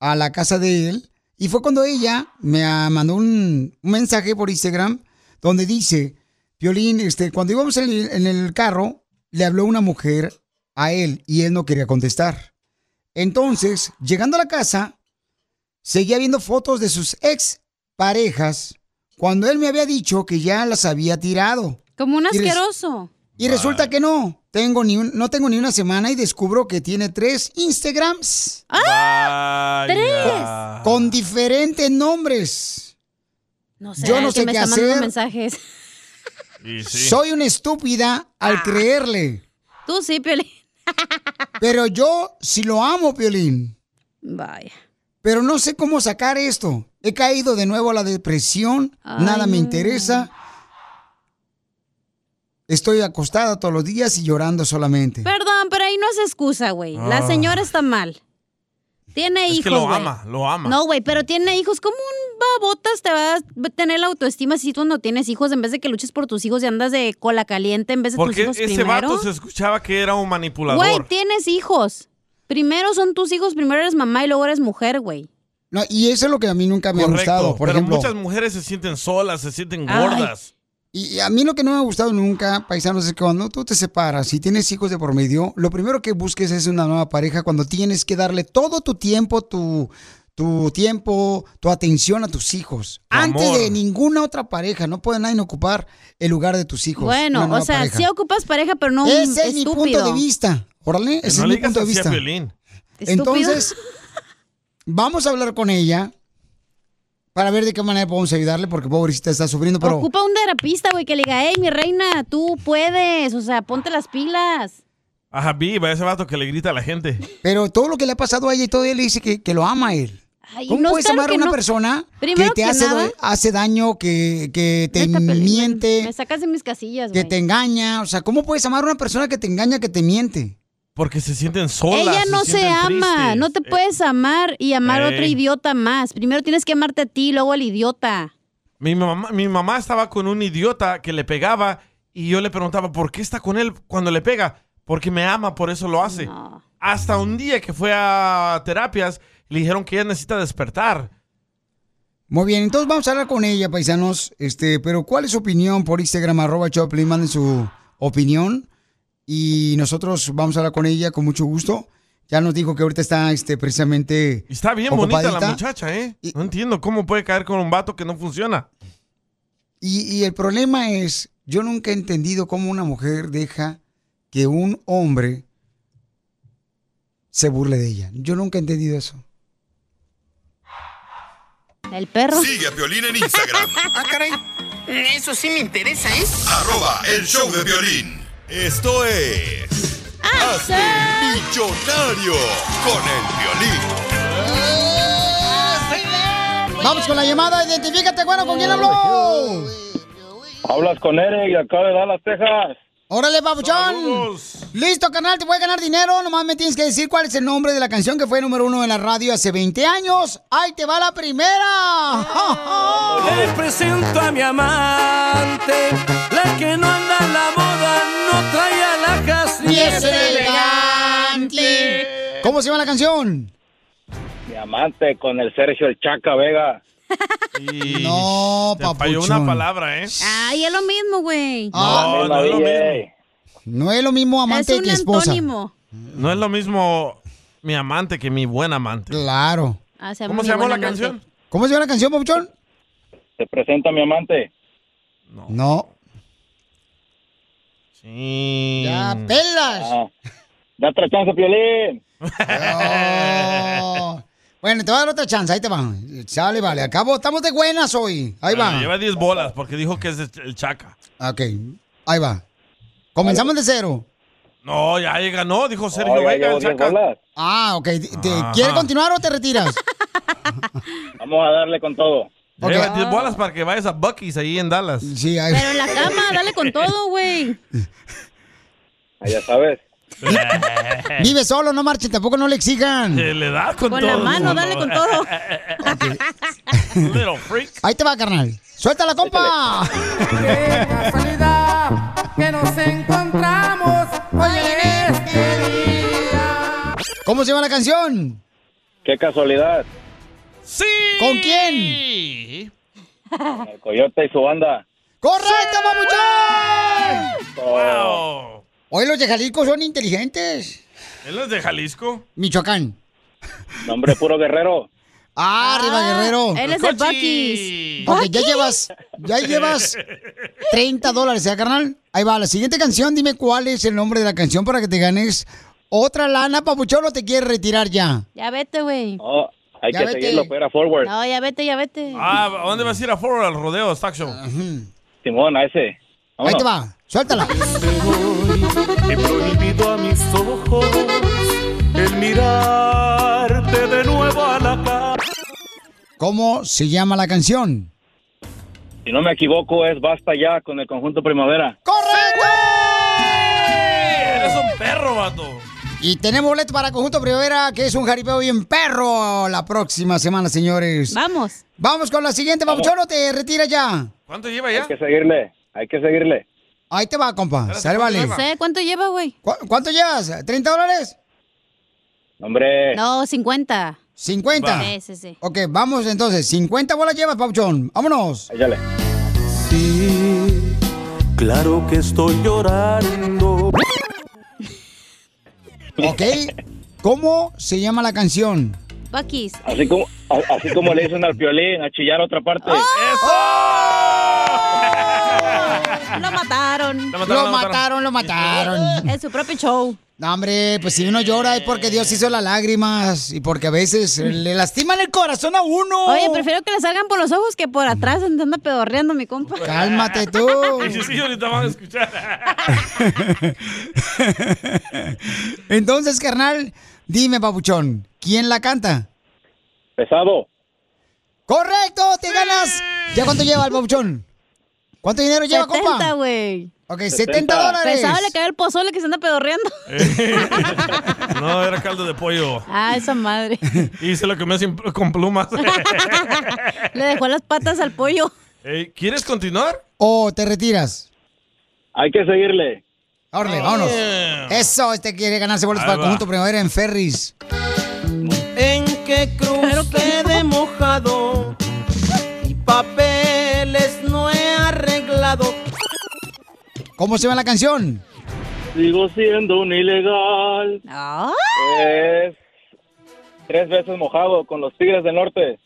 [SPEAKER 2] a la casa de él. Y fue cuando ella me ah, mandó un, un mensaje por Instagram donde dice, Violín, este, cuando íbamos en el- en el carro, le habló una mujer a él y él no quería contestar. Entonces, llegando a la casa, seguía viendo fotos de sus ex parejas cuando él me había dicho que ya las había tirado.
[SPEAKER 4] Como un
[SPEAKER 2] Y res-
[SPEAKER 4] asqueroso.
[SPEAKER 2] Y resulta que no. Tengo ni un- no tengo ni una semana y descubro que tiene tres Instagrams.
[SPEAKER 3] ¡Ah!
[SPEAKER 2] Tres. Con diferentes nombres.
[SPEAKER 4] No sé,
[SPEAKER 2] Yo no
[SPEAKER 4] el que
[SPEAKER 2] sé
[SPEAKER 4] me
[SPEAKER 2] qué
[SPEAKER 4] está mandando
[SPEAKER 2] hacer.
[SPEAKER 4] mensajes.
[SPEAKER 2] Soy una estúpida al
[SPEAKER 4] Ah.
[SPEAKER 2] creerle.
[SPEAKER 4] Tú sí, Piolín.
[SPEAKER 2] Pero yo sí lo amo, Piolín.
[SPEAKER 4] Vaya.
[SPEAKER 2] Pero no sé cómo sacar esto. He caído de nuevo a la depresión.
[SPEAKER 4] Ay,
[SPEAKER 2] nada me
[SPEAKER 4] no.
[SPEAKER 2] interesa. Estoy acostada todos los días y llorando solamente.
[SPEAKER 4] Perdón, pero ahí no es excusa, güey. La
[SPEAKER 2] Ah.
[SPEAKER 4] señora está mal. Tiene
[SPEAKER 2] Es que
[SPEAKER 4] hijos.
[SPEAKER 2] lo
[SPEAKER 4] güey.
[SPEAKER 2] ama, lo ama.
[SPEAKER 4] No, güey, pero tiene hijos. Como un babotas te va a tener la autoestima si tú no tienes hijos en vez de que luches por tus hijos y andas de cola caliente en vez de tus
[SPEAKER 3] Porque
[SPEAKER 4] hijos
[SPEAKER 3] ese
[SPEAKER 4] primero?
[SPEAKER 3] vato se escuchaba que era un manipulador.
[SPEAKER 4] Güey, tienes hijos. Primero son tus hijos, primero eres mamá y luego eres mujer, güey.
[SPEAKER 2] No, y eso es lo que a mí nunca me ha gustado. Por
[SPEAKER 3] pero
[SPEAKER 2] ejemplo,
[SPEAKER 3] muchas mujeres se sienten solas, se sienten
[SPEAKER 2] Ay.
[SPEAKER 3] gordas.
[SPEAKER 2] Y a mí lo que no me ha gustado nunca, paisanos, es que cuando tú te separas y tienes hijos de por medio, lo primero que busques es una nueva pareja cuando tienes que darle todo tu tiempo, tu, tu tiempo, tu atención a tus hijos.
[SPEAKER 4] Tu
[SPEAKER 2] Antes
[SPEAKER 4] amor.
[SPEAKER 2] de ninguna otra pareja, no puede nadie ocupar el lugar de tus hijos. Pues, una
[SPEAKER 4] bueno, o
[SPEAKER 2] nueva
[SPEAKER 4] sea,
[SPEAKER 2] pareja.
[SPEAKER 4] sí ocupas pareja, pero no un
[SPEAKER 2] Ese es mi punto
[SPEAKER 4] estúpido.
[SPEAKER 2] de vista. Órale,
[SPEAKER 3] Que
[SPEAKER 2] ese
[SPEAKER 3] no le
[SPEAKER 2] es mi
[SPEAKER 3] digas
[SPEAKER 2] punto de
[SPEAKER 3] así a
[SPEAKER 2] vista.
[SPEAKER 3] Piolín.
[SPEAKER 4] Estúpido.
[SPEAKER 2] Entonces, vamos a hablar con ella para ver de qué manera podemos ayudarle, porque pobrecita está sufriendo, pero...
[SPEAKER 4] Ocupa un terapista, güey, que le diga, hey, mi reina, tú puedes, o sea, ponte las pilas.
[SPEAKER 3] A Habib, a ese vato que le grita a la gente.
[SPEAKER 2] Pero todo lo que le ha pasado a ella y todo él dice que, que lo ama a él.
[SPEAKER 4] Ay,
[SPEAKER 2] ¿Cómo
[SPEAKER 4] no,
[SPEAKER 2] puedes
[SPEAKER 4] claro
[SPEAKER 2] amar a
[SPEAKER 4] que
[SPEAKER 2] una
[SPEAKER 4] no.
[SPEAKER 2] persona que
[SPEAKER 4] Primero
[SPEAKER 2] te
[SPEAKER 4] que
[SPEAKER 2] hace,
[SPEAKER 4] nada-
[SPEAKER 2] do- hace daño, que, que te miente,
[SPEAKER 4] Me sacas de mis casillas,
[SPEAKER 2] que
[SPEAKER 4] güey.
[SPEAKER 2] te engaña? O sea, ¿cómo puedes amar a una persona que te engaña, que te miente?
[SPEAKER 3] Porque se sienten solas.
[SPEAKER 4] Ella no se,
[SPEAKER 3] sienten
[SPEAKER 4] ama,
[SPEAKER 3] tristes.
[SPEAKER 4] no te puedes amar y amar a otro
[SPEAKER 3] Ey.
[SPEAKER 4] idiota más. Primero tienes que amarte a ti, luego al idiota.
[SPEAKER 3] Mi mamá, mi mamá estaba con un idiota que le pegaba y yo le preguntaba, ¿por qué está con él cuando le pega? Porque me ama, por eso lo hace. Hasta un día que fue a terapias, le dijeron que ella necesita despertar.
[SPEAKER 2] Muy bien, entonces vamos a hablar con ella, paisanos. Este, pero ¿cuál es su opinión por Instagram, arroba Choplin? Manden su opinión y nosotros vamos a hablar con ella con mucho gusto. Ya nos dijo que ahorita está este, precisamente.
[SPEAKER 3] Está bien bonita
[SPEAKER 2] ocupadita.
[SPEAKER 3] la muchacha, ¿eh? No entiendo cómo puede caer con un vato que no funciona.
[SPEAKER 2] Y, y el problema es, yo nunca he entendido cómo una mujer deja que un hombre se burle de ella. Yo nunca he entendido eso.
[SPEAKER 4] El perro.
[SPEAKER 7] Sigue a Piolín en Instagram.
[SPEAKER 13] Ah, caray. Eso sí me interesa, ¿eh? ¿es?
[SPEAKER 7] arroba el show de violín. Esto es. Hazte millonario con el violín.
[SPEAKER 2] Vamos con la llamada, identifícate, bueno, ¿con quién habló?
[SPEAKER 6] Hablas con Eric y acá de Dallas, Texas.
[SPEAKER 2] Órale, papuchón. Listo, canal, te voy a ganar dinero. Nomás me tienes que decir cuál es el nombre de la canción que fue número uno en la radio hace 20 años. ¡Ahí te va la primera!
[SPEAKER 1] Le presento a mi amante, la que no anda en la moda, no trae alhajas ni es elegante.
[SPEAKER 3] Eh.
[SPEAKER 2] ¿Cómo se llama la canción?
[SPEAKER 6] Diamante con el Sergio el Chaca Vega.
[SPEAKER 2] No,
[SPEAKER 3] Te falló una palabra, ¿eh?
[SPEAKER 4] Ay, es lo mismo, güey.
[SPEAKER 6] Ah,
[SPEAKER 3] No, no es lo mismo.
[SPEAKER 2] No es lo mismo amante
[SPEAKER 4] es un
[SPEAKER 2] que esposa.
[SPEAKER 4] antónimo.
[SPEAKER 3] No es lo mismo mi amante que mi buen amante.
[SPEAKER 2] Claro.
[SPEAKER 4] Ah,
[SPEAKER 3] ¿Cómo
[SPEAKER 4] muy
[SPEAKER 3] se llamó la
[SPEAKER 4] buen amante.
[SPEAKER 3] canción?
[SPEAKER 2] ¿Cómo se llama la canción, papuchón?
[SPEAKER 6] Te presento a mi amante.
[SPEAKER 2] No.
[SPEAKER 3] Sí.
[SPEAKER 2] ¡Ya, pelas!
[SPEAKER 6] Ah, Da otra chance, Piolín.
[SPEAKER 2] No. Oh. Bueno, te voy a dar otra chance, ahí te va. Sale, vale. Acabo, estamos de buenas hoy. Ahí
[SPEAKER 3] Bueno,
[SPEAKER 2] va.
[SPEAKER 3] Lleva 10 bolas porque dijo que es el chaca.
[SPEAKER 2] Ok, ahí va. Comenzamos de cero.
[SPEAKER 3] No, ya ya ganó, dijo Sergio
[SPEAKER 6] ya
[SPEAKER 3] Vega,
[SPEAKER 6] llevo
[SPEAKER 3] el
[SPEAKER 6] diez
[SPEAKER 3] chaca.
[SPEAKER 6] bolas.
[SPEAKER 2] Ah, ok. ¿Te- te-
[SPEAKER 3] Ajá.
[SPEAKER 2] ¿Quieres continuar o te retiras?
[SPEAKER 6] Vamos a darle con todo.
[SPEAKER 3] Lleva 10 bolas para que vayas a Bucky's ahí en Dallas.
[SPEAKER 2] Sí, ahí.
[SPEAKER 4] Pero en la cama, dale con todo, güey.
[SPEAKER 6] Ya sabes.
[SPEAKER 2] Vive solo, no marchen, tampoco no le exijan.
[SPEAKER 3] Eh, Le da con,
[SPEAKER 4] Con
[SPEAKER 3] todo.
[SPEAKER 4] la mano, dale con todo.
[SPEAKER 3] Little freak.
[SPEAKER 2] Ahí te va, Ah, carnal. ¡Suéltala, compa!
[SPEAKER 4] Ah.
[SPEAKER 1] Que nos encontramos hoy en este
[SPEAKER 2] ¿Cómo se llama la canción?
[SPEAKER 6] Qué casualidad.
[SPEAKER 3] ¡Sí!
[SPEAKER 2] ¿Con quién?
[SPEAKER 6] El Coyote y su banda.
[SPEAKER 2] ¡Correcto, mamuchón!
[SPEAKER 6] Oh.
[SPEAKER 3] Wow.
[SPEAKER 2] Hoy los de Jalisco son inteligentes.
[SPEAKER 3] Él es de Jalisco.
[SPEAKER 2] Michoacán.
[SPEAKER 6] Nombre puro guerrero.
[SPEAKER 2] Ah, arriba, Guerrero.
[SPEAKER 6] él es
[SPEAKER 2] de
[SPEAKER 6] del Buc-ee's.
[SPEAKER 2] Ok, ya llevas, ya llevas 30 dólares, ¿ya, carnal? Ahí va, la siguiente canción, dime cuál es el nombre de la canción para que te ganes otra lana, papuchón, o te quieres retirar ya.
[SPEAKER 4] Ya vete, güey.
[SPEAKER 6] Oh, hay
[SPEAKER 2] Ya
[SPEAKER 6] que
[SPEAKER 2] vete.
[SPEAKER 6] seguirlo, pero a forward.
[SPEAKER 4] No, ya vete, ya vete.
[SPEAKER 3] Ah, ¿a dónde vas a ir a Forward al rodeo, Stack Show?
[SPEAKER 6] Simón, a ese.
[SPEAKER 2] Ahí te va, suéltala.
[SPEAKER 1] He prohibido a mis ojos el mirarte de nuevo a la cara.
[SPEAKER 2] ¿Cómo se llama la canción?
[SPEAKER 6] Si no me equivoco, es Basta ya con el conjunto Primavera.
[SPEAKER 3] Eres un perro, vato.
[SPEAKER 2] Y tenemos boleto para Conjunto Primavera, que es un jaripeo bien perro la próxima semana, señores.
[SPEAKER 4] Vamos.
[SPEAKER 2] Vamos con la siguiente,
[SPEAKER 6] Vamos.
[SPEAKER 2] papuchón, o te retiras ya.
[SPEAKER 3] ¿Cuánto lleva
[SPEAKER 6] Hay que seguirle. Hay que seguirle.
[SPEAKER 2] Ahí te va, compa. Sale, vale.
[SPEAKER 4] No sé, ¿cuánto lleva, güey?
[SPEAKER 2] ¿Cu- ¿Cuánto llevas? ¿30 dólares?
[SPEAKER 6] Hombre.
[SPEAKER 4] No, 50.
[SPEAKER 2] ¿50?
[SPEAKER 4] Sí, sí, sí.
[SPEAKER 2] Ok, vamos entonces. 50 bolas llevas, Pauchón. Vámonos.
[SPEAKER 6] Échale.
[SPEAKER 1] Sí, claro que estoy llorando.
[SPEAKER 2] Ok. ¿Cómo se llama la canción?
[SPEAKER 4] Bucky's.
[SPEAKER 6] Así como, a- así como le dicen al violín, a chillar a otra parte.
[SPEAKER 3] Oh.
[SPEAKER 4] Lo mataron.
[SPEAKER 2] Lo mataron, lo mataron.
[SPEAKER 4] En su propio show.
[SPEAKER 2] No, hombre, pues si uno llora es porque Dios hizo las lágrimas y porque a veces le lastiman el corazón a uno.
[SPEAKER 4] Oye, prefiero que le salgan por los ojos que por atrás donde anda pedorreando mi compa.
[SPEAKER 2] Cálmate tú.
[SPEAKER 3] Sí, sí, ahorita van a escuchar.
[SPEAKER 2] Entonces, carnal, dime, papuchón, ¿quién la canta?
[SPEAKER 6] Pesado.
[SPEAKER 2] ¡Correcto! ¡Te ganas! ¿Ya cuánto lleva el papuchón? ¿Cuánto dinero lleva, compa?
[SPEAKER 4] 70, güey.
[SPEAKER 2] Ok, 70 dólares.
[SPEAKER 4] Pensaba le cae el pozole que se anda pedorreando.
[SPEAKER 3] No, era caldo de pollo.
[SPEAKER 4] Ah, esa madre.
[SPEAKER 3] Y se lo comió sin- con plumas.
[SPEAKER 4] Le dejó las patas al pollo.
[SPEAKER 3] Ey, ¿Quieres continuar?
[SPEAKER 2] ¿O te retiras?
[SPEAKER 6] Hay que seguirle.
[SPEAKER 2] Órale,
[SPEAKER 3] Oh.
[SPEAKER 2] vámonos. Eso, este quiere ganarse boletos
[SPEAKER 6] Ahí
[SPEAKER 2] para el
[SPEAKER 6] va.
[SPEAKER 2] conjunto primavera en Ferris.
[SPEAKER 1] En que cruz quede mojado y papeles no he arreglado.
[SPEAKER 2] ¿Cómo se llama la canción?
[SPEAKER 6] Sigo siendo un ilegal. Es tres veces mojado con los Tigres del Norte.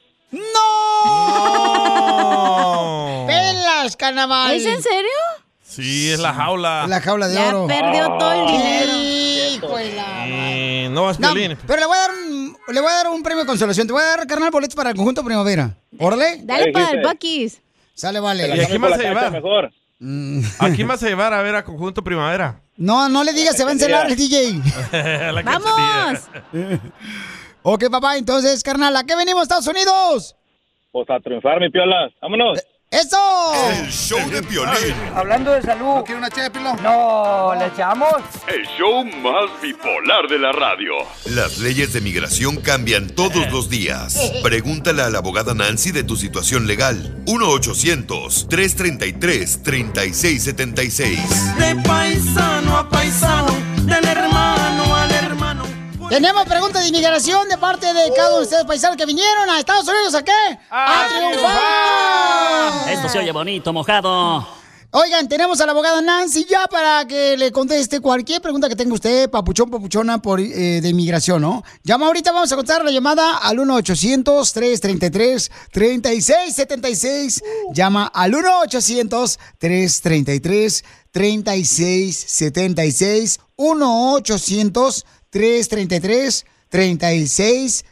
[SPEAKER 2] ¡Pelas, carnaval!
[SPEAKER 4] ¿Es en serio?
[SPEAKER 3] Sí, es la jaula.
[SPEAKER 2] La jaula de Ya oro.
[SPEAKER 6] Ah.
[SPEAKER 4] perdió todo el dinero.
[SPEAKER 2] Hijo de la-
[SPEAKER 3] Eh, no vas
[SPEAKER 2] No,
[SPEAKER 3] Piolín.
[SPEAKER 2] pero le voy a dar un, le voy a dar un premio de consolación. Te voy a dar, carnal, boletos para el conjunto primavera. Órale.
[SPEAKER 3] Dale para el
[SPEAKER 4] Bucky's.
[SPEAKER 2] Sale, vale.
[SPEAKER 3] ¿Y a quién vas a llevar?
[SPEAKER 2] Mm.
[SPEAKER 3] ¿A quién vas a llevar a ver a Conjunto Primavera?
[SPEAKER 2] No, no le digas, se va a encelar el DJ.
[SPEAKER 3] La eh.
[SPEAKER 2] ¡Vamos!
[SPEAKER 3] cachetilla.
[SPEAKER 2] Ok, papá, entonces, carnal, ¿a qué venimos, Estados Unidos?
[SPEAKER 6] Pues a triunfar, mi piolas. Vámonos.
[SPEAKER 2] ¡Eso!
[SPEAKER 7] El show de Piolín.
[SPEAKER 10] Hablando de salud. ¿No quiere una No, ¿le echamos?
[SPEAKER 7] El show más bipolar de la radio. Las leyes de migración cambian todos los días. Pregúntale a la abogada Nancy de tu situación legal. 1-800-333-3676.
[SPEAKER 1] De paisano a paisano, del hermano al hermano.
[SPEAKER 2] Tenemos preguntas de inmigración de parte de cada uno de ustedes, paisanos, que vinieron a Estados Unidos, ¿a qué? ¡A, triunfar!
[SPEAKER 8] Esto se oye bonito, mojado.
[SPEAKER 2] Oigan, tenemos a la abogada Nancy ya para que le conteste cualquier pregunta que tenga usted, papuchón, papuchona, por, eh, de inmigración, ¿no? Llama ahorita, vamos a contestar la llamada al 1-800-333-3676. Llama al 1-800-333-3676.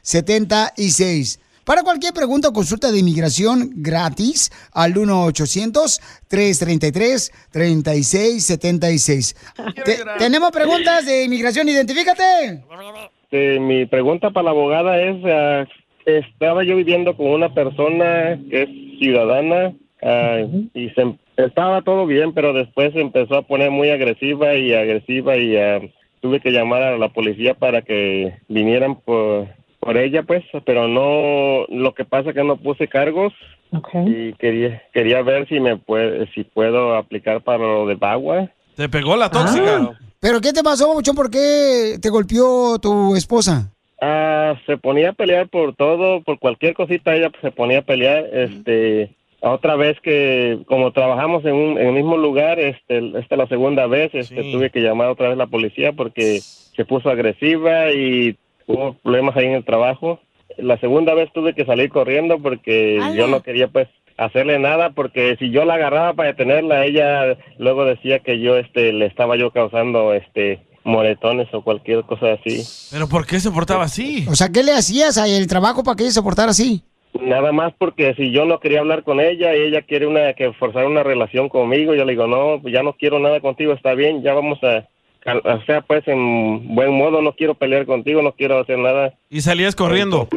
[SPEAKER 2] 1-800-333-3676. Para cualquier pregunta o consulta de inmigración gratis al 1-800-333-3676. Te- tenemos preguntas de inmigración, identifícate.
[SPEAKER 14] Este, mi pregunta para la abogada es, ah, estaba yo viviendo con una persona que es ciudadana ah, y se em- estaba todo bien, pero después se empezó a poner muy agresiva y agresiva y ah, tuve que llamar a la policía para que vinieran por, por ella, pues, pero no, lo que pasa es que no puse cargos y quería, quería ver si me puede, si puedo aplicar para lo de Bagua.
[SPEAKER 3] Te pegó la tóxica.
[SPEAKER 2] Ah, ¿Pero qué te pasó, papuchón? ¿Por qué te golpeó tu esposa?
[SPEAKER 14] Ah, se ponía a pelear por todo, por cualquier cosita ella se ponía a pelear, este, otra vez que como trabajamos en un en el mismo lugar, este, esta es la segunda vez, este, tuve que llamar otra vez a la policía porque se puso agresiva y hubo problemas ahí en el trabajo. La segunda vez tuve que salir corriendo porque yo no quería pues hacerle nada porque si yo la agarraba para detenerla ella luego decía que yo este le estaba yo causando este moretones o cualquier cosa así.
[SPEAKER 3] ¿Pero por qué se portaba así?
[SPEAKER 2] O sea, ¿qué le hacías a el trabajo para que ella se portara así?
[SPEAKER 14] Nada más porque si yo no quería hablar con ella y ella quiere una que forzar una relación conmigo, yo le digo, no, pues ya no quiero nada contigo, está bien, ya vamos a, a- o sea, pues en buen modo, no quiero pelear contigo, no quiero hacer nada.
[SPEAKER 3] Y salías corriendo.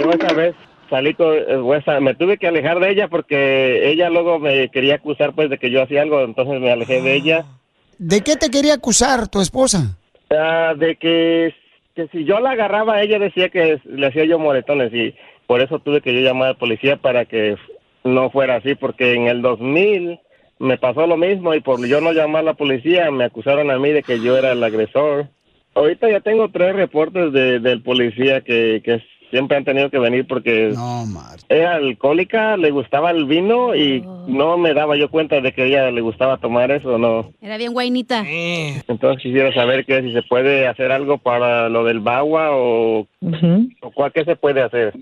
[SPEAKER 14] Yo esa vez salí con, eh, o esa- me tuve que alejar de ella porque ella luego me quería acusar pues de que yo hacía algo, entonces me alejé de ella.
[SPEAKER 2] ¿De qué te quería acusar tu esposa?
[SPEAKER 14] Ah, de que, que si yo la agarraba, ella decía que es- le hacía yo moretones y por eso tuve que yo llamar a la policía para que f- no fuera así, porque en el 2000 me pasó lo mismo y por yo no llamar a la policía me acusaron a mí de que yo era el agresor. Ahorita ya tengo tres reportes de, del policía que, que siempre han tenido que venir porque era alcohólica, le gustaba el vino y no me daba yo cuenta de que a ella le gustaba tomar eso, no.
[SPEAKER 4] Era bien guainita.
[SPEAKER 14] Entonces quisiera saber que si se puede hacer algo para lo del Bagua o, o cuál que se puede hacer.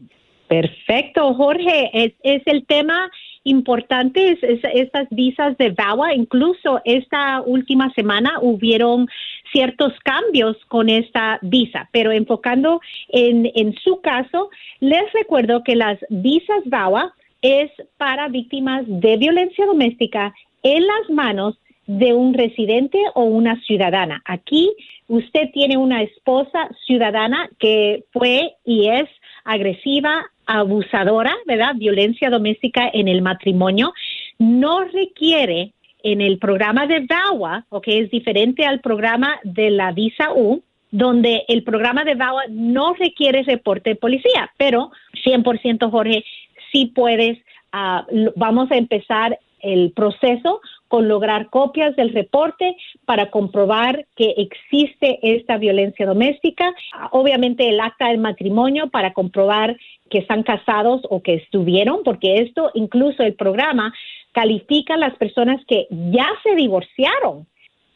[SPEAKER 9] Perfecto, Jorge. Es, es el tema importante, es- es- estas visas de VAWA. Incluso esta última semana hubieron ciertos cambios con esta visa, pero enfocando en, en su caso, les recuerdo que las visas DAWA es para víctimas de violencia doméstica en las manos de un residente o una ciudadana. Aquí usted tiene una esposa ciudadana que fue y es agresiva, abusadora, ¿verdad? Violencia doméstica en el matrimonio. No requiere en el programa de VAWA, o que es diferente al programa de la Visa U, donde el programa de VAWA no requiere reporte de policía, pero 100% Jorge, sí puedes, ah, lo- vamos a empezar el proceso con lograr copias del reporte para comprobar que existe esta violencia doméstica. Ah, Obviamente el acta del matrimonio para comprobar que están casados o que estuvieron, porque esto incluso el programa califica a las personas que ya se divorciaron.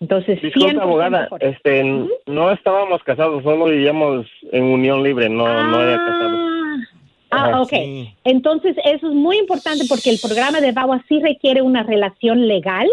[SPEAKER 9] Entonces,
[SPEAKER 14] Disculpa,
[SPEAKER 9] 100%
[SPEAKER 14] abogada,
[SPEAKER 9] Jorge.
[SPEAKER 14] este, n- no estábamos casados, solo vivíamos en unión libre, no, no era casados.
[SPEAKER 9] Ah,
[SPEAKER 14] Ajá,
[SPEAKER 9] ok.
[SPEAKER 14] sí.
[SPEAKER 9] Entonces, eso es muy importante porque el programa de VAWA sí requiere una relación legal.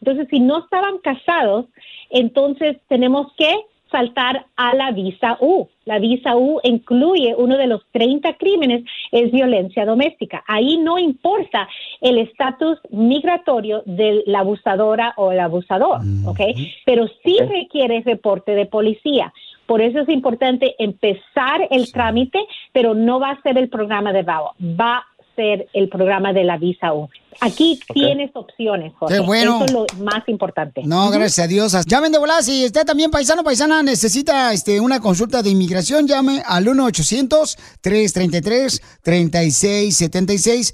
[SPEAKER 9] Entonces, si no estaban casados, entonces tenemos que saltar a la visa U. La visa U incluye uno de los 30 crímenes, es violencia doméstica. Ahí no importa el estatus migratorio de la abusadora o el abusador, ¿ok? Pero sí
[SPEAKER 14] Ok.
[SPEAKER 9] requiere reporte de policía. Por eso es importante empezar el trámite, pero no va a ser el programa de VAO, va a ser el programa de la visa U. Aquí tienes opciones, Jorge.
[SPEAKER 2] Qué bueno.
[SPEAKER 9] Eso es lo más importante.
[SPEAKER 2] No, gracias a Dios. Llamen de volada. Si usted también, paisano paisana, necesita este, una consulta de inmigración, llame al 1-800-333-3676.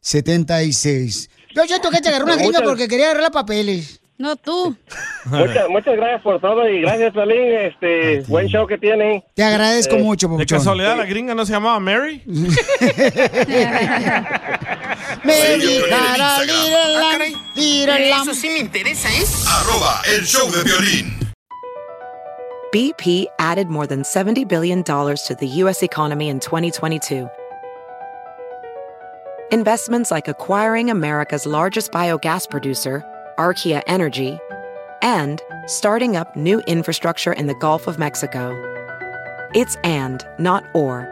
[SPEAKER 2] 1-800-333-3676. Yo siento que te agarró una gringa
[SPEAKER 14] Muchas-
[SPEAKER 2] porque quería agarrar papeles.
[SPEAKER 28] No, tú.
[SPEAKER 14] Muchas, muchas gracias por todo y gracias, Piolín, este, buen show que tienen.
[SPEAKER 2] Te agradezco
[SPEAKER 14] Eh,
[SPEAKER 2] mucho,
[SPEAKER 3] De
[SPEAKER 2] papuchón.
[SPEAKER 3] casualidad, la gringa no se llamaba Mary.
[SPEAKER 2] Me
[SPEAKER 3] Sígueme en
[SPEAKER 2] dejará
[SPEAKER 3] Instagram.
[SPEAKER 2] lírenla,
[SPEAKER 12] Ah, caray.
[SPEAKER 2] lírenla.
[SPEAKER 12] Eso sí me interesa, ¿es?
[SPEAKER 13] ¿eh?
[SPEAKER 7] Arroba el show de violín.
[SPEAKER 29] BP added more than $70 billion to the U.S. economy in 2022. Investments like acquiring America's largest biogas producer, Archaea Energy, and starting up new infrastructure in the Gulf of Mexico. It's and, not or.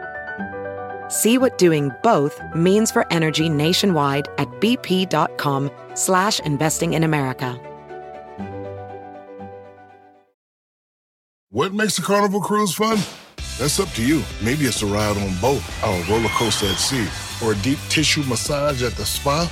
[SPEAKER 29] See what doing both means for energy nationwide at bp.com slash investing in America.
[SPEAKER 30] What makes the Carnival cruise fun? That's up to you. Maybe it's a ride on boat, or a roller coaster at sea, or a deep tissue massage at the spa.